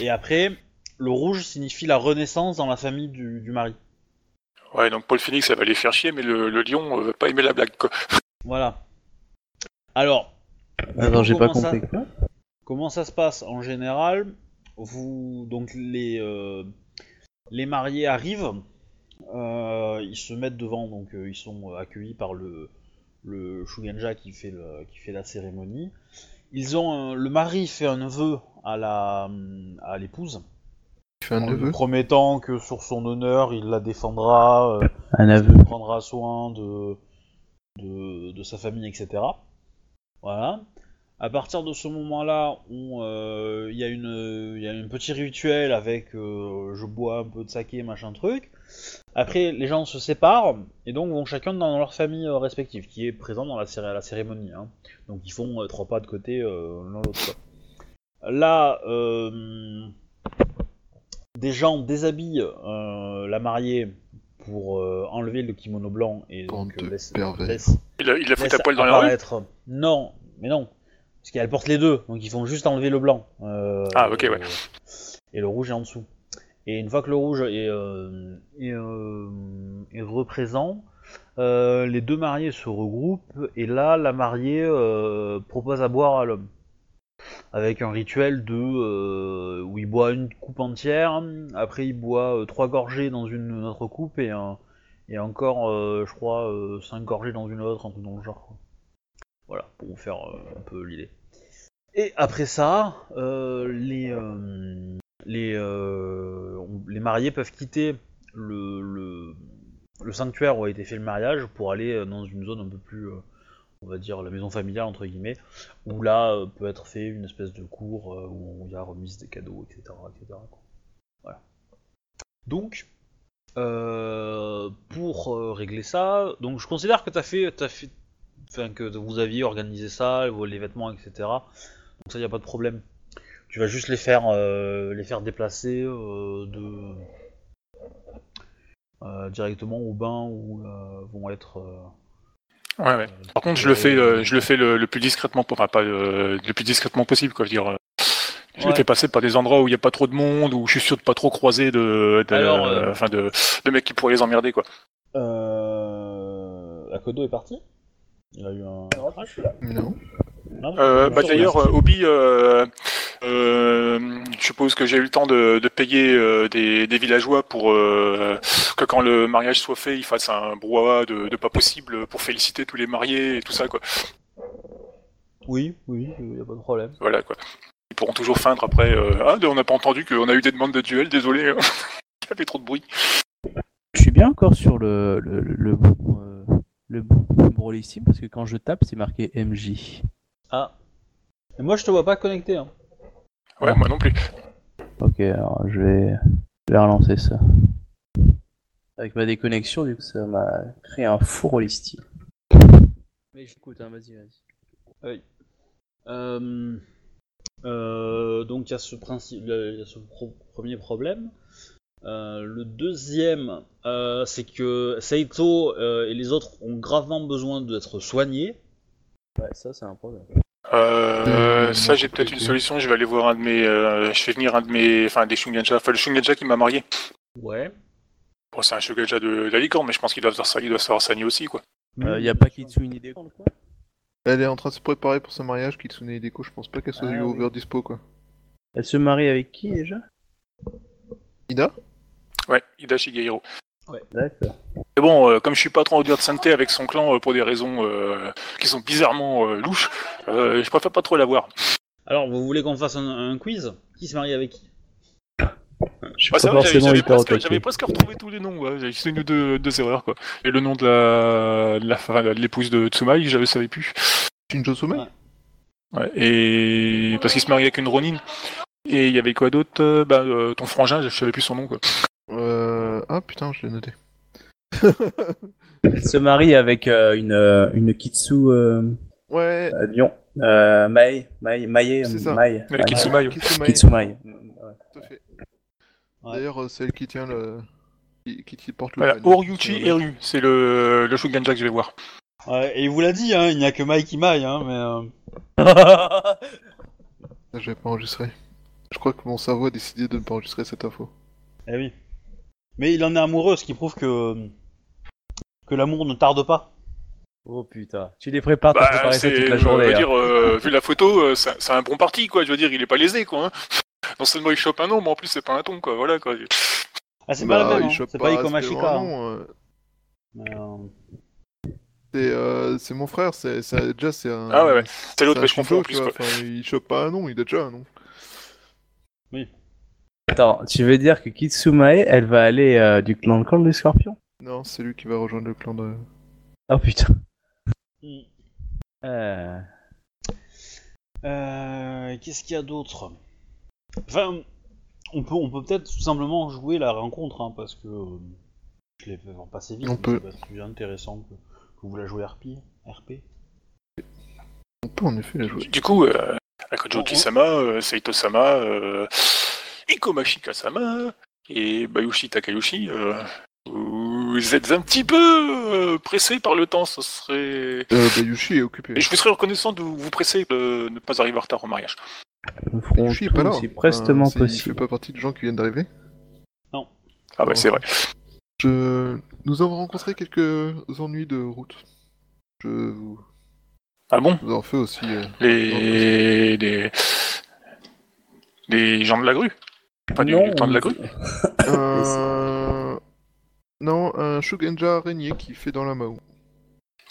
[SPEAKER 1] Et après, le rouge signifie la renaissance dans la famille du, du mari.
[SPEAKER 4] Ouais, donc Paul Phoenix, ça va les faire chier, mais le, le lion euh, va pas aimer la blague, quoi.
[SPEAKER 1] Voilà. Alors, Ah,
[SPEAKER 6] Attends, Ah j'ai pas
[SPEAKER 1] Comment ça
[SPEAKER 6] compris. quoi.
[SPEAKER 1] comment ça se passe en général Vous donc les euh, les mariés arrivent, euh, ils se mettent devant, donc euh, ils sont euh, accueillis par le le Shuganja qui fait le- qui fait la cérémonie. Ils ont un- le mari fait un vœu à la à l'épouse
[SPEAKER 2] Il fait un
[SPEAKER 1] en lui
[SPEAKER 2] neveu.
[SPEAKER 1] promettant que sur son honneur il la défendra. euh,
[SPEAKER 6] Un aveu.
[SPEAKER 1] Il prendra soin de, de, de sa famille, etc. Voilà. À partir de ce moment-là, on, euh, il y a une, euh, il y a un petit rituel avec euh, je bois un peu de saké, machin truc. Après, les gens se séparent et donc vont chacun dans leur famille euh, respective, qui est présent dans la, céré- la cérémonie. hein. Donc ils font euh, trois pas de côté euh, l'un l'autre. quoi. Là, euh, des gens déshabillent euh, la mariée pour euh, enlever le kimono blanc et donc euh,
[SPEAKER 2] Bande de
[SPEAKER 1] laisse-
[SPEAKER 2] pervers.
[SPEAKER 1] laisse-
[SPEAKER 4] Il, a- il la fout à
[SPEAKER 1] laisse
[SPEAKER 4] poil dans la rue.
[SPEAKER 1] apparaître- Non, mais non. Parce qu'elle porte les deux, donc ils font juste enlever le blanc. euh,
[SPEAKER 4] Ah, ok, ouais.
[SPEAKER 1] Et le rouge est en dessous. Et une fois que le rouge est, euh, est, euh, est représent, euh, les deux mariés se regroupent et là, la mariée euh, propose à boire à l'homme. Avec un rituel de euh, où il boit une coupe entière, après il boit euh, trois gorgées dans une autre coupe et un, et encore, euh, je crois, euh, 5 gorgées dans une autre, un truc dans le genre. quoi. Voilà, pour vous faire euh, un peu l'idée. Et après ça, euh, les, euh, les, euh, on- les mariés peuvent quitter le, le, le sanctuaire où a été fait le mariage pour aller euh, dans une zone un peu plus, euh, on va dire, la maison familiale, entre guillemets, où là euh, peut être fait une espèce de cours euh, où il y a remise des cadeaux, etc. etc. quoi. Voilà. Donc, euh, pour euh, régler ça, donc je considère que t'as fait, t'as fait, enfin que vous aviez organisé ça, vos- les vêtements, etc. Donc ça y a pas de problème. Tu vas juste les faire, euh, les faire déplacer euh, de euh, directement au bain où euh, vont être. euh,
[SPEAKER 4] Ouais, ouais. Par contre, je le fais, euh, je le fais le, le plus discrètement, po- enfin pas euh, le plus discrètement possible, quoi. Je veux dire, euh, je
[SPEAKER 1] Ouais.
[SPEAKER 4] le fais passer par des endroits où il n'y a pas trop de monde, où je suis sûr de pas trop croiser de, de-
[SPEAKER 1] Alors, euh,
[SPEAKER 4] enfin de, de mecs qui pourraient les emmerder, quoi.
[SPEAKER 1] Euh... Akodo est parti. Il a eu un.
[SPEAKER 5] Alors, je suis là.
[SPEAKER 2] Non.
[SPEAKER 1] Non,
[SPEAKER 4] Euh, bah
[SPEAKER 1] non,
[SPEAKER 4] d'ailleurs, euh, Obi, euh, euh, je suppose que j'ai eu le temps de, de payer euh, des, des villageois pour euh, que quand le mariage soit fait, ils fassent un brouhaha de, de pas possible pour féliciter tous les mariés et tout ça, quoi. euh,
[SPEAKER 1] Oui, oui, il n'y a pas de problème.
[SPEAKER 4] Voilà, quoi. Ils pourront toujours feindre après. euh, ah, on n'a pas entendu qu'on a eu des demandes de duel, désolé. hein. Il y avait trop de bruit.
[SPEAKER 6] Je suis bien encore sur le, le, le, le bon, euh, le bon Brawl ici, parce que quand je tape, c'est marqué MJ.
[SPEAKER 1] Ah. Et moi, je te vois pas connecté. Hein.
[SPEAKER 4] Ouais, moi non plus.
[SPEAKER 3] Ok, alors je vais, je vais relancer ça. Avec ma déconnexion, du coup, ça m'a créé un four holistique. Mais j'écoute, hein, vas-y, vas-y.
[SPEAKER 1] Euh, euh, donc il y a ce principe, le- il y a ce pro- premier problème. Euh, le deuxième, euh, c'est que Saito euh, et les autres ont gravement besoin d'être soignés.
[SPEAKER 3] Ouais, ça, c'est un problème.
[SPEAKER 4] Euh,
[SPEAKER 2] Euh,
[SPEAKER 4] ça,
[SPEAKER 2] non,
[SPEAKER 4] j'ai
[SPEAKER 2] c'est
[SPEAKER 4] peut-être
[SPEAKER 2] pas
[SPEAKER 4] une
[SPEAKER 2] été.
[SPEAKER 4] solution. Je vais aller voir un de mes. euh, je fais venir un de mes. Enfin, des Shungenja. Enfin, le Shungenja qui m'a marié.
[SPEAKER 1] Ouais.
[SPEAKER 4] Bon, c'est un Shungenja de, de la licorne, mais je pense qu'il doit savoir ça- il doit savoir s'animer aussi, quoi.
[SPEAKER 3] Euh, y a pas Kitsune idée.
[SPEAKER 2] Elle est en train de se préparer pour son mariage, Kitsune Hideko, je pense pas qu'elle soit
[SPEAKER 5] Ah,
[SPEAKER 2] du
[SPEAKER 5] oui.
[SPEAKER 2] over dispo quoi.
[SPEAKER 3] Elle se marie avec qui déjà
[SPEAKER 2] Ida
[SPEAKER 4] Ouais, Ida Shigeiro.
[SPEAKER 3] D'accord.
[SPEAKER 4] Mais bon, euh, comme je suis pas trop en odeur de sainteté avec son clan euh, pour des raisons euh, qui sont bizarrement euh, louches, euh, je préfère pas trop la voir.
[SPEAKER 1] Alors, vous voulez qu'on fasse un, un quiz Qui se marie avec qui
[SPEAKER 3] Je suis
[SPEAKER 4] Ouais, c'est
[SPEAKER 3] pas
[SPEAKER 4] vrai, j'avais-
[SPEAKER 3] forcément
[SPEAKER 4] j'avais
[SPEAKER 3] hyper au
[SPEAKER 4] presque,
[SPEAKER 3] taquet.
[SPEAKER 4] j'avais presque retrouvé tous les noms, ouais. j'ai juste une ou deux, deux erreurs quoi. Et le nom de la, de la enfin, de l'épouse de Tsumai, je ne savais plus.
[SPEAKER 2] Shinjo Sume
[SPEAKER 1] Ouais.
[SPEAKER 4] Ouais, et parce qu'il se mariait avec une Ronin. Et il y avait quoi d'autre euh, bah, euh, Ton frangin, je ne savais plus son nom quoi.
[SPEAKER 2] Euh. Ah putain, je l'ai noté.
[SPEAKER 3] Elle se marie avec euh, une, euh, une Kitsu euh,
[SPEAKER 2] ouais,
[SPEAKER 3] à Lyon. Euh, Mai, Mai, Maïe,
[SPEAKER 2] C'est ça.
[SPEAKER 3] Maïe.
[SPEAKER 4] Ouais, Kitsumai. ouais.
[SPEAKER 3] Euh,
[SPEAKER 2] Kitsune.
[SPEAKER 3] Kitsumaï.
[SPEAKER 2] Tout à fait.
[SPEAKER 1] Ouais.
[SPEAKER 2] D'ailleurs, euh, c'est elle qui tient le. qui, qui- qui porte le. Ah,
[SPEAKER 4] Voilà,
[SPEAKER 2] panier.
[SPEAKER 4] Oryuchi Eru, c'est le, le Shuganja que je vais voir.
[SPEAKER 1] Et il vous l'a dit, hein, il n'y a que Mike qui maille, hein, mais...
[SPEAKER 2] Je vais pas enregistrer. Je crois que mon cerveau a décidé de ne pas enregistrer cette info.
[SPEAKER 1] Eh oui. Mais il en est amoureux, ce qui prouve que... que l'amour ne tarde pas.
[SPEAKER 6] Oh putain, tu les prépares, Ah, t'as préparé ça toute la
[SPEAKER 4] je veux
[SPEAKER 6] journée. hein.
[SPEAKER 4] Bah, dire, euh, vu la photo, euh, c'est c'est un bon parti quoi. Je veux dire, il est pas lésé quoi. hein. Non seulement il chope un nom, mais en plus c'est pas un ton quoi. Voilà quoi.
[SPEAKER 1] Ah, c'est pas
[SPEAKER 2] Bah,
[SPEAKER 1] la même,
[SPEAKER 2] il
[SPEAKER 1] hein.
[SPEAKER 2] chope
[SPEAKER 1] c'est pas
[SPEAKER 2] c'est
[SPEAKER 1] Ikomashika.
[SPEAKER 2] vraiment,
[SPEAKER 1] hein.
[SPEAKER 2] euh,
[SPEAKER 1] Mais, euh,
[SPEAKER 2] C'est euh, c'est mon frère, c'est c'est- déjà c'est un.
[SPEAKER 4] Ah ouais, ouais. C'est
[SPEAKER 2] c'est
[SPEAKER 4] l'autre
[SPEAKER 2] un
[SPEAKER 4] pêche qu'on fait en
[SPEAKER 2] Shinjo,
[SPEAKER 4] plus
[SPEAKER 2] tu vois,
[SPEAKER 4] quoi.
[SPEAKER 2] enfin, il chope pas un nom, il a déjà un nom.
[SPEAKER 3] Attends, tu veux dire que Kitsumae, elle va aller euh, du clan, dans le clan des scorpions
[SPEAKER 2] Non, c'est lui qui va rejoindre le clan de.
[SPEAKER 3] Oh putain.
[SPEAKER 1] hmm.
[SPEAKER 3] Euh,
[SPEAKER 1] Euh, Qu'est-ce qu'il y a d'autre Enfin, on peut on peut peut-être tout simplement jouer la rencontre, hein, parce que euh, je l'ai fait passer vite.
[SPEAKER 2] On
[SPEAKER 1] mais
[SPEAKER 2] peut.
[SPEAKER 1] C'est pas un sujet intéressant que, que vous la jouez RP. RP.
[SPEAKER 2] On peut en effet la jouer.
[SPEAKER 4] Du coup, euh,
[SPEAKER 3] Mhm.
[SPEAKER 4] Akajoki-sama, euh, Saito-sama, euh, Ikomashika-sama et Bayushi Takayoshi, euh, vous êtes un petit peu euh, pressés par le temps, ce serait...
[SPEAKER 2] Euh, Bayushi est occupé.
[SPEAKER 4] Et je vous serais reconnaissant de vous presser de ne pas arriver en retard au mariage.
[SPEAKER 3] nous ferons
[SPEAKER 2] Bayushi est pas là.
[SPEAKER 3] tout, c'est prestement
[SPEAKER 2] Enfin, c'est- Il
[SPEAKER 3] possible.
[SPEAKER 2] fait pas partie des gens qui viennent d'arriver.
[SPEAKER 4] Ah ouais, c'est vrai.
[SPEAKER 2] Je... Nous avons rencontré quelques ennuis de route. Je vous,
[SPEAKER 4] Ah bon
[SPEAKER 2] vous en fais aussi. euh,
[SPEAKER 4] Les... les... les gens de la grue Pas du
[SPEAKER 3] Non,
[SPEAKER 4] temps de la
[SPEAKER 3] on-
[SPEAKER 4] grue
[SPEAKER 2] Un... Euh, Non, un Shugenja régné qui fait dans la Mao.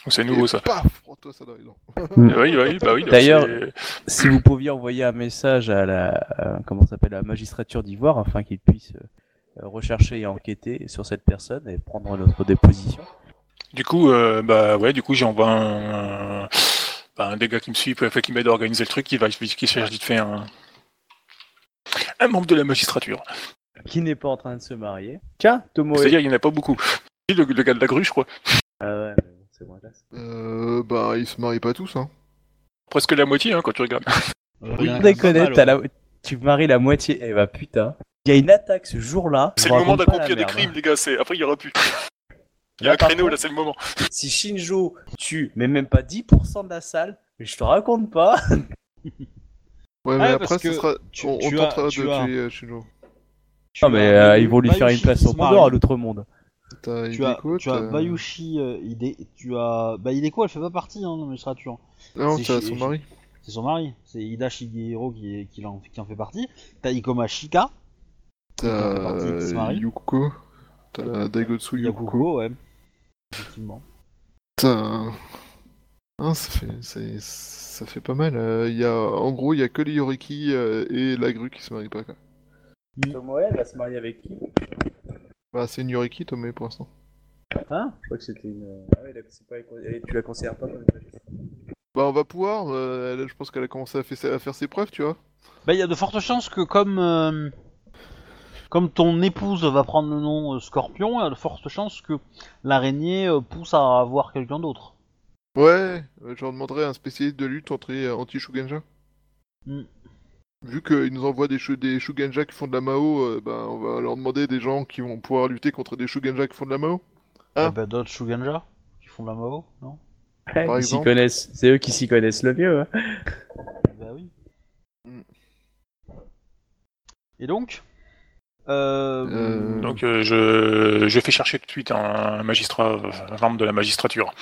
[SPEAKER 4] C'est nouveau ça.
[SPEAKER 2] Paf Prends-toi ça dans les dents.
[SPEAKER 4] Oui, oui, bah oui.
[SPEAKER 3] D'ailleurs-
[SPEAKER 4] c'est-
[SPEAKER 3] si vous pouviez envoyer un message à la à- comment ça s'appelle la magistrature d'Ivoire afin qu'ils puissent euh, rechercher et enquêter sur cette personne et prendre notre déposition.
[SPEAKER 4] Du coup, euh, bah ouais, du coup, j'envoie un, bah, un des gars qui me suit, enfin, qui m'aide à organiser le truc, qui va, qui cherche vite fait un, un membre de la magistrature.
[SPEAKER 3] Qui n'est pas en train de se marier. Tiens, Tomoe.
[SPEAKER 4] C'est-à-dire, il n'y en a pas beaucoup. Et Le, le gars de la grue, je crois.
[SPEAKER 3] Ah ouais, mais bon, c'est moins classe.
[SPEAKER 2] Euh, bah, ils se marient pas tous, hein.
[SPEAKER 4] Presque la moitié, hein, quand tu regardes.
[SPEAKER 1] Euh, il y en a quand
[SPEAKER 3] Pour
[SPEAKER 1] même pas
[SPEAKER 3] déconner,
[SPEAKER 1] mal,
[SPEAKER 3] t'as
[SPEAKER 1] ouais.
[SPEAKER 3] la... tu maries la moitié. Eh bah putain. Il y a une attaque ce jour-là. je
[SPEAKER 4] C'est
[SPEAKER 3] vous
[SPEAKER 4] le moment
[SPEAKER 3] raconte pas la
[SPEAKER 4] d'accomplir des
[SPEAKER 3] merde,
[SPEAKER 4] crimes,
[SPEAKER 3] hein.
[SPEAKER 4] les gars. C'est... Après, il n'y aura plus. Il y a
[SPEAKER 3] Là,
[SPEAKER 4] un
[SPEAKER 3] par
[SPEAKER 4] créneau,
[SPEAKER 3] contre-
[SPEAKER 4] là, c'est le moment.
[SPEAKER 3] Si Shinjo tue, mais même pas 10% de la salle, mais je te raconte pas.
[SPEAKER 2] Ouais, mais
[SPEAKER 1] Ah Ouais, parce
[SPEAKER 2] après, ce
[SPEAKER 1] que
[SPEAKER 2] sera...
[SPEAKER 1] tu-
[SPEAKER 2] on, on
[SPEAKER 1] tu as-
[SPEAKER 2] tentera
[SPEAKER 1] tu
[SPEAKER 2] de
[SPEAKER 1] as-
[SPEAKER 2] tuer euh, Shinjo.
[SPEAKER 3] Non, mais
[SPEAKER 1] Tu as
[SPEAKER 3] euh, ils vont lui faire une
[SPEAKER 1] Bayushi
[SPEAKER 3] place
[SPEAKER 1] qui
[SPEAKER 3] en
[SPEAKER 1] se
[SPEAKER 3] Pandore à
[SPEAKER 1] marie.
[SPEAKER 3] l'autre monde.
[SPEAKER 2] T'as
[SPEAKER 1] Tu as,
[SPEAKER 2] Hideko,
[SPEAKER 1] tu as
[SPEAKER 2] t'as-
[SPEAKER 1] Bayushi, euh, Hide- tu as... Bah Hideko, elle fait pas partie hein, de la magistrature.
[SPEAKER 2] Non,
[SPEAKER 1] C'est
[SPEAKER 2] t'as
[SPEAKER 1] Shi-
[SPEAKER 2] son mari.
[SPEAKER 1] C'est son mari, c'est Ida Shigehiro qui, est- qui, l'en- qui en fait partie. T'as Ikomashika,
[SPEAKER 2] T'as
[SPEAKER 1] fait partie qui se
[SPEAKER 2] euh,
[SPEAKER 1] marie.
[SPEAKER 2] Yuko. T'as Daigotsu Yuko.
[SPEAKER 1] Yakuko, ouais. Effectivement.
[SPEAKER 2] Putain. Hein, ça fait, c'est- ça fait pas mal. euh, Il y a, en gros, il y a que les Yoriki euh, et la grue qui se marient pas. Quoi.
[SPEAKER 3] Tomoe, elle va se marier avec qui
[SPEAKER 2] Bah, c'est une Yoriki, Tomé, pour l'instant.
[SPEAKER 3] euh, Hein Je crois que c'était une. Ah ouais, d'accord, c'est pas... elle- tu la considères pas comme une
[SPEAKER 2] Bah, on va pouvoir. euh, elle- je pense qu'elle a commencé à, fait- à faire ses preuves, tu vois.
[SPEAKER 1] Bah, il y a de fortes chances que comme euh, comme ton épouse va prendre le nom euh, Scorpion, il y a de fortes chances que l'araignée euh, pousse à avoir quelqu'un d'autre.
[SPEAKER 2] Ouais, euh, j'en demanderai à un spécialiste de lutte anti- anti-Shugenja.
[SPEAKER 1] Hmm.
[SPEAKER 2] Vu qu'ils nous envoient des, shu- des Shugenja qui font de la Mao, euh, ben, on va leur demander des gens qui vont pouvoir lutter contre des Shugenja qui font de la Mao.
[SPEAKER 1] Il y
[SPEAKER 2] Ah.
[SPEAKER 1] a pas Eh ben, d'autres Shuganja qui font de la Mao, non
[SPEAKER 2] Par
[SPEAKER 3] Ils s'y
[SPEAKER 2] exemple.
[SPEAKER 3] connaissent. C'est eux qui s'y connaissent le mieux. hein.
[SPEAKER 1] Bah oui.
[SPEAKER 2] Mm.
[SPEAKER 1] Et donc euh,
[SPEAKER 2] Euh,
[SPEAKER 4] Donc euh, je, je fais chercher tout de suite un magistrat, euh, un membre de la magistrature.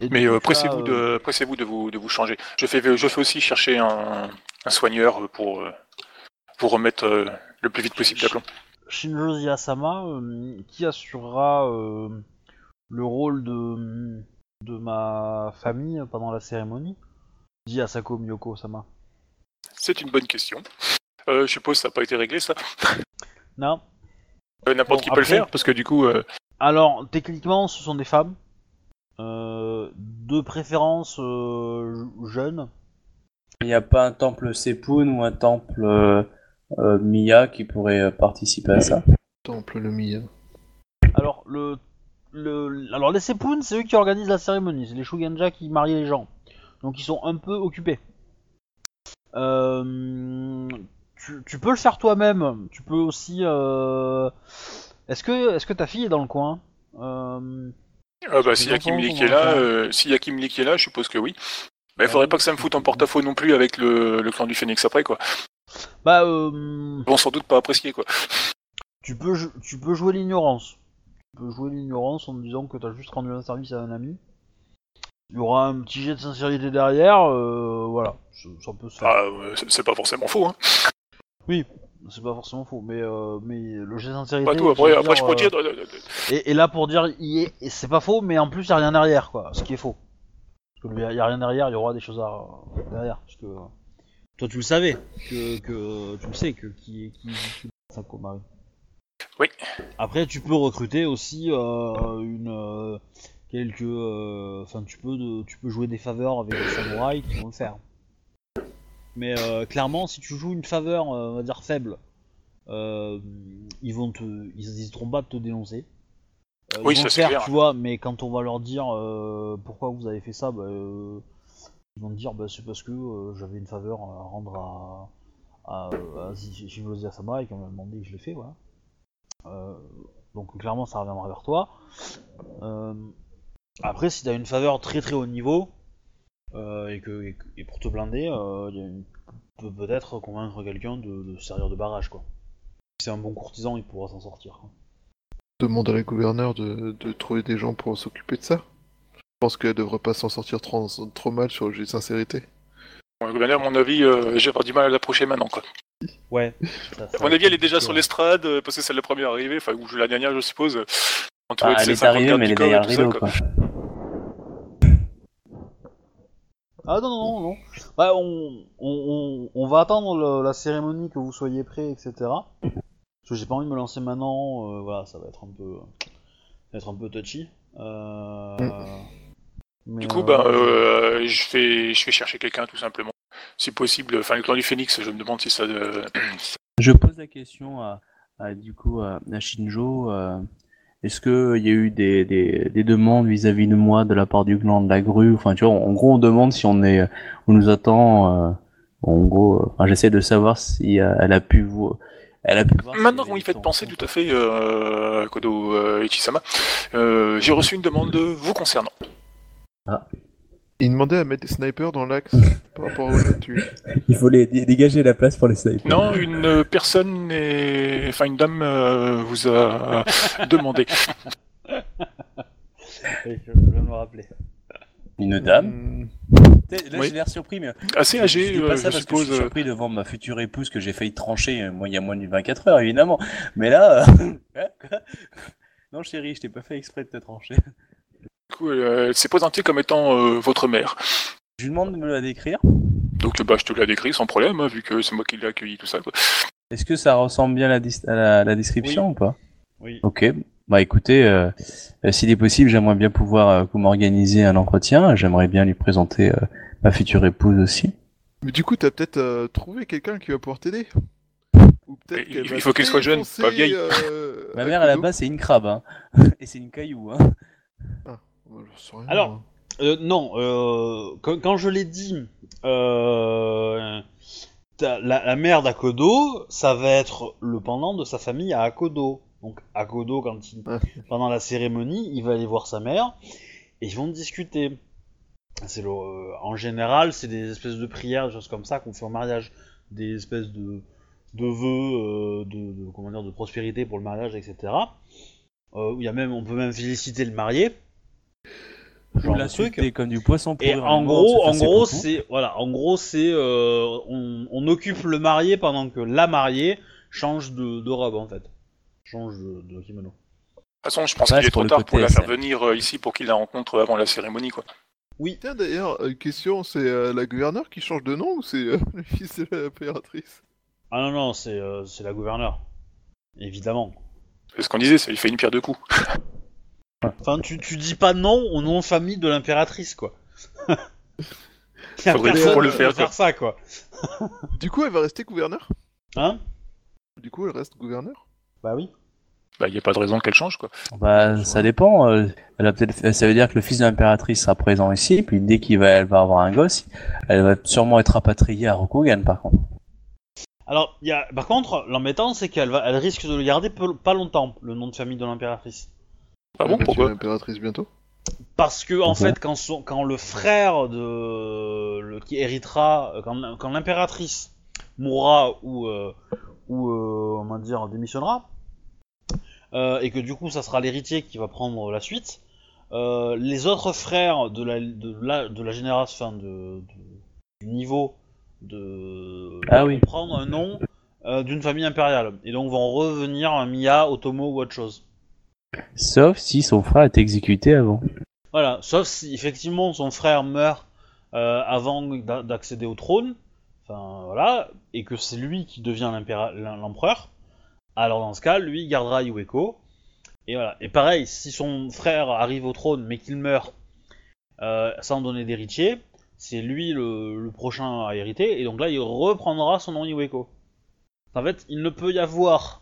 [SPEAKER 1] et
[SPEAKER 4] Mais
[SPEAKER 1] tu
[SPEAKER 4] euh,
[SPEAKER 1] as,
[SPEAKER 4] pressez-vous
[SPEAKER 1] euh,
[SPEAKER 4] de, pressez-vous de vous, de vous changer. Je fais, je fais aussi chercher un, un soigneur euh, pour, euh, pour remettre euh, le plus vite possible d'aplomb.
[SPEAKER 1] Shinjo Ziyasama euh, qui assurera euh, le rôle de, de ma famille pendant la cérémonie Dit Asako Miyoko Sama.
[SPEAKER 4] C'est une bonne question. Euh, je suppose que ça n'a pas été réglé, ça.
[SPEAKER 1] Non.
[SPEAKER 4] Euh, N'importe
[SPEAKER 1] Bon,
[SPEAKER 4] qui
[SPEAKER 1] après-
[SPEAKER 4] peut le faire, parce que du coup, euh,
[SPEAKER 1] Alors, techniquement, ce sont des femmes. Euh, de préférence euh, jeunes.
[SPEAKER 3] Il n'y a pas un temple Sepun ou un temple euh, euh, Mia qui pourrait euh, participer à ça
[SPEAKER 2] Temple le Mien.
[SPEAKER 1] Alors, le, le, alors les Sepoun, c'est eux qui organisent la cérémonie. C'est les Shuganja qui marient les gens. Donc, ils sont un peu occupés. Euh, tu, tu peux le faire toi-même. Tu peux aussi. euh, Est-ce que, est que ta fille est dans le coin Euh,
[SPEAKER 4] ah bah, si
[SPEAKER 1] Les enfants
[SPEAKER 4] Yakim Lee
[SPEAKER 1] vont Ah
[SPEAKER 4] qui est là,
[SPEAKER 1] entendre.
[SPEAKER 4] euh, si Yakim Lee qui est là, je suppose que oui. Bah, il faudrait pas que ça me foute en porte-à-faux non plus avec le, le clan du Phénix après, quoi.
[SPEAKER 1] Bah, euh,
[SPEAKER 4] Ils vont sans doute pas apprécier, quoi.
[SPEAKER 1] tu peux, jou- tu peux jouer l'ignorance. Tu peux jouer l'ignorance en disant que t'as juste rendu un service à un ami. Il y aura un petit jet de sincérité derrière, euh, voilà, ça, ça peut se faire.
[SPEAKER 4] Ah, euh, c'est- c'est pas forcément faux, hein.
[SPEAKER 1] C'est pas forcément faux, mais, euh, mais le jet de sincérité.
[SPEAKER 4] Pas tout. Après,
[SPEAKER 1] pour
[SPEAKER 4] après je
[SPEAKER 1] dire,
[SPEAKER 4] peux dire.
[SPEAKER 1] euh, Et, et là pour dire, il est- et c'est pas faux, mais en plus y a rien derrière, quoi, ce qui est faux. Parce que y a, y a rien derrière, il y aura des choses à, derrière, parce que. euh, Toi tu le savais, que, que tu le sais que qui qui ça qu'on marie.
[SPEAKER 4] Oui.
[SPEAKER 1] Après, tu peux recruter aussi euh, une euh, quelques. euh, Enfin, tu peux de- tu peux jouer des faveurs avec les samouraïs qui vont le faire. Mais euh, clairement, si tu joues une faveur, euh, on va dire faible, euh, ils vont te, ils hésiteront pas de te dénoncer. Euh,
[SPEAKER 4] Oui,
[SPEAKER 1] ils vont
[SPEAKER 4] ça,
[SPEAKER 1] le
[SPEAKER 4] c'est
[SPEAKER 1] faire,
[SPEAKER 4] clair.
[SPEAKER 1] tu vois. Mais quand on va leur dire euh, pourquoi vous avez fait ça, bah, euh, ils vont te dire bah, c'est parce que euh, j'avais une faveur à rendre à à, à Shinji Asama et qu'on m'a demandé, je l'ai fait, voilà. Euh, donc clairement, ça reviendra vers toi. Euh, après, si t'as une faveur très très haut niveau, euh, et, que, et que- et pour te blinder, euh, il y a une- tu peux peut-être convaincre quelqu'un de, de se servir de barrage, quoi. Si c'est un bon courtisan, il pourra s'en sortir. hein. quoi.
[SPEAKER 2] Demande à la gouverneure de, de trouver des gens pour s'occuper de ça. Je pense qu'elle devrait pas s'en sortir trop, trop mal sur le jeu de sincérité.
[SPEAKER 4] Bon, le gouverneur, à mon avis, euh, j'ai avoir du mal à l'approcher maintenant, quoi.
[SPEAKER 1] Ouais.
[SPEAKER 4] À mon avis, elle est déjà sur l'estrade, euh, parce que c'est la première arrivée, enfin, ou la dernière, je suppose. euh, entourée
[SPEAKER 3] Ah,
[SPEAKER 4] de
[SPEAKER 3] Elle
[SPEAKER 4] ses
[SPEAKER 3] est
[SPEAKER 4] 50
[SPEAKER 3] arrivée,
[SPEAKER 4] gardes
[SPEAKER 3] mais
[SPEAKER 4] du
[SPEAKER 3] elle est
[SPEAKER 4] corps et
[SPEAKER 3] derrière le
[SPEAKER 4] tout ça,
[SPEAKER 3] rideau,
[SPEAKER 4] quoi.
[SPEAKER 3] quoi.
[SPEAKER 1] Ah non, non, non. non. Bah, on, on, on- on va attendre le- la cérémonie que vous soyez prêts, etc. Parce que j'ai pas envie de me lancer maintenant. euh, voilà, ça va être un peu, ça va être un peu touchy. Euh, mais,
[SPEAKER 4] Du coup,
[SPEAKER 1] euh,
[SPEAKER 4] bah, euh, je, fais, je fais chercher quelqu'un, tout simplement. Si possible, enfin, le clan du Phénix, je me demande si ça. euh,
[SPEAKER 3] Je pose la question à, à, du coup à, à Shinjo. euh, Est-ce qu'il y a eu des, des, des demandes vis-à-vis de moi de la part du clan de la grue Enfin, tu vois, en gros, on demande si on est, on nous attend. euh, en gros, euh, enfin, j'essaie de savoir si euh, elle a pu vous, elle a pu. voir si
[SPEAKER 4] Maintenant
[SPEAKER 3] elle
[SPEAKER 4] qu'on y
[SPEAKER 3] avait
[SPEAKER 4] fait
[SPEAKER 3] été en
[SPEAKER 4] penser tout
[SPEAKER 3] contact.
[SPEAKER 4] à fait, euh, Kodo euh, Ichisama, euh, j'ai reçu une demande de vous concernant.
[SPEAKER 2] Il demandait à mettre des snipers dans l'axe par rapport aux tu
[SPEAKER 7] Il faut les dé- dégager la place pour les snipers.
[SPEAKER 4] Non, une euh, personne, est- enfin, une dame euh, vous a demandé. euh,
[SPEAKER 1] oui, je, je viens de me rappeler.
[SPEAKER 3] Une dame.
[SPEAKER 2] Hmm.
[SPEAKER 3] Là,
[SPEAKER 4] Oui.
[SPEAKER 3] j'ai l'air surpris, mais
[SPEAKER 4] Assez
[SPEAKER 3] je
[SPEAKER 4] âgée,
[SPEAKER 3] dis pas
[SPEAKER 4] euh,
[SPEAKER 3] ça
[SPEAKER 4] je
[SPEAKER 3] parce que je
[SPEAKER 4] suppose.
[SPEAKER 3] suis
[SPEAKER 4] euh,
[SPEAKER 3] surpris devant ma future épouse que j'ai failli trancher. euh, Moi, il y a moins de 24 heures, évidemment. Mais là, euh, quoi non, chérie, je t'ai pas fait exprès de te trancher.
[SPEAKER 4] Du coup, euh, elle s'est présentée comme étant euh, votre mère.
[SPEAKER 3] Je lui demande de me la décrire.
[SPEAKER 4] Donc, bah, je te la décris sans problème, hein, vu que c'est moi qui l'ai accueillie, tout ça. quoi.
[SPEAKER 3] Est-ce que ça ressemble bien à la, dis- à la- la description ou pas
[SPEAKER 1] Oui.
[SPEAKER 3] Ok. Bah écoutez, euh, euh, s'il est possible, j'aimerais bien pouvoir euh, que vous m'organiser un entretien. J'aimerais bien lui présenter euh, ma future épouse aussi.
[SPEAKER 2] Mais du coup, t'as peut-être euh, trouvé quelqu'un qui va pouvoir t'aider. Ou peut-être
[SPEAKER 4] Il-
[SPEAKER 2] qu'elle
[SPEAKER 4] il
[SPEAKER 2] va
[SPEAKER 4] faut qu'elle soit jeune,
[SPEAKER 2] t'enfoncer,
[SPEAKER 4] pas vieille.
[SPEAKER 2] euh,
[SPEAKER 3] Ma
[SPEAKER 2] à
[SPEAKER 3] mère, à la
[SPEAKER 2] coups d'eau.
[SPEAKER 3] base, c'est une crabe. Hein. Et c'est une caillou. Hein.
[SPEAKER 2] Moi, j'en sais rien, hein.
[SPEAKER 1] Alors,
[SPEAKER 2] moi.
[SPEAKER 1] Euh, non, euh, quand, quand je l'ai dit, euh, t'as- la, la mère d'Akodo, ça va être le pendant de sa famille à Akodo. Donc Akodo, quand il,
[SPEAKER 2] Ouais.
[SPEAKER 1] pendant la cérémonie, il va aller voir sa mère et ils vont discuter. C'est le, euh, en général, c'est des espèces de prières, des choses comme ça qu'on fait au mariage, des espèces de, de vœux, euh, de, de- comment dire, de prospérité pour le mariage, etc. Euh, il y a même, on peut même féliciter le marié.
[SPEAKER 3] Vous
[SPEAKER 1] Genre de truc.
[SPEAKER 3] l'insultez comme du poisson pourri.
[SPEAKER 1] Et en gros, en gros, c'est voilà, en gros, c'est euh, on, on occupe le marié pendant que la mariée change de, de robe en fait, change de, de kimono.
[SPEAKER 4] toute façon, je pense
[SPEAKER 3] Ouais,
[SPEAKER 4] qu'il
[SPEAKER 3] c'est
[SPEAKER 4] est trop
[SPEAKER 3] pour le
[SPEAKER 4] tard pour
[SPEAKER 3] côté
[SPEAKER 4] la faire
[SPEAKER 3] SM.
[SPEAKER 4] venir euh, ici pour qu'il la rencontre avant la cérémonie. Quoi.
[SPEAKER 2] Tiens, d'ailleurs, euh, question, c'est euh, la gouverneure qui change de nom ou c'est euh, le fils de l'impératrice
[SPEAKER 1] Ah non non, c'est euh, c'est la gouverneure, évidemment.
[SPEAKER 4] C'est ce qu'on disait, ça lui fait une pierre de coups.
[SPEAKER 1] Enfin, tu, tu dis pas non au nom de famille de l'impératrice quoi. Y'a
[SPEAKER 4] Faudrait
[SPEAKER 1] personne
[SPEAKER 4] pour le
[SPEAKER 1] qui
[SPEAKER 4] faire,
[SPEAKER 1] peut faire ça quoi.
[SPEAKER 2] Du coup, elle va rester gouverneure
[SPEAKER 1] Hein
[SPEAKER 2] Du coup, elle reste gouverneure
[SPEAKER 1] Bah oui.
[SPEAKER 4] Bah, il n'y a pas de raison qu'elle change. Quoi.
[SPEAKER 3] Bah, ça dépend. euh, Elle a peut-être. Ça veut dire que le fils de l'impératrice sera présent ici, puis dès qu'il va, elle va avoir un gosse, elle va sûrement être rapatriée à Rokugan, par contre.
[SPEAKER 1] Alors, il y a, par contre, l'embêtant c'est qu'elle va, elle risque de le garder peu- pas longtemps le nom de famille de l'impératrice.
[SPEAKER 4] Ah bon,
[SPEAKER 2] Elle va tuer
[SPEAKER 4] pourquoi
[SPEAKER 2] l'impératrice bientôt
[SPEAKER 1] Parce que en
[SPEAKER 3] Pourquoi
[SPEAKER 1] fait, quand, son- quand le frère de le, qui héritera, euh, quand, quand l'impératrice mourra ou euh, ou euh, comment dire démissionnera, euh, et que du coup ça sera l'héritier qui va prendre la suite, euh, les autres frères de la de la, de la génération, enfin de, de- du niveau de
[SPEAKER 3] Ah oui.
[SPEAKER 1] vont prendre un nom euh, d'une famille impériale, et donc vont revenir à Mia, Otomo ou autre chose.
[SPEAKER 3] Sauf si son frère est exécuté avant.
[SPEAKER 1] Voilà, sauf si effectivement son frère meurt euh, avant d'a- d'accéder au trône, enfin voilà, et que c'est lui qui devient l'impéra- l'im- l'empereur, alors dans ce cas, lui il gardera Iweko. Et voilà. Et pareil, si son frère arrive au trône mais qu'il meurt euh, sans donner d'héritier, c'est lui le, le prochain à hériter, et donc là il reprendra son nom Iweko. En fait, il ne peut y avoir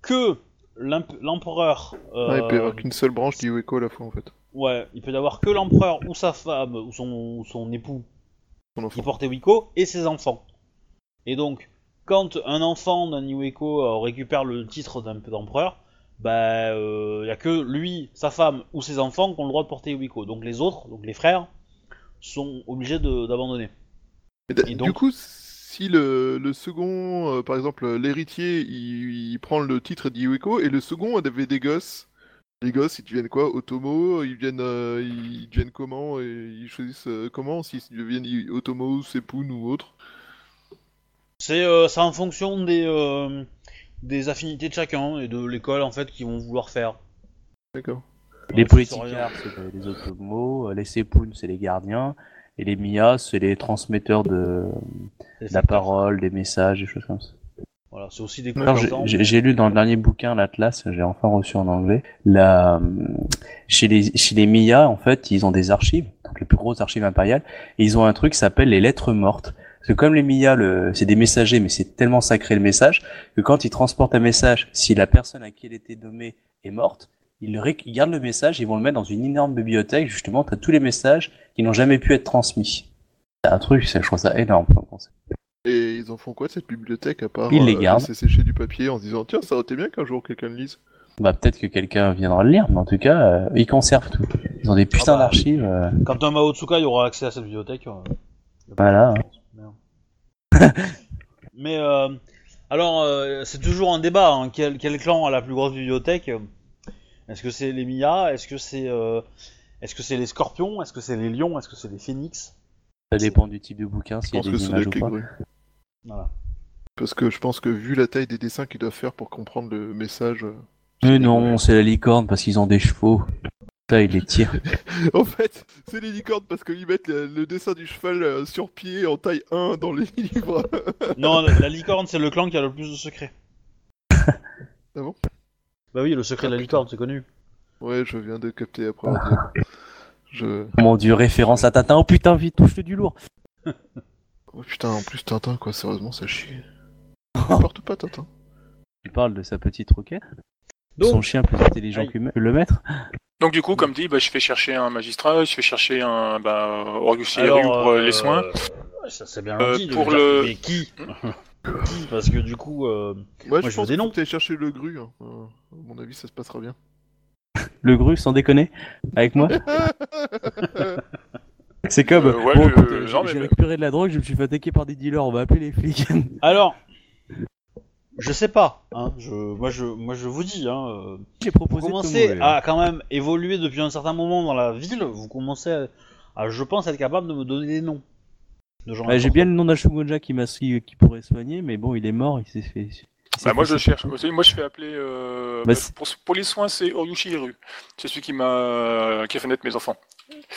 [SPEAKER 1] que l'imp- l'empereur. euh,
[SPEAKER 2] Ah, il peut y avoir qu'une seule branche qui écho à la fois en fait.
[SPEAKER 1] Ouais, il peut y avoir que l'empereur ou sa femme ou son, ou son époux
[SPEAKER 2] Son
[SPEAKER 1] qui
[SPEAKER 2] enfant.
[SPEAKER 1] portait Wiko et ses enfants. Et donc, quand un enfant d'un Iweko euh, récupère le titre d'un d'empereur, bah, il n'y a que lui, sa femme ou ses enfants qui ont le droit de porter Iweko. Donc les autres, donc les frères, sont obligés de- d'abandonner.
[SPEAKER 2] Et d'a-
[SPEAKER 1] Et
[SPEAKER 2] Du
[SPEAKER 1] donc-
[SPEAKER 2] coup, si le, le second, euh, par exemple, l'héritier, il, il prend le titre d'Iweko et le second avait des gosses. Les gosses, ils deviennent quoi Otomo Ils deviennent, euh, ils deviennent comment Et ils choisissent euh, comment S'ils deviennent I- Otomo, Sepun ou autre
[SPEAKER 1] C'est euh, c'est en fonction des, euh, des affinités de chacun et de l'école en fait qu'ils vont vouloir faire.
[SPEAKER 2] D'accord.
[SPEAKER 3] Les
[SPEAKER 1] Ouais,
[SPEAKER 3] politicards, c'est euh, les Otomo, euh, les Sepun, c'est les gardiens, et les Mia, c'est les transmetteurs de,
[SPEAKER 1] C'est-
[SPEAKER 3] de la parole, des messages, des choses comme ça.
[SPEAKER 1] Voilà, c'est aussi des
[SPEAKER 3] Alors, j'ai-
[SPEAKER 1] compétences.
[SPEAKER 3] j'ai j'ai lu dans le dernier bouquin, l'Atlas, j'ai enfin reçu en anglais, la, chez, les, chez les Mia, en fait, ils ont des archives, donc les plus grosses archives impériales, et ils ont un truc qui s'appelle les lettres mortes. Parce que comme les Mia, le, c'est des messagers, mais c'est tellement sacré le message, que quand ils transportent un message, si la personne à qui elle était nommée est morte, ils, le ré- ils gardent le message, ils vont le mettre dans une énorme bibliothèque, justement, t'as tous les messages qui n'ont jamais pu être transmis. C'est un truc, ça, je trouve ça énorme. comme concept.
[SPEAKER 2] Et ils en font quoi de cette bibliothèque à part euh,
[SPEAKER 3] Ils les gardent.
[SPEAKER 2] laisser sécher du papier en se disant tiens, ça aurait été bien qu'un jour quelqu'un le lise
[SPEAKER 3] Bah peut-être que quelqu'un viendra le lire, mais en tout cas, euh, ils conservent tout. Ils ont des putains
[SPEAKER 1] Ah bah.
[SPEAKER 3] d'archives. euh,
[SPEAKER 1] Quand un Mao Tsukai aura accès à cette bibliothèque. euh, y
[SPEAKER 2] Bah
[SPEAKER 1] a pas
[SPEAKER 3] Voilà.
[SPEAKER 2] hein.
[SPEAKER 1] de chance. Merde. Mais euh, alors, euh, c'est toujours un débat. hein, Quel, quel clan a la plus grosse bibliothèque Est-ce que c'est les Mia Est-ce que c'est euh, est-ce que c'est les Scorpions Est-ce que c'est les Lions Est-ce que c'est les Phénix
[SPEAKER 3] Ça dépend du type de bouquin,
[SPEAKER 2] Je
[SPEAKER 3] s'il y a
[SPEAKER 2] pense que
[SPEAKER 3] des
[SPEAKER 2] ça doit
[SPEAKER 3] images ou
[SPEAKER 2] être les
[SPEAKER 3] pas.
[SPEAKER 2] grues.
[SPEAKER 1] Voilà.
[SPEAKER 2] Parce que je pense que vu la taille des dessins qu'ils doivent faire pour comprendre le message. euh,
[SPEAKER 3] Mais non, c'est la licorne parce qu'ils ont des chevaux. Ça, ils les tirent.
[SPEAKER 2] En fait, c'est les licornes parce qu'ils mettent le, le dessin du cheval euh, sur pied en taille 1 dans les livres.
[SPEAKER 1] Non, la, la licorne, c'est le clan qui a le plus de secrets.
[SPEAKER 2] Ah bon
[SPEAKER 1] Bah oui, le secret
[SPEAKER 2] Ah,
[SPEAKER 1] de la
[SPEAKER 2] putain.
[SPEAKER 1] licorne, c'est connu.
[SPEAKER 2] Ouais, je viens de capter après. audio. je...
[SPEAKER 3] Mon dieu, référence à Tintin. Oh putain, vite, touche du lourd.
[SPEAKER 2] Oh putain, en plus Tintin, quoi, sérieusement, ça chie. N'importe pas, Tintin.
[SPEAKER 3] Il parle de sa petite roquette.
[SPEAKER 1] Donc-
[SPEAKER 3] Son chien plus intelligent
[SPEAKER 1] Aïe.
[SPEAKER 3] que le maître.
[SPEAKER 4] Donc du coup, comme dit, bah, je fais chercher un magistrat, je fais chercher un bah, Auguste Hierou pour euh,
[SPEAKER 1] euh,
[SPEAKER 4] les soins.
[SPEAKER 1] ouais, Ça c'est bien
[SPEAKER 4] Euh,
[SPEAKER 1] gentil. de
[SPEAKER 4] pour
[SPEAKER 1] dire,
[SPEAKER 4] le-
[SPEAKER 1] Mais qui Qui Parce que du coup, euh,
[SPEAKER 2] Ouais,
[SPEAKER 1] je
[SPEAKER 2] je
[SPEAKER 1] veux
[SPEAKER 2] pense
[SPEAKER 1] des
[SPEAKER 2] que
[SPEAKER 1] noms.
[SPEAKER 2] faut que t'ailles chercher le gru. hein. Euh, à mon avis, ça se passera bien.
[SPEAKER 3] Le gru, sans déconner, avec moi. C'est comme.
[SPEAKER 4] Euh, ouais,
[SPEAKER 3] bon,
[SPEAKER 4] le-
[SPEAKER 3] écoute,
[SPEAKER 4] le-
[SPEAKER 3] j'ai-
[SPEAKER 4] non, mais-
[SPEAKER 3] j'ai récupéré de la drogue, je me suis fait attaquer par des dealers, on va appeler les flics.
[SPEAKER 1] alors, je sais pas. Hein, je, moi je, moi je vous dis. Hein, euh,
[SPEAKER 3] j'ai
[SPEAKER 1] vous
[SPEAKER 3] proposé. de
[SPEAKER 1] commencez
[SPEAKER 3] tomber.
[SPEAKER 1] à quand même évoluer depuis un certain moment dans la ville. Vous commencez, à, à, je pense, être capable de me donner des noms. De gens
[SPEAKER 3] Bah, j'ai
[SPEAKER 1] importants.
[SPEAKER 3] bien le nom d'un Shogunja qui m'a qui pourrait soigner, mais bon, il est mort, il s'est fait. il s'est
[SPEAKER 4] Bah, moi
[SPEAKER 3] fait-
[SPEAKER 4] je cherche aussi. Moi je fais appeler. euh,
[SPEAKER 3] Bah,
[SPEAKER 4] bah,
[SPEAKER 3] c'est-
[SPEAKER 4] pour, pour les soins, c'est Oryushi Hieru. C'est celui qui m'a qui a fait naître mes enfants.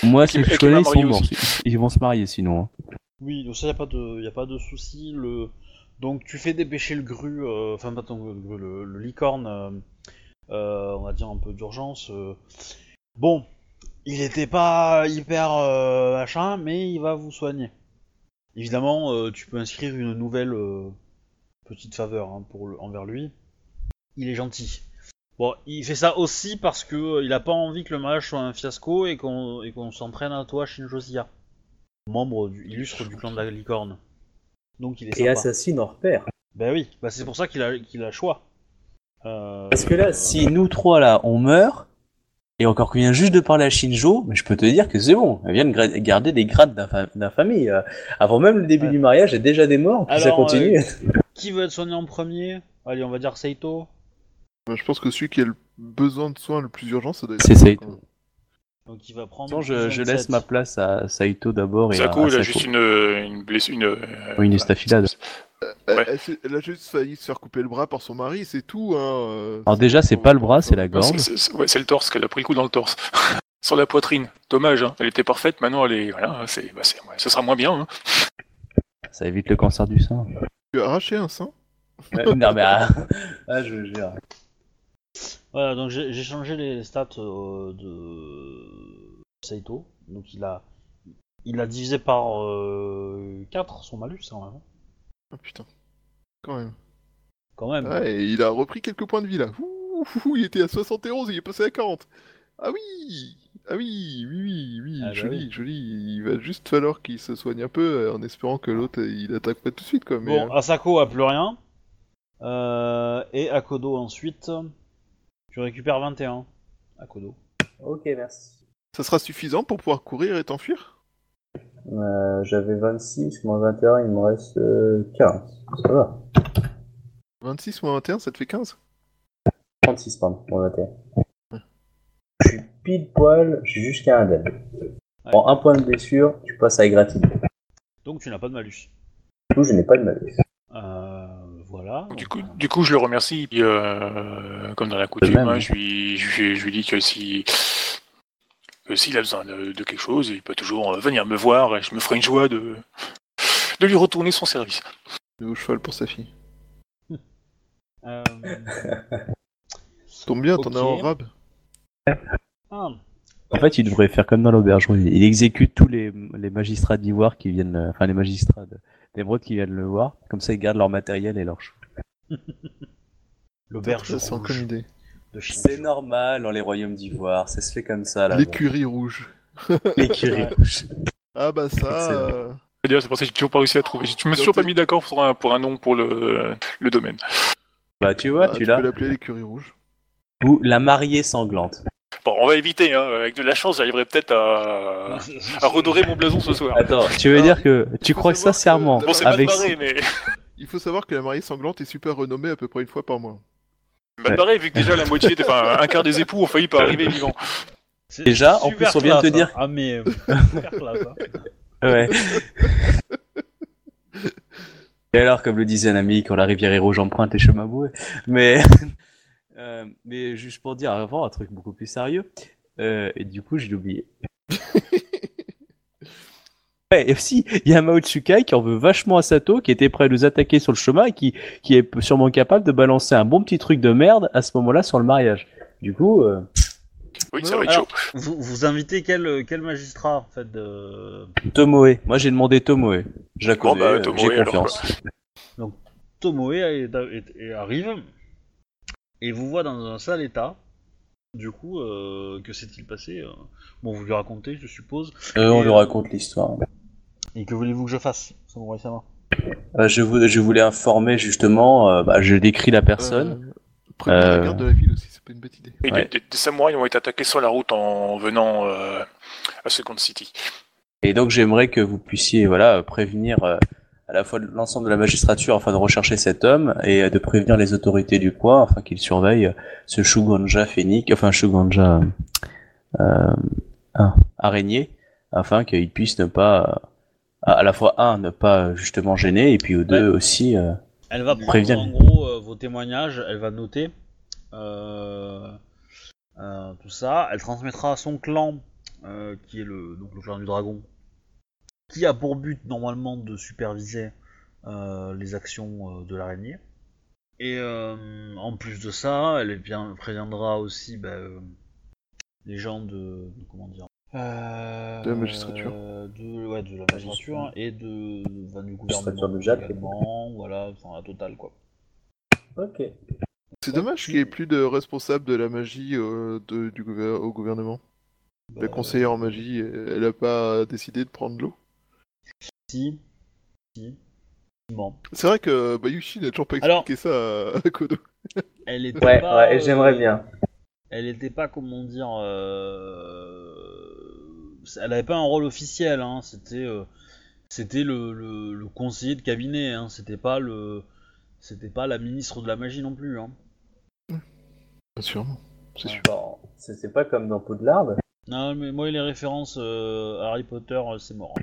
[SPEAKER 3] Moi,
[SPEAKER 4] qui-
[SPEAKER 3] c'est
[SPEAKER 4] qui
[SPEAKER 3] je
[SPEAKER 4] m'a
[SPEAKER 3] connais, ils sont
[SPEAKER 4] marié
[SPEAKER 3] morts.
[SPEAKER 4] aussi.
[SPEAKER 3] Ils vont se marier sinon. hein.
[SPEAKER 1] Oui, donc ça y a pas de, y a pas de souci. Le... Donc tu fais dépêcher le gru, euh, enfin pas ton le, gru, le- le licorne, euh, euh, on va dire un peu d'urgence. euh. Bon, il était pas hyper euh, machin, mais il va vous soigner. Évidemment, euh, tu peux inscrire une nouvelle euh, petite faveur hein, pour le, envers lui. Il est gentil. Bon, il fait ça aussi parce que euh, il a pas envie que le mariage soit un fiasco et qu'on et qu'on s'en prenne à toi, Shinjosiya membre du, illustre du clan de la licorne. Donc il est
[SPEAKER 8] Et
[SPEAKER 1] sympa.
[SPEAKER 8] assassine en repère.
[SPEAKER 1] Ben oui, bah c'est pour ça qu'il a, qu'il a choix. Euh,
[SPEAKER 8] Parce que là,
[SPEAKER 3] Si nous trois là, on meurt, et encore qu'on vient juste de parler à Shinjo, mais je peux te dire que c'est bon. Elle vient de gra- garder des grades d'infa- d'infamie. euh. Avant même le début
[SPEAKER 1] Ouais.
[SPEAKER 3] du mariage, il y a déjà des morts, puis ça
[SPEAKER 1] Alors,
[SPEAKER 4] euh,
[SPEAKER 3] continue.
[SPEAKER 1] Qui veut être soigné en premier Allez, on va dire Saito.
[SPEAKER 2] Bah, je pense que celui qui a le besoin de soins le plus urgent, ça doit être.
[SPEAKER 3] C'est
[SPEAKER 2] Tintin,
[SPEAKER 3] Saito.
[SPEAKER 2] quand même.
[SPEAKER 1] Donc il va prendre.
[SPEAKER 3] Attends, je, je
[SPEAKER 1] 27.
[SPEAKER 3] laisse ma place à Saito d'abord et à,
[SPEAKER 4] Saku,
[SPEAKER 3] à
[SPEAKER 4] il a
[SPEAKER 3] Sako.
[SPEAKER 4] juste une, une blessure. Une, euh,
[SPEAKER 3] Oui, une estafilade.
[SPEAKER 2] Elle-
[SPEAKER 4] Ouais.
[SPEAKER 2] Elle, s'est- elle a juste failli se faire couper le bras par son mari, c'est tout. Hein. euh.
[SPEAKER 3] Alors déjà, c'est pas le bras, c'est la
[SPEAKER 4] bah, c'est-
[SPEAKER 3] gorge.
[SPEAKER 4] c'est c'est- ouais, c'est le torse qu'elle a pris le coup dans le torse. Sur la poitrine. Dommage, hein. elle était parfaite, maintenant elle est. Voilà, c'est, bah, c'est- ouais, ça sera moins bien. hein.
[SPEAKER 3] Ça évite le cancer du sein.
[SPEAKER 2] Tu as arraché un sein
[SPEAKER 3] Euh, non mais ah, ah, je jure.
[SPEAKER 1] Voilà, donc j'ai j'ai changé les, les stats euh, de Saito. Donc il a. Il a divisé par 4 son malus hein, quand même.
[SPEAKER 2] Ah putain. Quand même.
[SPEAKER 1] Quand même.
[SPEAKER 2] Ouais, et il a repris quelques points de vie là. Ouh, ouh, ouh, il était à 71, il est passé à 40. Ah oui Ah oui, oui, oui, oui,
[SPEAKER 1] Ah bah
[SPEAKER 2] joli,
[SPEAKER 1] oui.
[SPEAKER 2] joli. Il va juste falloir qu'il se soigne un peu euh, en espérant que l'autre euh, il attaque pas tout de suite quoi. Mais, euh,
[SPEAKER 1] Bon, Asako a plus rien. Euh, et Akodo ensuite. Tu récupères 21. Akodo.
[SPEAKER 8] Ok, merci.
[SPEAKER 2] Ça sera suffisant pour pouvoir courir et t'enfuir
[SPEAKER 8] Euh, J'avais 26, moins 21, il me reste euh, 15. Ça va.
[SPEAKER 2] 26 moins 21, ça te fait 15
[SPEAKER 8] 36, pardon, moins 21. Je suis pile poil, j'ai jusqu'à un dead. En un point de blessure, je passe à gratuit. Du
[SPEAKER 1] Donc tu n'as pas de malus.
[SPEAKER 8] coup, je n'ai pas de malus.
[SPEAKER 1] Euh, voilà.
[SPEAKER 4] Du, coup, du coup, je le remercie. et puis, euh, comme dans la coutume,
[SPEAKER 3] même.
[SPEAKER 4] hein, je, lui, je, lui- je lui dis que si. que s'il a besoin de, de quelque chose, il peut toujours euh, venir me voir et je me ferai une joie de, de lui retourner son service.
[SPEAKER 2] Nouveau cheval pour sa fille.
[SPEAKER 1] Euh,
[SPEAKER 2] Tombe bien,
[SPEAKER 1] Ok.
[SPEAKER 2] t'en as en rab.
[SPEAKER 1] ah,
[SPEAKER 3] En fait, il devrait faire comme dans l'aubergerie. Il exécute tous les, les magistrats d'Ivoire qui viennent, le- enfin les magistrats de- d'Emeraude qui viennent le voir. Comme ça, ils gardent leur matériel et leurs chevaux.
[SPEAKER 1] L'auberge
[SPEAKER 2] Ça, c'est encore
[SPEAKER 1] rouge
[SPEAKER 2] une idée.
[SPEAKER 1] de Chine.
[SPEAKER 3] C'est normal dans les royaumes d'Ivoire, ça se fait comme
[SPEAKER 1] Ah,
[SPEAKER 3] ça là.
[SPEAKER 2] L'écurie rouge.
[SPEAKER 3] L'écurie
[SPEAKER 1] Ouais.
[SPEAKER 3] rouge.
[SPEAKER 2] Ah bah ça.
[SPEAKER 3] Excellent.
[SPEAKER 2] euh,
[SPEAKER 4] D'ailleurs, c'est pour ça que j'ai toujours pas réussi à trouver. Je me suis toujours pas mis d'accord pour un, pour un nom pour le, le domaine.
[SPEAKER 3] Bah tu vois,
[SPEAKER 2] ah,
[SPEAKER 3] tu
[SPEAKER 2] peux
[SPEAKER 3] l'as.
[SPEAKER 2] l'appeler l'écurie rouge.
[SPEAKER 3] Ou la mariée sanglante.
[SPEAKER 4] Bon, on va éviter, hein. avec de la chance, j'arriverai peut-être à... à redorer mon blason ce soir.
[SPEAKER 3] Attends, tu veux
[SPEAKER 2] Ah,
[SPEAKER 3] dire que tu
[SPEAKER 2] il faut
[SPEAKER 3] crois que
[SPEAKER 2] savoir que
[SPEAKER 3] sincèrement
[SPEAKER 2] la-
[SPEAKER 4] Bon, c'est
[SPEAKER 3] avec
[SPEAKER 4] mal barré, mais
[SPEAKER 2] Il faut savoir que la mariée sanglante est super renommée à peu près une fois par mois.
[SPEAKER 4] mal barré vu que déjà la moitié, des- enfin un quart des époux ont failli pas arriver vivants.
[SPEAKER 1] C'est
[SPEAKER 3] Déjà, en
[SPEAKER 1] super
[SPEAKER 3] plus, on vient de te
[SPEAKER 1] classe,
[SPEAKER 3] dire-
[SPEAKER 1] hein. Ah, mais. euh, super classe, hein.
[SPEAKER 3] Ouais. Et alors, comme le disait un ami, quand la rivière est rouge emprunte les chemins boueux. Mais, euh, mais juste pour dire avant un truc beaucoup plus sérieux, euh, et du coup, je l'ai oublié.
[SPEAKER 9] Ouais, et si, il y a Mao Tsukai qui en veut vachement à Sato, qui était prêt à nous attaquer sur le chemin et qui, qui est sûrement capable de balancer un bon petit truc de merde à ce moment-là sur le mariage. Du coup, euh,
[SPEAKER 4] Oui, ça va être
[SPEAKER 1] Alors,
[SPEAKER 4] chaud.
[SPEAKER 1] vous, vous invitez quel, quel magistrat, en fait de...
[SPEAKER 9] Tomoe. Moi, j'ai demandé Tomoe. Je la
[SPEAKER 4] Bon,
[SPEAKER 9] connais,
[SPEAKER 4] bah,
[SPEAKER 9] euh,
[SPEAKER 4] Tomoe,
[SPEAKER 9] j'ai
[SPEAKER 4] alors,
[SPEAKER 9] confiance.
[SPEAKER 1] Tomoe est- est- est- arrive et vous voit dans un sale état. Du coup, euh, que s'est-il passé euh Bon, vous lui racontez, je suppose.
[SPEAKER 3] Euh, on lui raconte l'histoire.
[SPEAKER 1] Et que voulez-vous que je fasse, Samurai Sama
[SPEAKER 3] Euh, je, vou- je voulais informer justement, euh, bah, je décris la personne.
[SPEAKER 2] Euh, prévenir la
[SPEAKER 3] Euh.
[SPEAKER 2] garde de la ville aussi, c'est pas une bête idée.
[SPEAKER 4] Et
[SPEAKER 3] Ouais.
[SPEAKER 4] des, des- des samouraïs ont été attaqués sur la route en venant euh, à Second City.
[SPEAKER 3] Et donc j'aimerais que vous puissiez voilà prévenir euh, à la fois l'ensemble de la magistrature afin de rechercher cet homme et euh, de prévenir les autorités du coin afin qu'ils surveillent ce Shuganja phénix, enfin Shuganja euh, euh, ah, araignée, afin qu'ils puissent ne pas euh, à à la fois un ne pas euh, justement gêner et puis au deux aussi. euh,
[SPEAKER 1] Elle va prendre
[SPEAKER 3] Préviens.
[SPEAKER 1] en gros euh, vos témoignages, elle va noter euh, euh, tout ça. Elle transmettra à son clan, euh, qui est le, donc le clan du dragon, qui a pour but normalement de superviser euh, les actions euh, de l'araignée. Et euh, en plus de ça, elle est bien- préviendra aussi bah, euh, les gens de, de- comment dire euh,
[SPEAKER 2] De la magistrature.
[SPEAKER 1] euh, de, ouais, de la magistrature et de, enfin, du gouvernement
[SPEAKER 10] Magistrature de Jacques.
[SPEAKER 1] également, voilà, enfin la totale quoi.
[SPEAKER 10] Ok.
[SPEAKER 2] C'est dommage qu'il n'y ait plus de responsable de la magie euh, de- du gouver- au gouvernement. La
[SPEAKER 1] Bah,
[SPEAKER 2] conseillère en magie, elle a pas décidé de prendre l'eau.
[SPEAKER 1] Si, si, Bon.
[SPEAKER 2] C'est vrai que Bayushi n'a toujours pas
[SPEAKER 1] Alors-
[SPEAKER 2] expliqué ça à- à Kodo.
[SPEAKER 1] Elle était
[SPEAKER 10] Ouais,
[SPEAKER 1] pas,
[SPEAKER 10] ouais,
[SPEAKER 1] euh,
[SPEAKER 10] j'aimerais bien.
[SPEAKER 1] Elle était pas, comment dire, euh, elle avait pas un rôle officiel, hein, c'était, euh, c'était le, le, le conseiller de cabinet, hein, c'était pas le, c'était pas la ministre de la magie non plus, hein.
[SPEAKER 2] Sûrement, c'est sûr.
[SPEAKER 10] Bon, c'est c'est pas comme dans Poudlard.
[SPEAKER 1] Non, mais moi les références euh, Harry Potter, euh, c'est mort.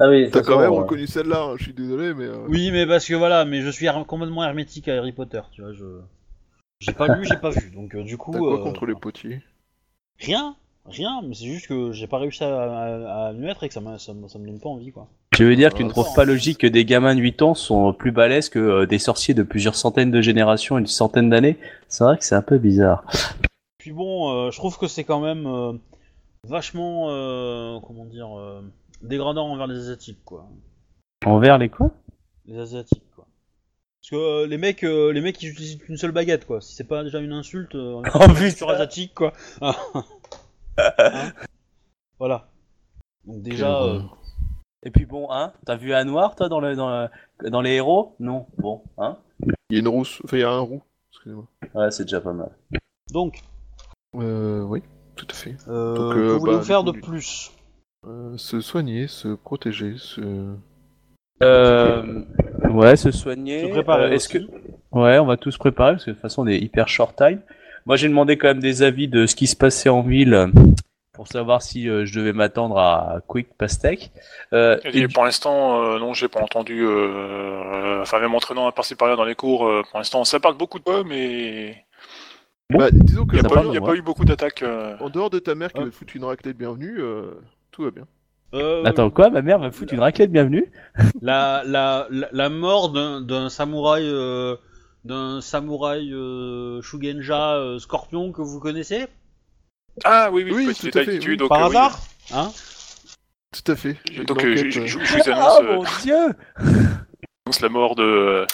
[SPEAKER 10] Ah oui, de
[SPEAKER 2] T'as
[SPEAKER 10] toute
[SPEAKER 2] quand
[SPEAKER 10] façon,
[SPEAKER 2] même
[SPEAKER 10] euh,
[SPEAKER 2] reconnu celle-là, hein, je suis désolé, mais... euh,
[SPEAKER 1] Oui, mais parce que voilà, mais je suis her- complètement hermétique à Harry Potter, tu vois, je, j'ai pas lu, j'ai pas vu, donc euh, du coup.
[SPEAKER 2] T'as quoi
[SPEAKER 1] euh,
[SPEAKER 2] contre les potiers
[SPEAKER 1] Rien, rien, mais c'est juste que j'ai pas réussi à, à, à m'y mettre et que ça me, ça, me, ça me donne pas envie quoi.
[SPEAKER 3] Tu veux dire que tu
[SPEAKER 2] Ah,
[SPEAKER 3] ne trouves pas logique que des gamins de 8 ans sont plus balèzes que euh, des sorciers de plusieurs centaines de générations et une centaine d'années C'est vrai que c'est un peu bizarre.
[SPEAKER 1] Puis bon, euh, je trouve que c'est quand même euh, vachement, euh, comment dire, euh, dégradant envers les Asiatiques quoi.
[SPEAKER 3] Envers les quoi
[SPEAKER 1] Les Asiatiques quoi. Parce que euh, les mecs, euh, les mecs ils utilisent une seule baguette quoi. Si c'est pas déjà une insulte, euh,
[SPEAKER 3] Oh putain
[SPEAKER 1] sur asiatique quoi. Ah. Hein voilà. Donc déjà,
[SPEAKER 2] Quelle
[SPEAKER 1] euh,
[SPEAKER 2] horreur.
[SPEAKER 3] Et puis bon, hein T'as vu un noir, toi, dans, le, dans, le- dans les héros Non. Bon, hein
[SPEAKER 2] Il y a une rousse, enfin il y a un roux, excusez-moi.
[SPEAKER 3] Ouais, c'est déjà pas mal.
[SPEAKER 1] donc,
[SPEAKER 2] Euh, oui, tout à fait.
[SPEAKER 1] euh,
[SPEAKER 2] Donc,
[SPEAKER 1] que
[SPEAKER 2] euh,
[SPEAKER 1] voulez-vous
[SPEAKER 2] bah,
[SPEAKER 1] faire
[SPEAKER 2] du
[SPEAKER 1] de
[SPEAKER 2] coup, lui-
[SPEAKER 1] plus
[SPEAKER 2] Euh, se soigner, se protéger, se...
[SPEAKER 3] Euh, ouais, se
[SPEAKER 1] Se
[SPEAKER 3] soigner.
[SPEAKER 1] préparer.
[SPEAKER 3] euh, Est-ce que
[SPEAKER 1] aussi.
[SPEAKER 3] Ouais, on va tous préparer parce que de toute façon on est hyper short time. Moi j'ai demandé quand même des avis de ce qui se passait en ville euh, pour savoir si euh, je devais m'attendre à Quick Pastèque. Euh,
[SPEAKER 4] Et
[SPEAKER 3] et du-
[SPEAKER 4] pour l'instant, euh, non, j'ai pas entendu. euh, euh, Enfin, même entraînant à par-ci par-là dans les cours, euh, pour l'instant, ça parle beaucoup de toi, mais
[SPEAKER 3] Bon.
[SPEAKER 2] Bah, disons
[SPEAKER 4] il
[SPEAKER 2] que
[SPEAKER 4] n'y a,
[SPEAKER 3] Ça
[SPEAKER 4] pas,
[SPEAKER 3] parle
[SPEAKER 4] eu-
[SPEAKER 3] de
[SPEAKER 4] y a
[SPEAKER 3] moi.
[SPEAKER 4] pas eu beaucoup d'attaques. euh.
[SPEAKER 2] en dehors de ta mère qui
[SPEAKER 1] Hein
[SPEAKER 2] va te foutre une raclée de bienvenue, euh, tout va bien.
[SPEAKER 1] Euh,
[SPEAKER 3] Attends quoi Ma mère va foutre une raclette bienvenue
[SPEAKER 1] La, la, la, la mort d'un d'un samouraï, euh, d'un samouraï euh, Shugenja euh, scorpion que vous connaissez
[SPEAKER 4] Ah oui, oui,
[SPEAKER 2] Oui,
[SPEAKER 4] petite
[SPEAKER 2] tout à fait,
[SPEAKER 4] attitude,
[SPEAKER 2] oui.
[SPEAKER 4] donc,
[SPEAKER 1] par
[SPEAKER 4] euh, oui.
[SPEAKER 1] hasard Hein
[SPEAKER 2] Tout à fait. Une
[SPEAKER 4] Donc, euh, je,
[SPEAKER 2] enquête,
[SPEAKER 4] je-
[SPEAKER 2] euh,
[SPEAKER 4] je- je vous annonce,
[SPEAKER 3] Oh
[SPEAKER 4] euh,
[SPEAKER 3] mon dieu
[SPEAKER 4] annonce la mort de. euh,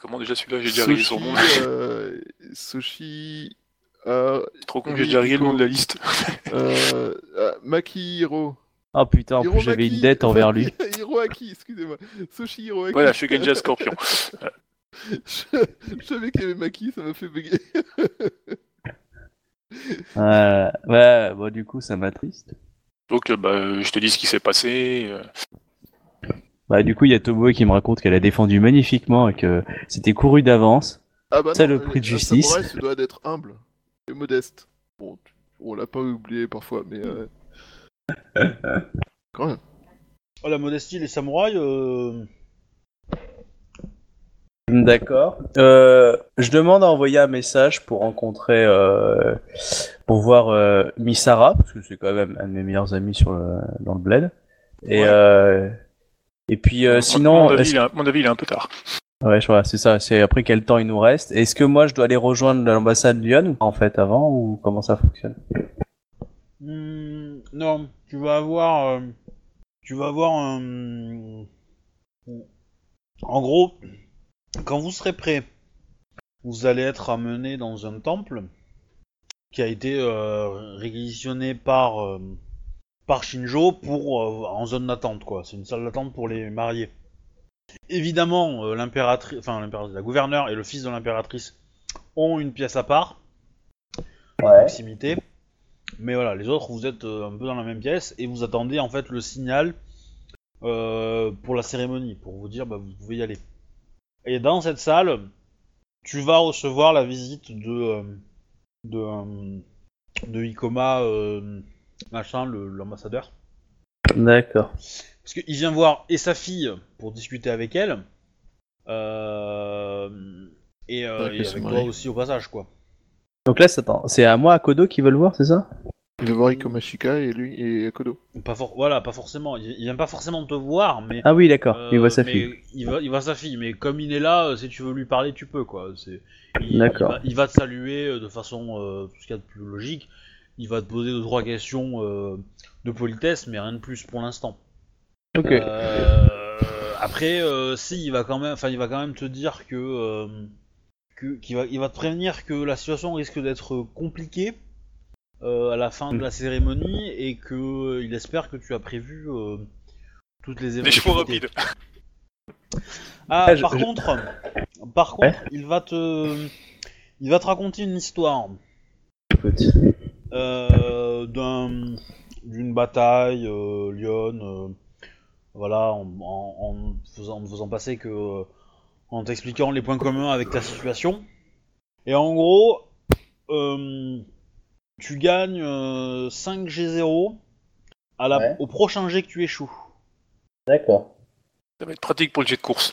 [SPEAKER 4] Comment déjà celui-là J'ai déjà rayé son nom.
[SPEAKER 2] Sushi, euh, Sushi, euh,
[SPEAKER 4] C'est Trop con,
[SPEAKER 2] Oui,
[SPEAKER 4] j'ai déjà rayé le nom
[SPEAKER 2] Nico.
[SPEAKER 4] de la liste.
[SPEAKER 2] euh, ah, Maki Hiro.
[SPEAKER 3] Oh putain, en plus
[SPEAKER 2] Hiromaki-
[SPEAKER 3] j'avais une dette envers lui.
[SPEAKER 2] Hiroaki, excusez-moi. Sushi Hiroaki.
[SPEAKER 4] voilà, Shugenja Scorpion.
[SPEAKER 2] je, je savais qu'il y avait Maki, ça m'a fait bugger.
[SPEAKER 3] Euh, ouais, bon du coup ça m'attriste.
[SPEAKER 4] Donc, euh, bah, euh, je te dis ce qui s'est passé. euh.
[SPEAKER 3] Bah du coup il y a Tomoe qui me raconte qu'elle a défendu magnifiquement et que c'était couru d'avance.
[SPEAKER 2] Ah bah
[SPEAKER 3] C'est
[SPEAKER 2] non,
[SPEAKER 3] le prix de
[SPEAKER 2] un
[SPEAKER 3] justice.
[SPEAKER 2] samouraï se doit d'être humble et modeste. Bon, tu- on l'a pas oublié parfois, mais euh, quand même.
[SPEAKER 1] Oh, La modestie, les samouraïs, euh,
[SPEAKER 3] D'accord. Euh, je demande à envoyer un message pour rencontrer, euh, pour voir euh, Misara, parce que c'est quand même un de mes meilleurs amis sur le, dans le bled, Et, euh, et puis euh,
[SPEAKER 4] Mon-
[SPEAKER 3] sinon,
[SPEAKER 4] mon avis,
[SPEAKER 3] est-ce-
[SPEAKER 4] il est un- mon avis, il est un peu tard.
[SPEAKER 1] hein.
[SPEAKER 3] ouais, je vois, c'est ça. C'est après quel temps il nous reste. Est-ce que moi je dois aller rejoindre l'ambassade Lyon en fait avant ou comment ça fonctionne
[SPEAKER 1] Hmm, non, tu vas avoir, euh, tu vas avoir un. En gros, quand vous serez prêt, vous allez être amené dans un temple qui a été euh, réquisitionné par euh, par Shinjo pour euh, en zone d'attente quoi. C'est une salle d'attente pour les mariés. Évidemment, euh, l'impératrice, enfin l'impératrice, la gouverneure et le fils de l'impératrice ont une pièce à part
[SPEAKER 11] Ouais.
[SPEAKER 1] proximité. Mais voilà, les autres, vous êtes euh, un peu dans la même pièce et vous attendez en fait le signal euh, pour la cérémonie, pour vous dire bah, vous pouvez y aller. Et dans cette salle, tu vas recevoir la visite de euh, de, euh, de Ikoma, euh, machin, le- l'ambassadeur.
[SPEAKER 3] D'accord.
[SPEAKER 1] Parce qu'il vient voir et sa fille pour discuter avec elle. Euh, et, euh,
[SPEAKER 2] Ouais,
[SPEAKER 1] et
[SPEAKER 2] qu'elle se
[SPEAKER 1] avec toi
[SPEAKER 2] marie.
[SPEAKER 1] aussi au passage, quoi.
[SPEAKER 3] Donc là, c'est- attends, c'est à moi, à Kodo, qu'ils veulent voir, c'est ça
[SPEAKER 2] Il va voir Ikomashika et lui et Kodo.
[SPEAKER 1] Pas for- voilà, pas forcément. Il, il vient pas forcément te voir, mais
[SPEAKER 3] Ah oui, d'accord. il
[SPEAKER 1] Euh,
[SPEAKER 3] voit sa
[SPEAKER 1] mais
[SPEAKER 3] fille.
[SPEAKER 1] Il va, il voit sa fille, mais comme il est là, euh, si tu veux lui parler, tu peux quoi. C'est, il,
[SPEAKER 3] D'accord.
[SPEAKER 1] Il va, il va te saluer euh, de façon euh, tout ce qu'il y a de plus logique. Il va te poser deux trois questions euh, de politesse, mais rien de plus pour l'instant.
[SPEAKER 3] Ok.
[SPEAKER 1] Euh, après, euh, si il va quand même, enfin il va quand même te dire que, euh, que- qu'il va, il va te prévenir que la situation risque d'être compliquée euh, à la fin
[SPEAKER 3] Mm.
[SPEAKER 1] de la cérémonie et que euh, il espère que tu as prévu euh, toutes les
[SPEAKER 4] Des chevaux
[SPEAKER 1] éventualités.
[SPEAKER 4] rapides.
[SPEAKER 1] Ah,
[SPEAKER 3] Ah, je-
[SPEAKER 1] par
[SPEAKER 3] je-
[SPEAKER 1] contre, par contre, il va te, il va te raconter une histoire
[SPEAKER 3] Écoute.
[SPEAKER 1] euh, d'un, d'une bataille euh, Lyon, euh, voilà, en, en, en faisant, en te faisant passer que, euh, en t'expliquant les points communs avec ta situation. Et en gros, euh, tu gagnes euh, 5 G0 à la,
[SPEAKER 11] Ouais.
[SPEAKER 1] au prochain jet que tu échoues.
[SPEAKER 11] D'accord.
[SPEAKER 4] Ça va être pratique pour le jet de course.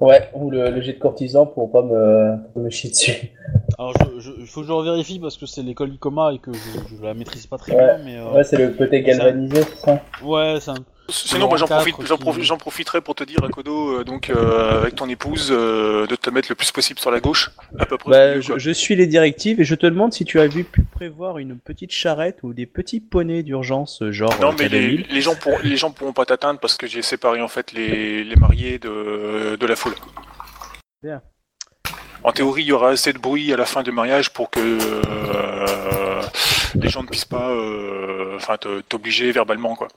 [SPEAKER 11] Ouais, ou le, le jet de courtisan pour pas me, pour me chier dessus.
[SPEAKER 1] Alors, je, je- il faut que je revérifie parce que c'est l'école Icoma et que je, je la maîtrise pas très
[SPEAKER 11] Ouais.
[SPEAKER 1] bien, mais euh,
[SPEAKER 11] Ouais, c'est le peut-être galvanisé, c'est ça
[SPEAKER 1] ouais, c'est un-
[SPEAKER 4] Sinon, moi, j'en
[SPEAKER 1] Quatre
[SPEAKER 4] profite, j'en
[SPEAKER 1] qui-
[SPEAKER 4] profite- j'en profiterai pour te dire, à Kodo, euh, donc, euh, avec ton épouse, euh, de te mettre le plus possible sur la gauche, à peu près. au
[SPEAKER 3] Bah,
[SPEAKER 4] milieu,
[SPEAKER 3] je,
[SPEAKER 4] quoi.
[SPEAKER 3] je suis les directives et je te demande si tu as vu pu prévoir une petite charrette ou des petits poneys d'urgence, euh, genre.
[SPEAKER 4] Non,
[SPEAKER 3] euh,
[SPEAKER 4] mais les,
[SPEAKER 3] Camille.
[SPEAKER 4] les gens pourront, les gens pourront pas t'atteindre parce que j'ai séparé en fait les, les mariés de, de la foule.
[SPEAKER 3] Bien.
[SPEAKER 4] En théorie, il y aura assez de bruit à la fin du mariage pour que euh, les gens ne puissent pas euh, enfin, te- t'obliger verbalement. Quoi.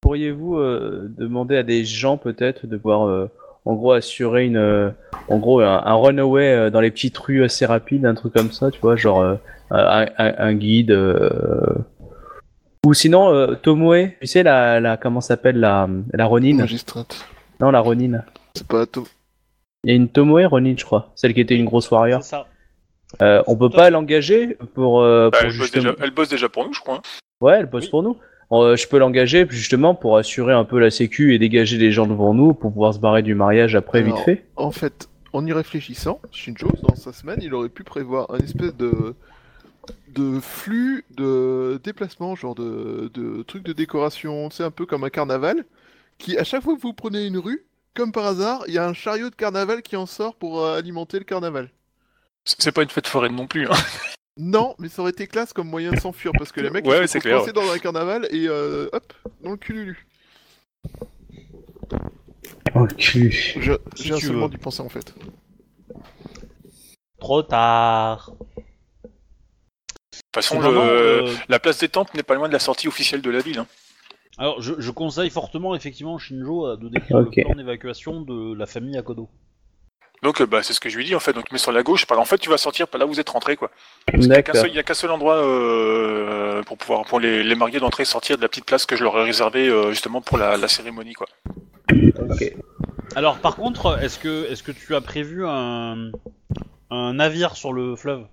[SPEAKER 3] Pourriez-vous euh, demander à des gens peut-être de pouvoir, euh, en gros, assurer une, euh, en gros, un, un runaway euh, dans les petites rues assez rapides, un truc comme ça, tu vois, genre euh, un, un- un guide. euh, Ou sinon, euh, Tomoe, tu sais la, la comment s'appelle la, la Ronin
[SPEAKER 2] Magistrate.
[SPEAKER 3] Non, la Ronin.
[SPEAKER 2] C'est pas Tom.
[SPEAKER 3] Il y a une Tomoe Ronin, je crois, celle qui était une grosse warrior.
[SPEAKER 1] c'est ça.
[SPEAKER 3] Euh, on peut pas l'engager pour, euh,
[SPEAKER 4] Bah,
[SPEAKER 3] pour
[SPEAKER 4] elle, bosse
[SPEAKER 3] justement.
[SPEAKER 4] déjà, elle bosse déjà pour nous, je crois. hein.
[SPEAKER 3] Ouais, elle bosse
[SPEAKER 1] Oui.
[SPEAKER 3] pour nous. Euh, je peux l'engager justement pour assurer un peu la sécu et dégager les gens devant nous pour pouvoir se barrer du mariage après
[SPEAKER 2] Alors,
[SPEAKER 3] vite fait.
[SPEAKER 2] En fait, en y réfléchissant, Shinjo, dans sa semaine, il aurait pu prévoir un espèce de de flux de déplacement, genre de, de trucs de décoration, c'est un peu comme un carnaval, qui à chaque fois que vous prenez une rue, comme par hasard, il y a un chariot de carnaval qui en sort pour euh, alimenter le carnaval.
[SPEAKER 4] C'est c'est pas une fête foraine non plus. hein.
[SPEAKER 2] Non, mais ça aurait été classe comme moyen de s'enfuir, parce que les mecs
[SPEAKER 4] Ouais,
[SPEAKER 2] ils
[SPEAKER 4] c'est
[SPEAKER 2] sont
[SPEAKER 4] clair,
[SPEAKER 2] coincés dans un carnaval et euh, hop, dans le cululu.
[SPEAKER 3] Oh le cul.
[SPEAKER 2] Je-
[SPEAKER 1] Si
[SPEAKER 2] J'ai un
[SPEAKER 1] tu
[SPEAKER 2] seul
[SPEAKER 1] veux.
[SPEAKER 2] monde y penser en fait.
[SPEAKER 1] Trop tard.
[SPEAKER 4] De toute façon,
[SPEAKER 1] C'est vraiment,
[SPEAKER 4] le-
[SPEAKER 1] euh,
[SPEAKER 4] la place des temples n'est pas loin de la sortie officielle de la ville. hein.
[SPEAKER 1] Alors, je, je conseille fortement, effectivement, Shinjo euh, de décrire
[SPEAKER 3] Ok.
[SPEAKER 1] le plan d'évacuation de la famille Akodo.
[SPEAKER 4] Donc, euh, bah, c'est ce que je lui dis en fait. Donc, mets sur la gauche. par- En fait, tu vas sortir par là où vous êtes rentré. Quoi. Il n'y a qu'un
[SPEAKER 3] D'accord.
[SPEAKER 4] seul, il y a qu'un seul endroit euh, pour pouvoir pour les, les mariés d'entrer et sortir de la petite place que je leur ai réservée euh, justement pour la, la cérémonie quoi.
[SPEAKER 3] Ok.
[SPEAKER 1] Alors, par contre, est-ce que, est que tu as prévu un, un navire sur le fleuve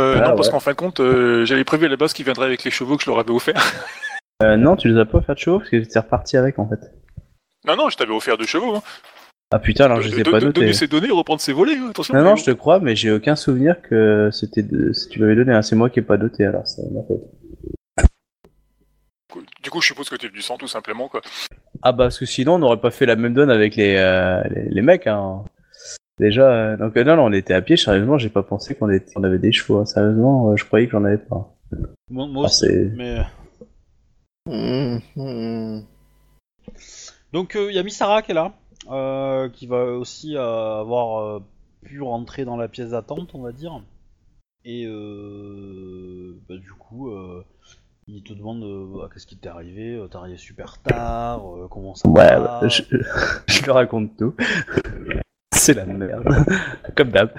[SPEAKER 4] Euh,
[SPEAKER 11] Ah,
[SPEAKER 4] non parce
[SPEAKER 11] ouais.
[SPEAKER 4] qu'en fin de compte euh, j'avais prévu à la base qu'ils viendraient avec les chevaux que je leur avais offert.
[SPEAKER 3] Euh, non, tu les as pas offerts de chevaux parce que t'es reparti avec en fait.
[SPEAKER 4] Non non je t'avais offert deux chevaux. Hein.
[SPEAKER 3] Ah putain, alors je
[SPEAKER 4] De-
[SPEAKER 3] les ai
[SPEAKER 4] de-
[SPEAKER 3] pas
[SPEAKER 4] de-
[SPEAKER 3] notés. Ah,
[SPEAKER 4] Donner ses données reprendre ses volets hein, attention.
[SPEAKER 3] Non, non, je te crois, mais j'ai aucun souvenir que c'était de... si tu m'avais donné. hein. C'est moi qui ai pas doté alors. c'est ma faute.
[SPEAKER 4] Du coup, je suppose que tu es du sang, tout simplement, quoi.
[SPEAKER 12] Ah bah parce que sinon on n'aurait pas fait la même donne avec les, euh, les, les mecs. Hein. Déjà, euh, donc euh, non, non, on était à pied. Sérieusement, j'ai pas pensé qu'on était- on avait des chevaux. hein. Sérieusement, euh, je croyais que j'en avais pas.
[SPEAKER 1] Moi, moi
[SPEAKER 12] Ah,
[SPEAKER 1] aussi,
[SPEAKER 12] c'est-
[SPEAKER 1] mais...
[SPEAKER 2] Mmh, mmh.
[SPEAKER 1] Donc il y a Misara qui est là, euh, qui va aussi euh, avoir euh, pu rentrer dans la pièce d'attente, on va dire. Et euh, bah, du coup, euh, il te demande euh, Bah, qu'est-ce qui t'est arrivé, euh, t'es arrivé super tard, euh, comment ça
[SPEAKER 12] Ouais,
[SPEAKER 1] va
[SPEAKER 12] ouais, je, je lui raconte tout. C'est la merde, comme d'hab.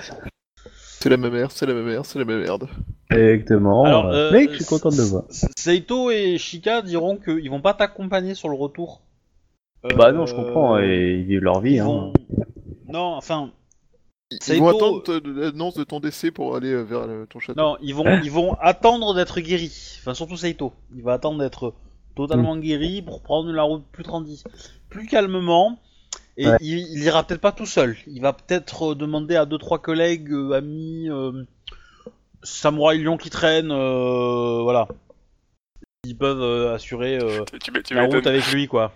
[SPEAKER 2] C'est la même merde, c'est la même merde, c'est la même merde.
[SPEAKER 12] Exactement.
[SPEAKER 1] Alors,
[SPEAKER 12] Euh,
[SPEAKER 1] euh,
[SPEAKER 12] mec, je suis content de le voir.
[SPEAKER 1] S- Seito et Shika diront qu'ils vont pas t'accompagner sur le retour. Euh,
[SPEAKER 12] Bah non, je comprends. Et ils vivent leur vie.
[SPEAKER 1] ils
[SPEAKER 12] Hein.
[SPEAKER 1] vont- Non, enfin,
[SPEAKER 2] Ils
[SPEAKER 1] Saito-
[SPEAKER 2] vont attendre te- l'annonce de ton décès pour aller euh, vers le- ton château.
[SPEAKER 1] Non, ils vont, ils vont attendre d'être guéris. Enfin, surtout Saito. Il va attendre d'être totalement guéri pour prendre la route plus tranquille, plus calmement. Et il, il ira peut-être pas tout seul. Il va peut-être euh, demander à deux trois collègues, euh, amis, euh, samouraï lion qui traînent, euh, voilà. Ils peuvent euh, assurer euh,
[SPEAKER 4] Tu, tu- tu
[SPEAKER 1] la route
[SPEAKER 4] m'étonnes.
[SPEAKER 1] avec lui, quoi.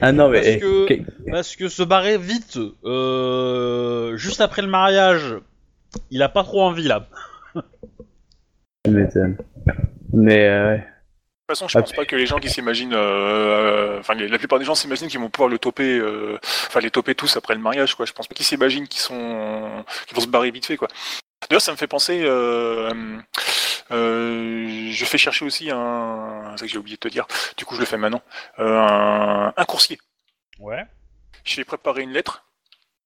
[SPEAKER 12] Ah non, mais
[SPEAKER 1] Parce
[SPEAKER 12] eh,
[SPEAKER 1] que-
[SPEAKER 12] que-
[SPEAKER 1] Parce que se barrer vite, euh, juste après le mariage, il a pas trop envie là.
[SPEAKER 12] tu m'étonnes. Mais euh, ouais.
[SPEAKER 4] De toute façon, je
[SPEAKER 1] Bah,
[SPEAKER 12] Ah,
[SPEAKER 4] pense pas que les gens qui s'imaginent, euh, enfin les- la plupart des gens s'imaginent qu'ils vont pouvoir le toper, euh, enfin les toper tous après le mariage, quoi. Je pense pas qu'ils s'imaginent qu'ils sont, qu'ils vont se barrer vite fait, quoi. D'ailleurs, ça me fait penser, euh, euh, je fais chercher aussi un, c'est ça que j'ai oublié de te dire. Du coup, je le fais maintenant. Euh, un, un coursier.
[SPEAKER 1] Ouais.
[SPEAKER 4] J'ai préparé une lettre.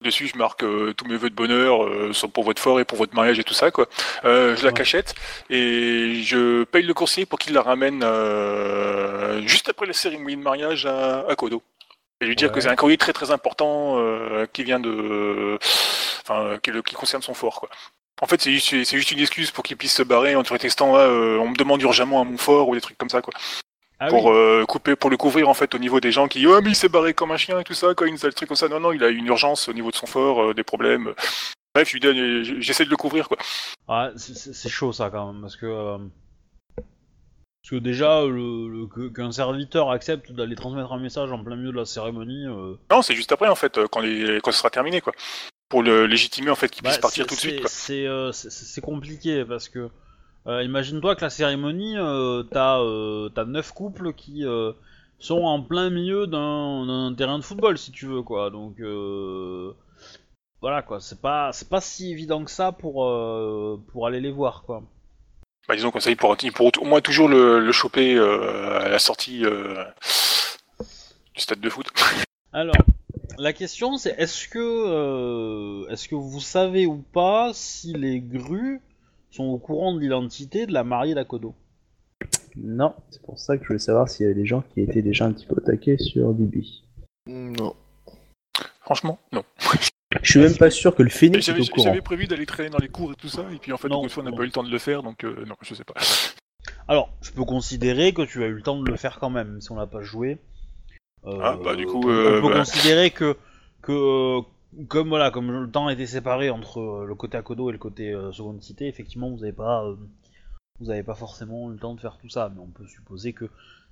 [SPEAKER 4] Dessus, je marque euh, tous mes vœux de bonheur euh, sont pour votre fort et pour votre mariage et tout ça, quoi. Euh, je la
[SPEAKER 1] Ouais.
[SPEAKER 4] cachette et je paye le coursier pour qu'il la ramène euh, juste après la cérémonie de mariage à, à Kodo. Et lui dire
[SPEAKER 1] Ouais.
[SPEAKER 4] que c'est un courrier très très important euh, qui vient de, enfin, euh, qui, le- qui concerne son fort, quoi. En fait, c'est juste, c'est juste une excuse pour qu'il puisse se barrer en te prétextant, Ah, euh, on me demande urgemment à mon fort ou des trucs comme ça, quoi
[SPEAKER 1] Ah
[SPEAKER 4] pour euh, couper, pour le couvrir en fait au niveau des gens qui oh mais il s'est barré comme un chien et tout ça, quoi, il nous a le truc comme ça. Non non, il a une urgence au niveau de son fort, euh, des problèmes. Bref, je lui donne, j- j'essaie de le couvrir quoi.
[SPEAKER 1] Ah, c'est- c'est c'est chaud ça quand même, parce que. euh, Parce que déjà, euh, le, le- que- qu'un serviteur accepte d'aller transmettre un message en plein milieu de la cérémonie. euh,
[SPEAKER 4] Non, c'est juste après en fait euh, quand les, quand ce sera terminé quoi, pour le légitimer en fait qu'il puisse
[SPEAKER 1] bah,
[SPEAKER 4] partir
[SPEAKER 1] c'est-
[SPEAKER 4] tout de suite.
[SPEAKER 1] c'est-
[SPEAKER 4] Quoi.
[SPEAKER 1] C'est euh, c'est- c'est compliqué, parce que. euh, Imagine-toi que la cérémonie, euh, t'as euh, t'as neuf couples qui euh, sont en plein milieu d'un d'un terrain de football, si tu veux, quoi. Donc. euh, Voilà quoi, c'est pas, c'est pas si évident que ça pour, euh, pour aller les voir quoi.
[SPEAKER 4] Bah, disons comme ça, il pourra, il pourra au moins toujours le, le choper euh, à la sortie euh, du stade de foot.
[SPEAKER 1] Alors, la question c'est est-ce que euh, est-ce que vous savez ou pas si les grues sont au courant de l'identité de la mariée d'Akodo
[SPEAKER 12] non, c'est pour ça que je voulais savoir s'il y avait des gens qui étaient déjà un petit peu attaqués sur Bibi.
[SPEAKER 2] Hmm, Non.
[SPEAKER 4] Franchement, non.
[SPEAKER 12] Je suis même pas sûr que le phénix est
[SPEAKER 4] J'avais
[SPEAKER 12] au courant.
[SPEAKER 4] j'avais prévu d'aller traîner dans les cours et tout ça, et puis en fait,
[SPEAKER 1] Non,
[SPEAKER 4] une fois, on n'a
[SPEAKER 1] non. Ah,
[SPEAKER 4] pas eu le temps de le faire, donc euh, non, je sais pas.
[SPEAKER 1] Alors, je peux considérer que tu as eu le temps de le faire quand même, si on l'a pas joué. Euh,
[SPEAKER 4] Ah, bah, du coup,
[SPEAKER 1] on
[SPEAKER 4] euh,
[SPEAKER 1] peut
[SPEAKER 4] bah.
[SPEAKER 1] considérer que que euh, comme voilà, comme le temps était séparé entre euh, le côté Akodo et le côté euh, seconde cité, effectivement, vous n'avez pas euh, vous avez pas forcément eu le temps de faire tout ça, mais on peut supposer que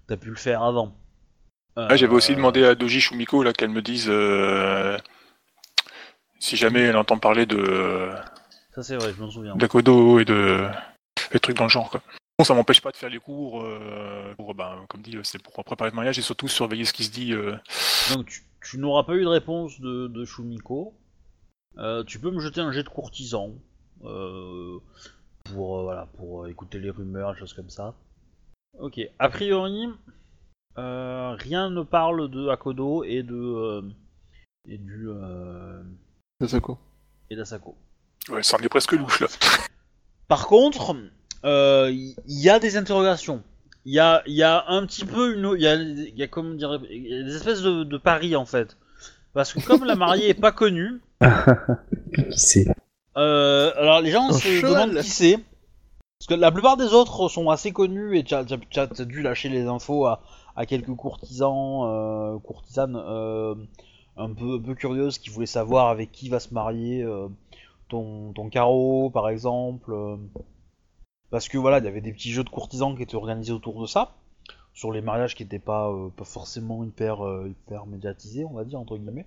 [SPEAKER 1] t'as pu le faire avant.
[SPEAKER 4] Ah, J'avais aussi
[SPEAKER 1] Euh,
[SPEAKER 4] demandé à Doji Shumiko là qu'elle me dise euh, si jamais elle entend parler de
[SPEAKER 1] Ça c'est vrai, je m'en souviens.
[SPEAKER 4] d'Akodo et de des trucs dans le genre. Quoi. Bon, ça m'empêche pas de faire les cours euh, pour, ben, comme dit, c'est pour préparer le mariage et surtout surveiller ce qui se dit. euh.
[SPEAKER 1] Donc tu, tu n'auras pas eu de réponse de, de Shumiko. Euh, tu peux me jeter un jet de courtisan euh, pour euh, voilà pour euh, écouter les rumeurs, des choses comme ça. Ok. A priori, euh, rien ne parle de Akodo et de euh, et du euh,
[SPEAKER 2] C'est ça quoi
[SPEAKER 1] et d'Asako.
[SPEAKER 4] Ouais, ça en est presque louche là.
[SPEAKER 1] Par contre, euh, il y, y a des interrogations. Il y a, il y a un petit peu une, il y a, il y a comment dire, il y a des espèces de, de paris en fait, parce que comme la mariée est pas connue,
[SPEAKER 12] Qui c'est
[SPEAKER 1] Euh, alors les gens
[SPEAKER 2] Un
[SPEAKER 1] se
[SPEAKER 2] cheval.
[SPEAKER 1] demandent qui c'est. Parce que la plupart des autres sont assez connus et t'as t'as- t'as- t'as dû lâcher les infos à, à quelques courtisans, euh, courtisanes euh, un, peu, un peu curieuses qui voulaient savoir avec qui va se marier euh, ton, ton carreau par exemple. euh, parce que voilà, il y avait des petits jeux de courtisans qui étaient organisés autour de ça. sur les mariages qui n'étaient pas, euh, pas forcément hyper, euh, hyper médiatisés, on va dire, entre guillemets.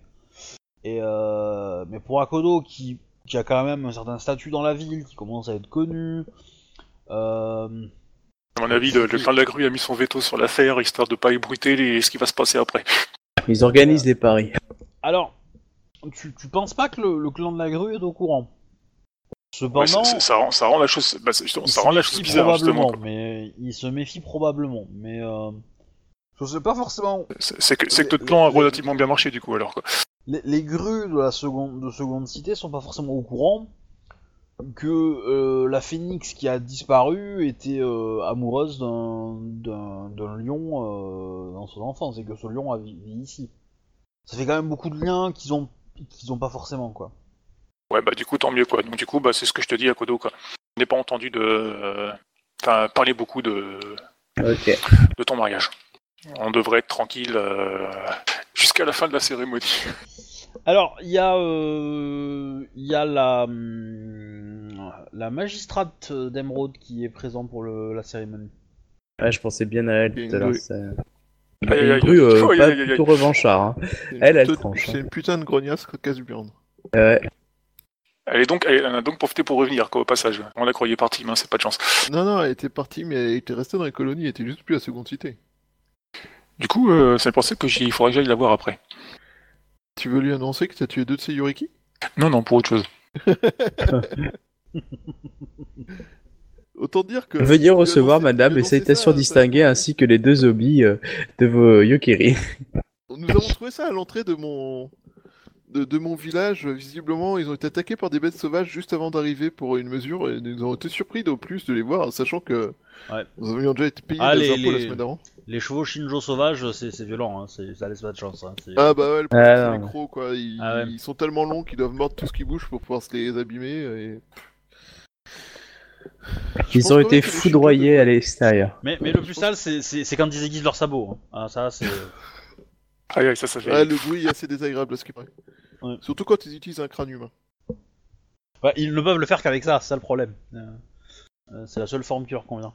[SPEAKER 1] Et, euh, mais pour Akodo, qui, qui a quand même un certain statut dans la ville, qui commence à être connu, euh,
[SPEAKER 4] À mon avis, le, le clan de la grue a mis son veto sur l'affaire, histoire de pas ébruiter les- ce qui va se passer après.
[SPEAKER 12] Ils organisent des paris.
[SPEAKER 1] alors, tu, tu penses pas que le, le clan de la grue est au courant Cependant,
[SPEAKER 4] Ouais, ça, ça- ça rend, ça rend la chose, bah, c'est justement,
[SPEAKER 1] il
[SPEAKER 4] ça
[SPEAKER 1] se
[SPEAKER 4] rend la
[SPEAKER 1] méfie
[SPEAKER 4] chose bizarre, justement.
[SPEAKER 1] probablement, Mais il se méfie probablement, mais euh, je sais pas forcément
[SPEAKER 4] C'est c'est que, c'est que notre plan a relativement bien marché, du coup, alors. Quoi.
[SPEAKER 1] les, les grues de la seconde de seconde cité sont pas forcément au courant que euh, la phénix qui a disparu était euh, amoureuse d'un- d'un d'un lion euh, dans son enfance et que ce lion a vi- vit ici. Ça fait quand même beaucoup de liens qu'ils ont qu'ils ont pas forcément quoi.
[SPEAKER 4] Ouais, bah, du coup, tant mieux, quoi. Donc, du coup, bah, c'est ce que je te dis à Kodo, quoi. Je n'ai pas entendu de. euh, Enfin, parler beaucoup de,
[SPEAKER 5] Ok.
[SPEAKER 4] de ton mariage. On devrait être tranquille euh, jusqu'à la fin de la cérémonie.
[SPEAKER 1] Alors, il y a, euh, il y a la, hum, la magistrate d'Emeraude qui est présente pour le- la cérémonie.
[SPEAKER 12] Ouais, Ah, je pensais bien à elle tout à l'heure.
[SPEAKER 2] Oui.
[SPEAKER 12] c'est-
[SPEAKER 4] Aïe, aïe,
[SPEAKER 12] Une
[SPEAKER 4] aïe.
[SPEAKER 12] grue, euh,
[SPEAKER 4] Aïe,
[SPEAKER 12] pas
[SPEAKER 4] aïe, aïe, aïe.
[SPEAKER 12] plutôt revanchard. hein.
[SPEAKER 2] C'est une
[SPEAKER 12] Elle, elle
[SPEAKER 2] putain de-
[SPEAKER 12] tranche, hein.
[SPEAKER 2] C'est une putain de grognasse casse-burne.
[SPEAKER 12] Euh,
[SPEAKER 4] Elle, est donc, elle, elle en a donc profité pour revenir, quoi, au passage. On la croyait partie, mais c'est pas de chance.
[SPEAKER 2] Non, non, elle était partie, mais elle était restée dans les colonies, elle était juste plus à seconde cité.
[SPEAKER 4] Du coup, euh, c'est pensé que j'y- il faudrait que j'aille la voir après.
[SPEAKER 2] Tu veux lui annoncer que t'as tué deux de ses Yuriki
[SPEAKER 4] Non, non, pour autre chose.
[SPEAKER 2] Autant dire que.
[SPEAKER 12] Veuillez
[SPEAKER 2] tu lui as
[SPEAKER 12] recevoir,
[SPEAKER 2] annoncé-
[SPEAKER 12] madame,
[SPEAKER 2] tu lui
[SPEAKER 12] les
[SPEAKER 2] as annoncé
[SPEAKER 12] salutations
[SPEAKER 2] ça, ça-
[SPEAKER 12] distinguées ainsi que les deux hobbies euh, de vos yokiri.
[SPEAKER 2] Nous avons trouvé ça à l'entrée de mon de, de mon village. Visiblement, ils ont été attaqués par des bêtes sauvages juste avant d'arriver pour une mesure et nous avons été surpris d'au plus de les voir, sachant que
[SPEAKER 1] Ouais.
[SPEAKER 2] nous avions déjà été payés
[SPEAKER 1] Ah,
[SPEAKER 2] des
[SPEAKER 1] les-
[SPEAKER 2] impôts la
[SPEAKER 1] les-
[SPEAKER 2] semaine d'avant.
[SPEAKER 1] Les chevaux Shinjo sauvages, c'est c'est violent, hein, c'est- ça laisse pas de chance. hein, c'est-
[SPEAKER 2] Ah bah ouais, le problème,
[SPEAKER 12] Ah,
[SPEAKER 2] c'est
[SPEAKER 12] non.
[SPEAKER 2] les crocs, quoi. Ils,
[SPEAKER 1] Ah ouais.
[SPEAKER 2] ils sont tellement longs qu'ils doivent mordre tout ce qui bouge pour pouvoir se les abîmer. Et...
[SPEAKER 12] Ils ont été foudroyés à l'extérieur.
[SPEAKER 1] mais, mais le plus sale, c'est- c'est c'est quand ils aiguisent leurs sabots. hein. Ah, ça, c'est.
[SPEAKER 4] Aïe, aïe, ça, ça fait.
[SPEAKER 2] Ah, le bruit est assez désagréable à ce qui paraît.
[SPEAKER 1] Ouais.
[SPEAKER 2] Surtout quand ils utilisent un crâne humain.
[SPEAKER 1] Ouais, ils ne peuvent le faire qu'avec ça, c'est ça le problème. Euh, euh, c'est la seule forme qui leur convient.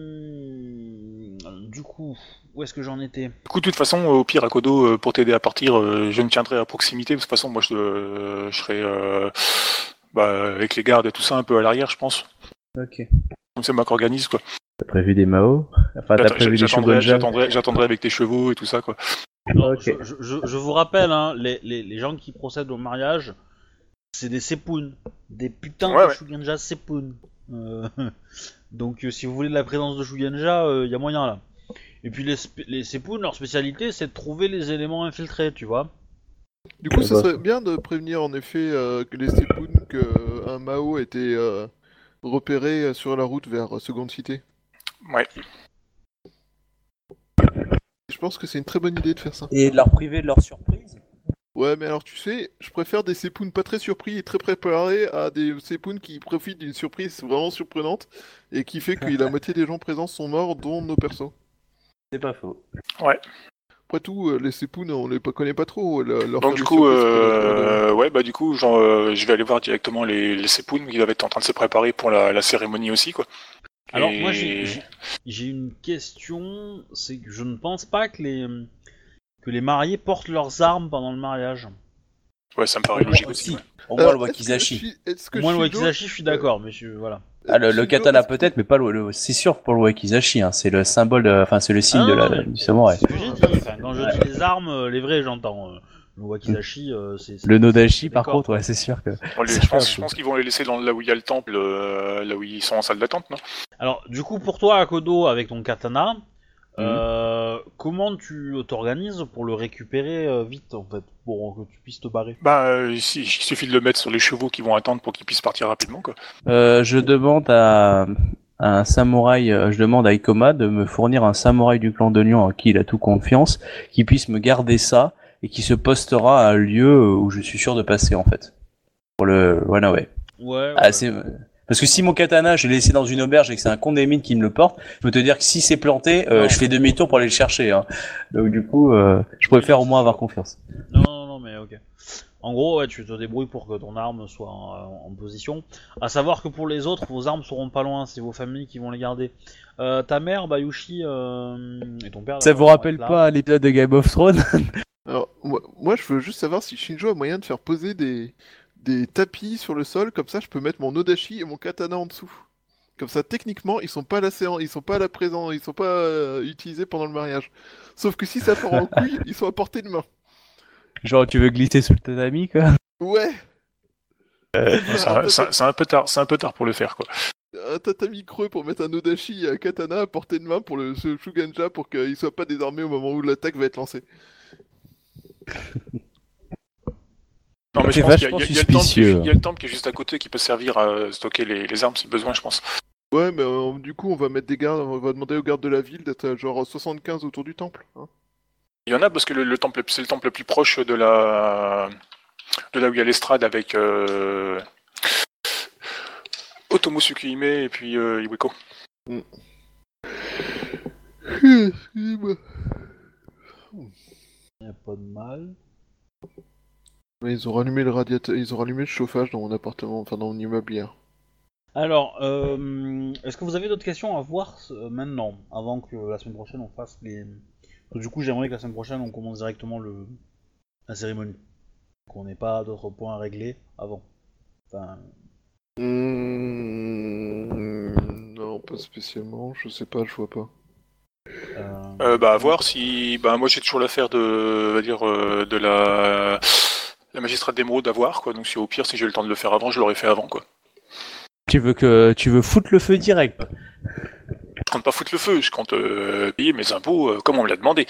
[SPEAKER 1] Euh, du coup, où est-ce que j'en étais
[SPEAKER 4] Du coup, de toute façon, au pire, à Kodo, euh, pour t'aider à partir, euh, je me tiendrai à proximité. parce que De toute façon, moi, je, euh, je serai euh, bah, avec les gardes et tout ça un peu à l'arrière, je pense.
[SPEAKER 12] Ok.
[SPEAKER 4] Comme c'est moi qui organise, quoi.
[SPEAKER 12] T'as prévu des Mao Enfin, Ah, t'as
[SPEAKER 4] J'attends-
[SPEAKER 12] prévu des
[SPEAKER 4] J'attendrai
[SPEAKER 12] Shogunja
[SPEAKER 4] j'attendrai- j'attendrai avec tes chevaux et tout ça, quoi.
[SPEAKER 1] Non,
[SPEAKER 12] Ok.
[SPEAKER 1] je, je- je- je vous rappelle, hein, les, les- les gens qui procèdent au mariage, c'est des sepoun, des putains
[SPEAKER 4] Ouais,
[SPEAKER 1] de
[SPEAKER 4] ouais.
[SPEAKER 1] Shugenja sepoun. Euh, donc euh, si vous voulez de la présence de Shugenja, il y a moyen là. Et puis les, sp- les sepoun, leur spécialité, c'est de trouver les éléments infiltrés, tu vois.
[SPEAKER 2] Du coup,
[SPEAKER 12] Ah
[SPEAKER 2] ça
[SPEAKER 12] bah.
[SPEAKER 2] serait bien de prévenir en effet euh, que les Sepoun que euh, un Mao était euh, repéré euh, sur la route vers euh, Seconde Cité.
[SPEAKER 4] Ouais.
[SPEAKER 2] Je pense que c'est une très bonne idée de faire ça.
[SPEAKER 12] Et de leur priver de leur surprise
[SPEAKER 2] Ouais, mais alors tu sais, je préfère des Sepoun pas très surpris et très préparés à des Sepoun qui profitent d'une surprise vraiment surprenante et qui fait que la moitié des gens présents sont morts, dont nos persos.
[SPEAKER 12] C'est pas faux.
[SPEAKER 2] Après tout, euh, les Sepoun, on les connaît pas trop. le- leur
[SPEAKER 4] Donc
[SPEAKER 2] famille
[SPEAKER 4] du coup,
[SPEAKER 2] surprise, c'est pas-
[SPEAKER 4] euh, ouais, bah du coup, genre, euh, je vais aller voir directement les, les Sepounes qui doivent être en train de se préparer pour la, la cérémonie aussi, quoi.
[SPEAKER 1] Alors
[SPEAKER 4] Et-
[SPEAKER 1] moi j'ai- j'ai j'ai une question, c'est que je ne pense pas que les que les mariés portent leurs armes pendant le mariage.
[SPEAKER 4] Ouais, ça me paraît logique aussi.
[SPEAKER 12] Aussi. Au
[SPEAKER 2] Alors,
[SPEAKER 12] moins le Wakizashi.
[SPEAKER 2] Est-ce que
[SPEAKER 1] Moi le
[SPEAKER 2] Shinjo-
[SPEAKER 1] Wakizashi, je suis euh, d'accord, mais je- voilà.
[SPEAKER 12] Ah, le, le
[SPEAKER 2] Shinjo,
[SPEAKER 12] katana
[SPEAKER 2] est-ce que-
[SPEAKER 12] peut-être, mais pas le. le- c'est sûr pour le Wakizashi. hein, C'est le symbole, de- enfin c'est le signe
[SPEAKER 1] Ah,
[SPEAKER 12] de la,
[SPEAKER 1] non, mais-
[SPEAKER 12] du samouraï.
[SPEAKER 1] C'est ce que j'ai dit. Enfin, quand je dis les armes, euh, les vrais, j'entends. euh, Le Wakizashi, euh, c'est. c'est-
[SPEAKER 12] Le Nodashi, par
[SPEAKER 1] D'accord.
[SPEAKER 12] contre, ouais, c'est sûr que.
[SPEAKER 4] On les-
[SPEAKER 12] Ça
[SPEAKER 4] je pense,
[SPEAKER 12] fait un
[SPEAKER 4] je
[SPEAKER 12] peu.
[SPEAKER 4] pense qu'ils vont les laisser dans, là où il y a le temple, euh, là où ils sont en salle d'attente, non
[SPEAKER 1] Alors, du coup, pour toi, Akodo, avec ton katana, euh,
[SPEAKER 12] Mhm.
[SPEAKER 1] comment tu t'organises pour le récupérer euh, vite, en fait, pour que tu puisses te barrer
[SPEAKER 4] Bah, euh, si- il suffit de le mettre sur les chevaux qui vont attendre pour qu'ils puissent partir rapidement, quoi.
[SPEAKER 12] Euh, je demande à, à un samouraï, euh, je demande à Ikoma de me fournir un samouraï du clan de Lyon en qui il a tout confiance, qui puisse me garder ça et qui se postera à un lieu où je suis sûr de passer en fait. Pour le runaway.
[SPEAKER 1] Ouais.
[SPEAKER 12] Ah, c'est- Parce que si mon katana, je l'ai laissé dans une auberge et que c'est un con des mines qui me le porte, je peux te dire que si c'est planté, euh, je fais demi-tour pour aller le chercher. hein. Donc du coup, euh, je préfère au moins avoir confiance.
[SPEAKER 1] Non, non, non, mais ok. En gros, ouais, tu te débrouilles pour que ton arme soit en, en position. À savoir que pour les autres, vos armes seront pas loin, c'est vos familles qui vont les garder. Euh, ta mère, Bayushi, euh, et ton père.
[SPEAKER 6] Ça vous
[SPEAKER 1] d'ailleurs,
[SPEAKER 6] rappelle
[SPEAKER 1] vont être là.
[SPEAKER 6] pas l'épisode de Game of Thrones
[SPEAKER 2] Alors, moi, moi, je veux juste savoir si Shinjo a moyen de faire poser des, des tapis sur le sol, comme ça je peux mettre mon Odashi et mon katana en dessous. Comme ça, techniquement, ils sont pas à la séance, ils sont pas à la présent, ils sont pas euh, utilisés pendant le mariage. Sauf que si ça part en couille, ils sont à portée de main.
[SPEAKER 6] Genre, tu veux glisser sous le tatami, quoi
[SPEAKER 2] Ouais
[SPEAKER 4] C'est un, c'est- c'est un peu tard, c'est un peu tard pour le faire, quoi.
[SPEAKER 2] un tatami creux pour mettre un Odashi et un katana à portée de main pour le ce Shuganja pour qu'il soit pas désarmé au moment où l'attaque va être lancée.
[SPEAKER 4] Non, mais
[SPEAKER 6] C'est
[SPEAKER 4] je pense qu'il y,
[SPEAKER 6] vachement
[SPEAKER 4] a- il y a le temple qui-
[SPEAKER 6] suspicieux.
[SPEAKER 4] il y a le temple qui est juste à côté qui peut servir à stocker les, les armes si besoin, je pense.
[SPEAKER 2] Ouais, mais euh, du coup, on va mettre des gardes, on va demander aux gardes de la ville d'être euh, genre 75 autour du temple. hein.
[SPEAKER 4] Il y en a parce que le, le temple, c'est le temple le plus proche de la de là où il y a l'estrade avec euh, Otomo Tsukihime et puis euh, Iwiko.
[SPEAKER 2] Excusez-moi.
[SPEAKER 1] Y a pas de mal.
[SPEAKER 2] Mais ils ont rallumé le radiateur, ils ont rallumé le chauffage dans mon appartement, enfin dans mon immeuble hier.
[SPEAKER 1] Alors, euh, est-ce que vous avez d'autres questions à voir euh, maintenant, avant que la semaine prochaine on fasse les. Parce que Du coup, j'aimerais que la semaine prochaine on commence directement le... la cérémonie. Qu'on n'ait pas d'autres points à régler avant. Enfin,
[SPEAKER 2] Mmh, Non, pas spécialement, je sais pas, je vois pas.
[SPEAKER 1] euh,
[SPEAKER 4] Euh, bah à voir si bah moi j'ai toujours l'affaire de on va dire euh, de la la magistrate d'émeraude à voir quoi. Donc si au pire si j'ai eu le temps de le faire avant, je l'aurais fait avant quoi.
[SPEAKER 3] Tu veux que tu veux foutre le feu direct.
[SPEAKER 4] Je compte pas foutre le feu, je compte euh, payer mes impôts euh, comme on me l'a demandé.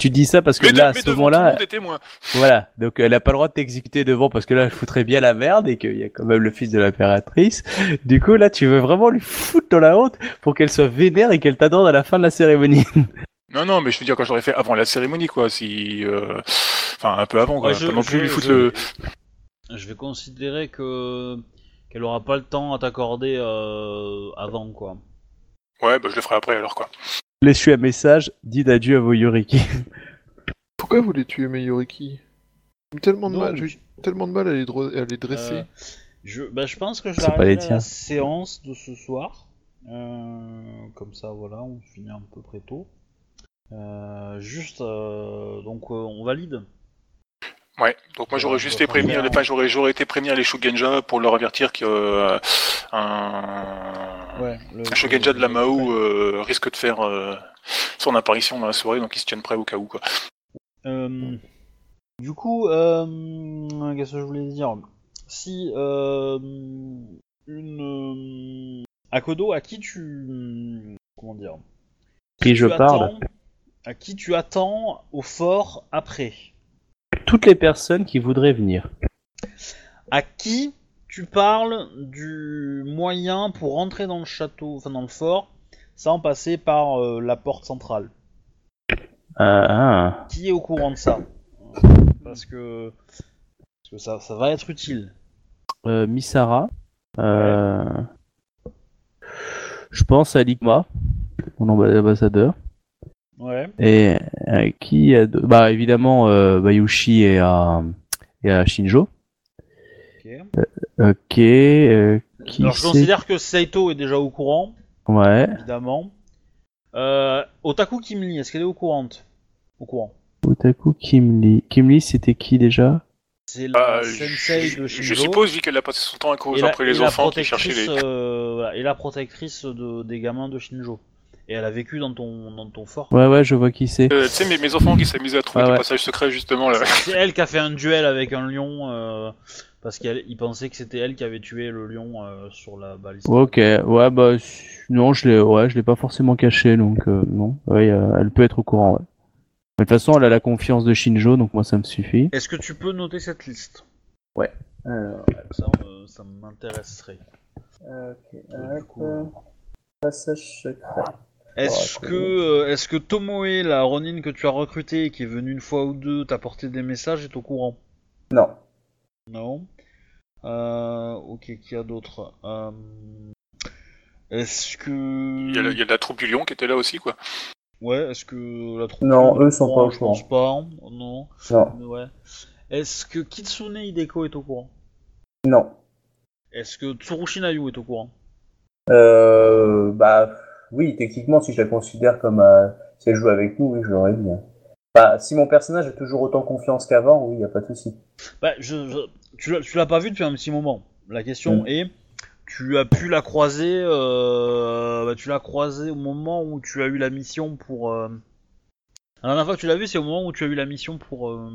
[SPEAKER 3] Tu dis ça parce que
[SPEAKER 4] Mais de-
[SPEAKER 3] là, à
[SPEAKER 4] mais
[SPEAKER 3] ce
[SPEAKER 4] devant tout le
[SPEAKER 3] moment-là,
[SPEAKER 4] monde est témoin.
[SPEAKER 3] voilà. Donc elle a pas le droit de t'exécuter devant parce que là, je foutrais bien la merde et qu'il y a quand même le fils de l'impératrice. Du coup, là, tu veux vraiment lui foutre dans la honte pour qu'elle soit vénère et qu'elle t'adore à la fin de la cérémonie.
[SPEAKER 4] Non, non, mais je veux dire, quand je l'aurais fait avant la cérémonie, quoi, si... euh, Enfin, un peu avant, quoi.
[SPEAKER 1] Ouais, je-
[SPEAKER 4] euh, pas non plus
[SPEAKER 1] je-
[SPEAKER 4] lui foutre
[SPEAKER 1] je-
[SPEAKER 4] le...
[SPEAKER 1] je vais considérer que qu'elle aura pas le temps à t'accorder euh, avant quoi.
[SPEAKER 4] Ouais, bah je le ferai après, alors, quoi.
[SPEAKER 3] Laisse-lui un message, dites adieu à vos Yoriki.
[SPEAKER 2] Pourquoi vous les tuez, Mayoriki J'ai eu tellement de
[SPEAKER 1] Non,
[SPEAKER 2] mal, j'ai eu tellement de mal à les, dro- à les dresser.
[SPEAKER 1] Euh, je, bah, je pense que je
[SPEAKER 3] C'est pas les
[SPEAKER 1] l'arrêterai à
[SPEAKER 3] tiens.
[SPEAKER 1] la séance de ce soir. Euh, comme ça, voilà, on finit un peu près tôt. Euh, juste, euh, donc euh, on valide.
[SPEAKER 4] Ouais, donc moi j'aurais juste été
[SPEAKER 1] Ouais,
[SPEAKER 4] prévenir,
[SPEAKER 1] ouais.
[SPEAKER 4] enfin j'aurais j'aurais été prévenir les Shugenja pour leur avertir que euh, un,
[SPEAKER 1] Ouais, le,
[SPEAKER 4] un Shugenja de la Mao
[SPEAKER 1] Ouais.
[SPEAKER 4] euh, risque de faire euh, son apparition dans la soirée, donc ils se tiennent prêts au cas où quoi.
[SPEAKER 1] Euh, du coup, euh, qu'est-ce que je voulais dire Si euh, une euh, Akodo, à qui tu comment dire
[SPEAKER 3] Qui je
[SPEAKER 1] tu
[SPEAKER 3] parle
[SPEAKER 1] attends- À qui tu attends au fort après
[SPEAKER 3] Toutes les personnes qui voudraient venir.
[SPEAKER 1] À qui tu parles du moyen pour rentrer dans le château, enfin dans le fort, sans passer par euh, la porte centrale
[SPEAKER 3] Ah, ah.
[SPEAKER 1] Qui est au courant de ça Parce que, parce que ça, ça va être utile.
[SPEAKER 3] Euh, Misara. euh, Je pense à Ligma, mon ambassadeur.
[SPEAKER 1] Ouais.
[SPEAKER 3] Et euh, qui a de- Bah évidemment euh, Bayushi et à, et à Shinjo.
[SPEAKER 1] ok.
[SPEAKER 3] Ok. euh, qui
[SPEAKER 1] Alors je
[SPEAKER 3] c'est-
[SPEAKER 1] considère que Saito est déjà au courant,
[SPEAKER 3] Ouais.
[SPEAKER 1] évidemment. Euh, Otaku Kimli, est-ce qu'elle est au courante Au courant.
[SPEAKER 3] Otaku Kimli. Kimli c'était qui déjà
[SPEAKER 1] C'est
[SPEAKER 4] Bah,
[SPEAKER 1] la
[SPEAKER 4] je,
[SPEAKER 1] sensei
[SPEAKER 4] je
[SPEAKER 1] de Shinjo.
[SPEAKER 4] suppose vu qu'elle a passé son temps à
[SPEAKER 1] et
[SPEAKER 4] courir
[SPEAKER 1] la,
[SPEAKER 4] après
[SPEAKER 1] et
[SPEAKER 4] les
[SPEAKER 1] la
[SPEAKER 4] enfants qui cherchaient les...
[SPEAKER 1] protectrice, euh, voilà, et la protectrice de- des gamins de Shinjo. Et elle a vécu dans ton, dans ton fort.
[SPEAKER 3] Ouais ouais je vois qui c'est.
[SPEAKER 4] Euh, tu sais, mes, mes enfants qui s'amusaient à trouver
[SPEAKER 3] Ah
[SPEAKER 4] des
[SPEAKER 3] ouais.
[SPEAKER 4] passages secrets justement là.
[SPEAKER 1] C'est elle qui a fait un duel avec un lion euh, parce qu'il pensait que c'était elle qui avait tué le lion euh, sur la balise.
[SPEAKER 3] Ok. Ouais bah su- non je l'ai ouais je l'ai pas forcément caché donc euh, non. Ouais euh, elle peut être au courant. Ouais. Mais de toute façon elle a la confiance de Shinjo donc moi ça me suffit.
[SPEAKER 1] Est-ce que tu peux noter cette liste Ça, euh, ça m'intéresserait.
[SPEAKER 5] Ok,
[SPEAKER 1] Du coup, euh,
[SPEAKER 5] passage secret.
[SPEAKER 1] Est-ce
[SPEAKER 5] Ouais,
[SPEAKER 1] que, euh, est-ce que Tomoe, la Ronin que tu as recrutée et qui est venue une fois ou deux t'apporter des messages, est au courant
[SPEAKER 5] Non.
[SPEAKER 1] Non. Euh, ok, qui a d'autre Euh, Est-ce que.
[SPEAKER 4] Il y, a la, il y a la troupe du lion qui était là aussi, quoi.
[SPEAKER 1] Ouais, est-ce que la troupe.
[SPEAKER 5] Non, eux sont pas au
[SPEAKER 1] Je
[SPEAKER 5] courant.
[SPEAKER 1] pense pas, hein non.
[SPEAKER 5] Non.
[SPEAKER 1] Mais ouais. Est-ce que Kitsune Hideko est au courant
[SPEAKER 5] Non.
[SPEAKER 1] Est-ce que Tsurushinayu est au courant
[SPEAKER 5] Euh, bah oui, techniquement, si je la considère comme euh, si elle joue avec nous, oui, je l'aurais dit. Bah, si mon personnage a toujours autant confiance qu'avant, oui, y a pas de souci.
[SPEAKER 1] Bah, je, je- tu l'as- tu l'as pas vu depuis un petit moment. La question
[SPEAKER 5] Mm.
[SPEAKER 1] est, tu as pu la croiser, euh, bah, tu l'as croisée au moment où tu as eu la mission pour. euh, La dernière fois que tu l'as vue, c'est au moment où tu as eu la mission pour euh,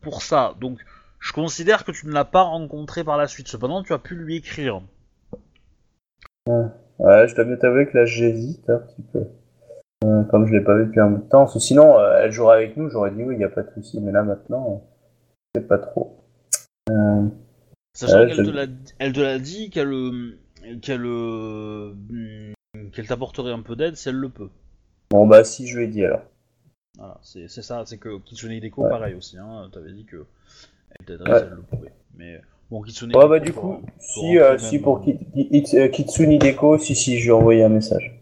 [SPEAKER 1] pour ça. Donc, je considère que tu ne l'as pas rencontrée par la suite. Cependant, tu as pu lui écrire.
[SPEAKER 5] Ouais, je dois bien t'avouer que là, j'hésite un petit peu. Euh, comme je l'ai pas vu depuis un bout de temps. Parce que sinon, euh, elle jouerait avec nous, j'aurais dit oui, y a pas de souci. Mais là, maintenant, c'est pas trop. Euh,
[SPEAKER 1] Sachant
[SPEAKER 5] Ouais,
[SPEAKER 1] qu'elle
[SPEAKER 5] c'est-
[SPEAKER 1] te l'a- elle te l'a dit qu'elle euh, qu'elle euh, qu'elle t'apporterait un peu d'aide si elle le peut.
[SPEAKER 5] bon, bah si, je lui ai dit alors.
[SPEAKER 1] Voilà, c'est c'est ça, c'est que Kitsune Hideko,
[SPEAKER 5] Ouais.
[SPEAKER 1] pareil aussi, hein, t'avais dit que elle t'aiderait
[SPEAKER 5] Ouais.
[SPEAKER 1] si elle le pouvait. Mais bon, Kitsune
[SPEAKER 5] Ouais, bah
[SPEAKER 1] Hideko,
[SPEAKER 5] du
[SPEAKER 1] pour-
[SPEAKER 5] coup,
[SPEAKER 1] pour
[SPEAKER 5] si,
[SPEAKER 1] rentrer
[SPEAKER 5] euh,
[SPEAKER 1] même
[SPEAKER 5] si
[SPEAKER 1] dans-
[SPEAKER 5] pour Ki- Ki- Ki- euh, Kitsune Deco, si, si, je lui ai envoyé un message.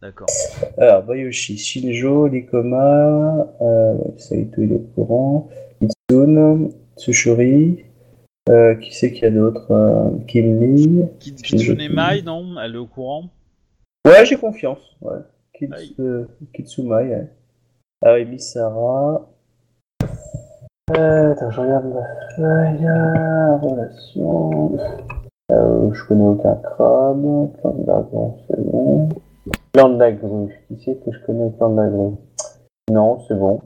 [SPEAKER 1] D'accord.
[SPEAKER 5] Alors, Bayoshi, Shiljo, Likoma, euh, Saito, il est au courant, Mitsune, Tsushuri, euh, qui c'est qu'il y a d'autre euh, Kimli.
[SPEAKER 1] Ki- Kitsune Mai, non Elle est au courant
[SPEAKER 5] Ouais, j'ai confiance. Ouais. Kits,
[SPEAKER 1] Aïe.
[SPEAKER 5] euh, Kitsumai, ouais. Ah oui, Misara. Euh, attends, je regarde ma feuille. euh, Relation. Euh, je connais aucun crabe. Plan de la grue, c'est bon. Plan de la grue. Qui c'est que je connais au plan de la grue Non, c'est bon.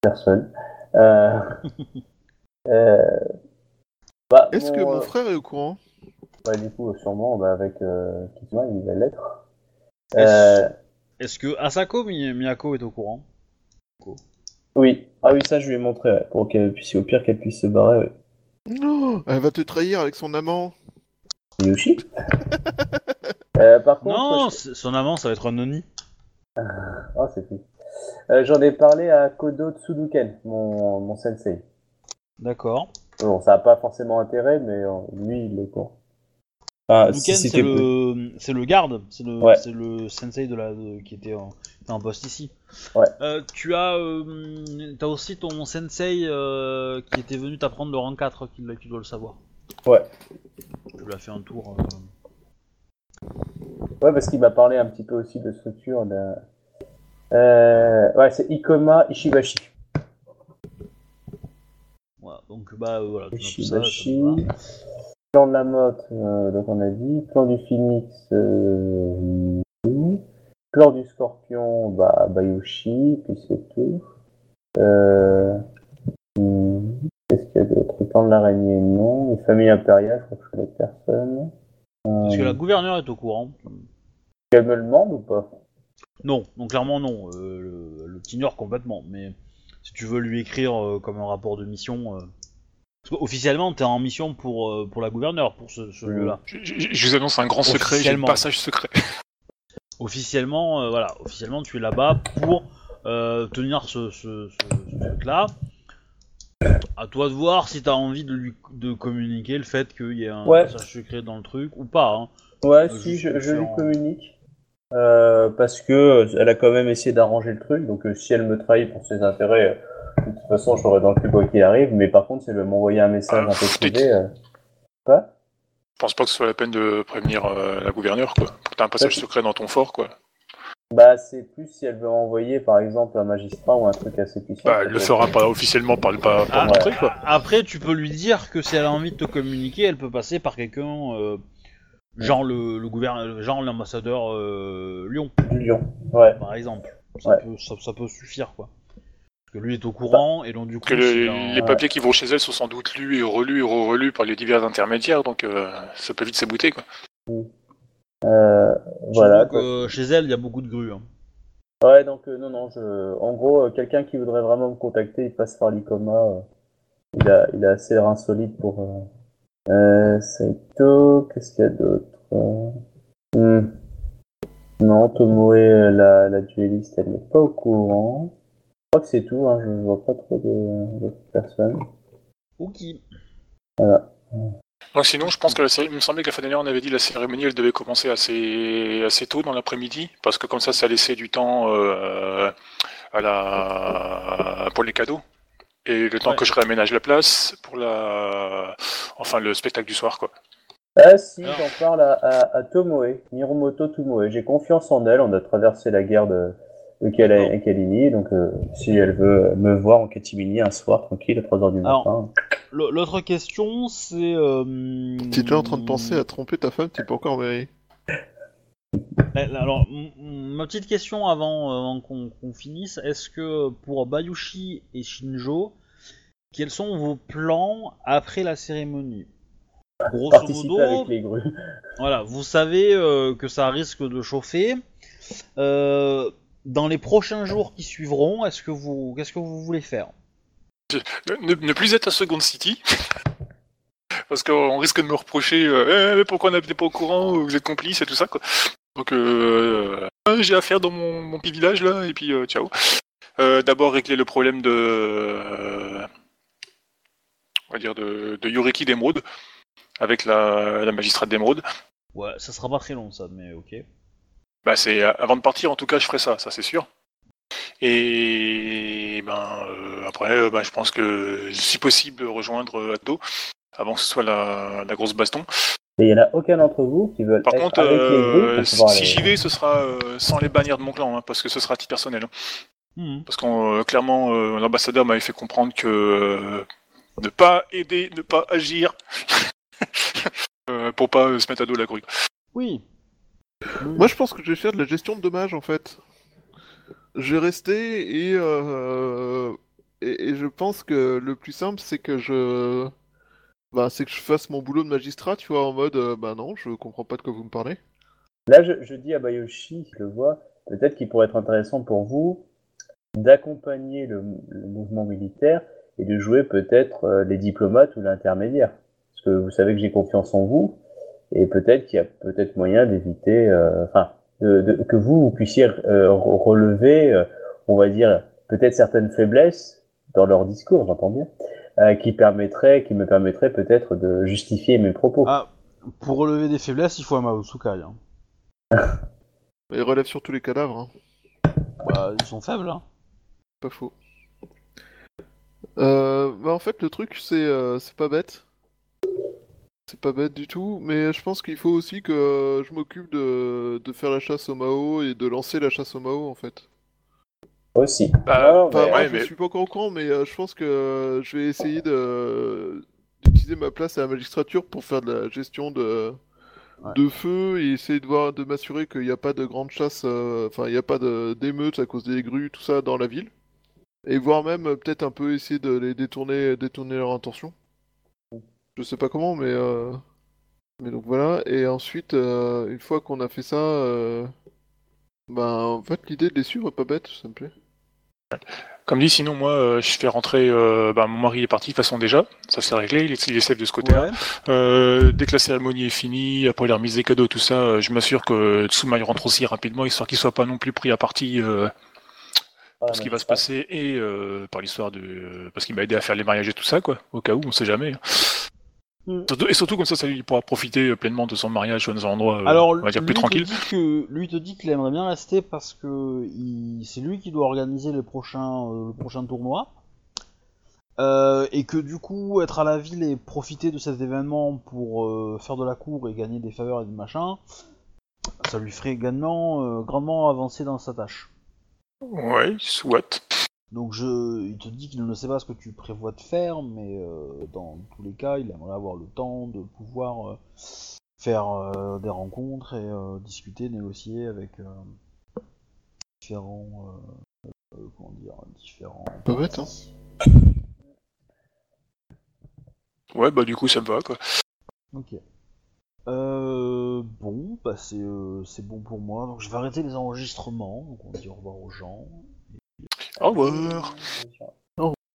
[SPEAKER 5] Personne. Euh... euh... bah,
[SPEAKER 2] Est-ce que
[SPEAKER 5] bon,
[SPEAKER 2] mon
[SPEAKER 5] euh,
[SPEAKER 2] frère est au courant
[SPEAKER 5] bah, du coup, sûrement, bah, avec euh, Kitsumai, il va l'être.
[SPEAKER 1] Est-ce-
[SPEAKER 5] Euh...
[SPEAKER 1] Est-ce que Asako Mi- Miyako est au courant
[SPEAKER 5] Oui, ah oui, ça je lui ai montré, ouais, pour qu'elle puisse, au pire qu'elle puisse se barrer. Ouais.
[SPEAKER 2] Non Elle va te trahir avec son amant
[SPEAKER 5] Yoshi euh, Par contre,
[SPEAKER 1] Non, c'est- son amant, ça va être un noni.
[SPEAKER 5] je- ah, c'est fou. Euh, j'en ai parlé à Kodo Tsuduken, mon, mon sensei.
[SPEAKER 1] D'accord.
[SPEAKER 5] Bon, ça n'a pas forcément intérêt, mais euh, lui, il est con. Ah,
[SPEAKER 1] Duken, c'est le, c'est le garde, c'est le,
[SPEAKER 5] Ouais.
[SPEAKER 1] c'est le sensei de la, de- qui était en, qui était en poste ici.
[SPEAKER 5] Ouais.
[SPEAKER 1] Euh, tu as, euh, t'as aussi ton sensei euh, qui était venu t'apprendre le rang 4, qui, qui doit le savoir.
[SPEAKER 5] Ouais.
[SPEAKER 1] Tu lui as fait un tour. euh,
[SPEAKER 5] Ouais, parce qu'il m'a parlé un petit peu aussi de structure. De... Euh, ouais, c'est Ikoma Ishibashi.
[SPEAKER 1] voilà. Donc bah euh, voilà. tu notes ça, ça
[SPEAKER 5] Ishibashi.
[SPEAKER 1] te va.
[SPEAKER 5] Plan de la motte, euh, donc on a dit. Plan du phoenix, euh, oui. Plan du scorpion, bah, Bayushi, puis c'est tout. Euh, hum, Qu'est-ce qu'il y a d'autre Plan de l'araignée, non. Les familles impériales, je crois que je connais personne. Euh,
[SPEAKER 1] Parce que la gouverneure est au courant.
[SPEAKER 5] Elle me le demande ou pas
[SPEAKER 1] Non, donc clairement non. euh, le, le t'ignore complètement. Mais si tu veux lui écrire euh, comme un rapport de mission. euh, Parce qu'officiellement, t'es en mission pour, euh, pour la gouverneure, pour ce, ce
[SPEAKER 5] Mhm.
[SPEAKER 1] lieu-là.
[SPEAKER 4] Je, je- je vous annonce un grand secret, j'ai le
[SPEAKER 1] Officiellement.
[SPEAKER 4] passage secret.
[SPEAKER 1] officiellement, euh, voilà, officiellement, tu es là-bas pour euh, tenir ce, ce, ce- ce truc-là. À toi de voir si t'as envie de lui de communiquer le fait qu'il y ait un
[SPEAKER 5] Ouais.
[SPEAKER 1] passage secret dans le truc ou pas. hein.
[SPEAKER 5] Ouais,
[SPEAKER 1] Euh,
[SPEAKER 5] si,
[SPEAKER 1] juste
[SPEAKER 5] je, je lui
[SPEAKER 1] différent.
[SPEAKER 5] communique. Euh, parce que euh, elle a quand même essayé d'arranger le truc, donc euh, si elle me trahit pour ses intérêts, euh, de toute façon, j'aurai dans le cul quoi qu'il arrive. Mais par contre, si elle veut m'envoyer un message
[SPEAKER 4] Ah,
[SPEAKER 5] un peu
[SPEAKER 4] pff,
[SPEAKER 5] privé, euh, quoi
[SPEAKER 4] Je pense pas que ce soit la peine de prévenir euh, la gouverneure, quoi. T'as un passage secret dans ton fort, quoi.
[SPEAKER 5] Bah, c'est plus si elle veut envoyer, par exemple, un magistrat ou un truc assez puissant.
[SPEAKER 4] Bah, elle le fera pas officiellement par le pas par
[SPEAKER 1] Ah,
[SPEAKER 4] l'entrée, quoi.
[SPEAKER 1] Après, tu peux lui dire que si elle a envie de te communiquer, elle peut passer par quelqu'un, euh, genre le, le gouverne- genre l'ambassadeur euh, Lyon,
[SPEAKER 5] Du lion. Ouais.
[SPEAKER 1] par exemple. Ça,
[SPEAKER 5] Ouais.
[SPEAKER 1] peut, ça, ça peut suffire, quoi. Parce que lui est au courant et donc du coup.
[SPEAKER 4] Que le-
[SPEAKER 1] s'il a-
[SPEAKER 4] les papiers qui vont chez elle sont sans doute lus et relus et re-relus par les divers intermédiaires, donc euh, ça peut vite s'ébouter, quoi.
[SPEAKER 5] Euh,
[SPEAKER 1] surtout
[SPEAKER 5] voilà.
[SPEAKER 1] que,
[SPEAKER 5] quoi.
[SPEAKER 1] euh, chez elle, il y a beaucoup de grues. hein.
[SPEAKER 5] Ouais, donc, euh, non, non, je... en gros, euh, quelqu'un qui voudrait vraiment me contacter, il passe par l'ICOMA. euh, Il, a, il a assez reins solides pour. Euh... Euh, Saito, qu'est-ce qu'il y a d'autre euh, hmm. Non, Tomoe, euh, la, la duelliste, elle n'est pas au courant. Je crois que c'est tout, hein, je vois pas trop de, de personnes.
[SPEAKER 1] Ok.
[SPEAKER 4] Donc sinon, je pense que la cér- il me semblait que la fin d'année, on avait dit la cérémonie, elle devait commencer assez, assez tôt dans l'après-midi, parce que comme ça, ça laissait du temps euh, à la, pour les cadeaux. Et le temps
[SPEAKER 1] Ouais.
[SPEAKER 4] que je réaménage la place pour la, enfin le spectacle du soir, quoi.
[SPEAKER 5] Ah si,
[SPEAKER 1] Alors.
[SPEAKER 5] j'en parle à, à, à Tomoe, Miromoto Tomoe. J'ai confiance en elle, on a traversé la guerre de, de Kala- Kalini, donc euh, si elle veut me voir en catimini un soir, tranquille, à 3h du
[SPEAKER 1] Alors.
[SPEAKER 5] matin.
[SPEAKER 1] L- L'autre question, c'est. euh,
[SPEAKER 2] T'es déjà en train de penser
[SPEAKER 1] Hmm.
[SPEAKER 2] à tromper ta femme, t'es pas encore marié.
[SPEAKER 1] Eh, Alors, m- m- ma petite question avant, euh, avant qu'on qu'on finisse, est-ce que pour Bayushi et Shinjo, quels sont vos plans après la cérémonie Grosso
[SPEAKER 5] Participer
[SPEAKER 1] modo,
[SPEAKER 5] avec les grues.
[SPEAKER 1] voilà, vous savez euh, que ça risque de chauffer. Euh, dans les prochains jours qui suivront, est-ce que vous, qu'est-ce que vous voulez faire
[SPEAKER 4] Ne, ne plus être à Second City. Parce qu'on risque de me reprocher euh, Eh, mais pourquoi on n'était pas au courant, vous êtes complice et tout ça. Quoi. Donc euh, euh, j'ai affaire dans mon, mon petit village là, et puis euh, ciao. Euh, D'abord régler le problème de. euh, on va dire de, de Yoriki d'Emeraude, avec la, la magistrate d'Emeraude.
[SPEAKER 1] Ouais, ça sera pas très long ça, mais ok.
[SPEAKER 4] Bah, c'est avant de partir, en tout cas, je ferai ça, ça c'est sûr. Et ben euh, après, euh, ben, je pense que si possible rejoindre euh, Atto avant que ce soit la, la grosse baston.
[SPEAKER 5] Et il n'y en a aucun d'entre vous qui veulent
[SPEAKER 4] Par
[SPEAKER 5] être
[SPEAKER 4] contre,
[SPEAKER 5] avec les grues
[SPEAKER 4] euh,
[SPEAKER 5] pour
[SPEAKER 4] si
[SPEAKER 5] pouvoir
[SPEAKER 4] si
[SPEAKER 5] aller-
[SPEAKER 4] j'y vais, ce sera euh, sans les bannières de mon clan, hein, parce que ce sera à titre personnel.
[SPEAKER 1] Hmm.
[SPEAKER 4] Parce que clairement, euh, l'ambassadeur m'avait fait comprendre que euh, ne pas aider, ne pas agir, euh, pour pas euh, se mettre à dos la grue.
[SPEAKER 1] Oui.
[SPEAKER 2] Moi, je pense que je vais faire de la gestion de dommages en fait. Je vais rester et, euh, et, et je pense que le plus simple, c'est que je, bah, c'est que je fasse mon boulot de magistrat, tu vois, en mode, euh, bah non, je comprends pas de quoi vous me parlez.
[SPEAKER 5] Là, je, je dis à Bayoshi, je le vois, peut-être qu'il pourrait être intéressant pour vous d'accompagner le, le mouvement militaire et de jouer peut-être euh, les diplomates ou l'intermédiaire. Parce que vous savez que j'ai confiance en vous et peut-être qu'il y a peut-être moyen d'éviter, euh, enfin, de- de- que vous, vous puissiez euh, re- relever, euh, on va dire, peut-être certaines faiblesses dans leur discours, j'entends bien, euh, qui permettraient, qui me permettraient peut-être de justifier mes propos.
[SPEAKER 1] Ah, pour relever des faiblesses, il faut un Maotsukai. Hein.
[SPEAKER 2] Et relève surtout les cadavres, hein.
[SPEAKER 1] Bah, ils sont faibles. Hein.
[SPEAKER 2] Pas faux. Euh, bah en fait, le truc, c'est euh, c'est pas bête. C'est pas bête du tout, mais je pense qu'il faut aussi que euh, je m'occupe de, de faire la chasse au Mao et de lancer la chasse au Mao, en fait.
[SPEAKER 5] Aussi.
[SPEAKER 4] Bah,
[SPEAKER 5] Non,
[SPEAKER 2] Enfin,
[SPEAKER 5] mais-
[SPEAKER 2] moi,
[SPEAKER 4] ouais,
[SPEAKER 2] je
[SPEAKER 4] mais-
[SPEAKER 2] suis pas encore au courant, mais euh, je pense que euh, je vais essayer de d'utiliser ma place à la magistrature pour faire de la gestion de
[SPEAKER 1] Ouais.
[SPEAKER 2] de feu et essayer de voir de m'assurer qu'il n'y a pas de grande chasse, euh, enfin il n'y a pas de- d'émeutes à cause des grues, tout ça dans la ville, et voire même euh, peut-être un peu essayer de les détourner, détourner leur intention. Je sais pas comment, mais euh, mais donc voilà. Et ensuite, euh, une fois qu'on a fait ça, euh, ben en fait l'idée de les suivre est pas bête, ça me plaît.
[SPEAKER 4] Comme dit, sinon, moi, euh, je fais rentrer. euh, bah, mon mari est parti, de toute façon, déjà. Ça s'est réglé, il est, il est safe de ce côté-là. Euh, dès que la cérémonie est finie, après la remise des cadeaux, tout ça, euh, je m'assure que Tsuma il rentre aussi rapidement, histoire qu'il soit pas non plus pris à partie euh,
[SPEAKER 5] Voilà,
[SPEAKER 4] pour ce qui
[SPEAKER 5] mais-
[SPEAKER 4] va se passer et euh, par l'histoire de. parce qu'il m'a aidé à faire les mariages et tout ça, quoi. Au cas où, on sait jamais. hein.
[SPEAKER 1] Mm.
[SPEAKER 4] Surtout- Et surtout, comme ça, ça lui pourra profiter euh, pleinement de son mariage dans un endroit, euh,
[SPEAKER 1] Alors,
[SPEAKER 4] on va dire,
[SPEAKER 1] lui
[SPEAKER 4] plus
[SPEAKER 1] te
[SPEAKER 4] tranquille.
[SPEAKER 1] dit que, lui te dit qu'il aimerait bien rester parce que il- c'est lui qui doit organiser le prochain, euh, le prochain tournoi. Euh, et que du coup, être à la ville et profiter de cet événement pour euh, faire de la cour et gagner des faveurs et des machins, ça lui ferait également euh, grandement avancer dans sa tâche.
[SPEAKER 4] Ouais, soit.
[SPEAKER 1] Donc je, il te dit qu'il ne sait pas ce que tu prévois de faire, mais euh, dans tous les cas, il aimerait avoir le temps de pouvoir euh, faire euh, des rencontres et euh, discuter, négocier avec euh, différents, euh, euh, comment dire, différents.
[SPEAKER 2] Pas bête, hein.
[SPEAKER 4] Ouais, bah, du coup, ça me va, quoi.
[SPEAKER 1] Ok. Euh, bon, bah c'est euh, c'est bon pour moi. Donc je vais arrêter les enregistrements. Donc on dit au revoir aux gens.
[SPEAKER 4] Au revoir.
[SPEAKER 5] Bonsoir.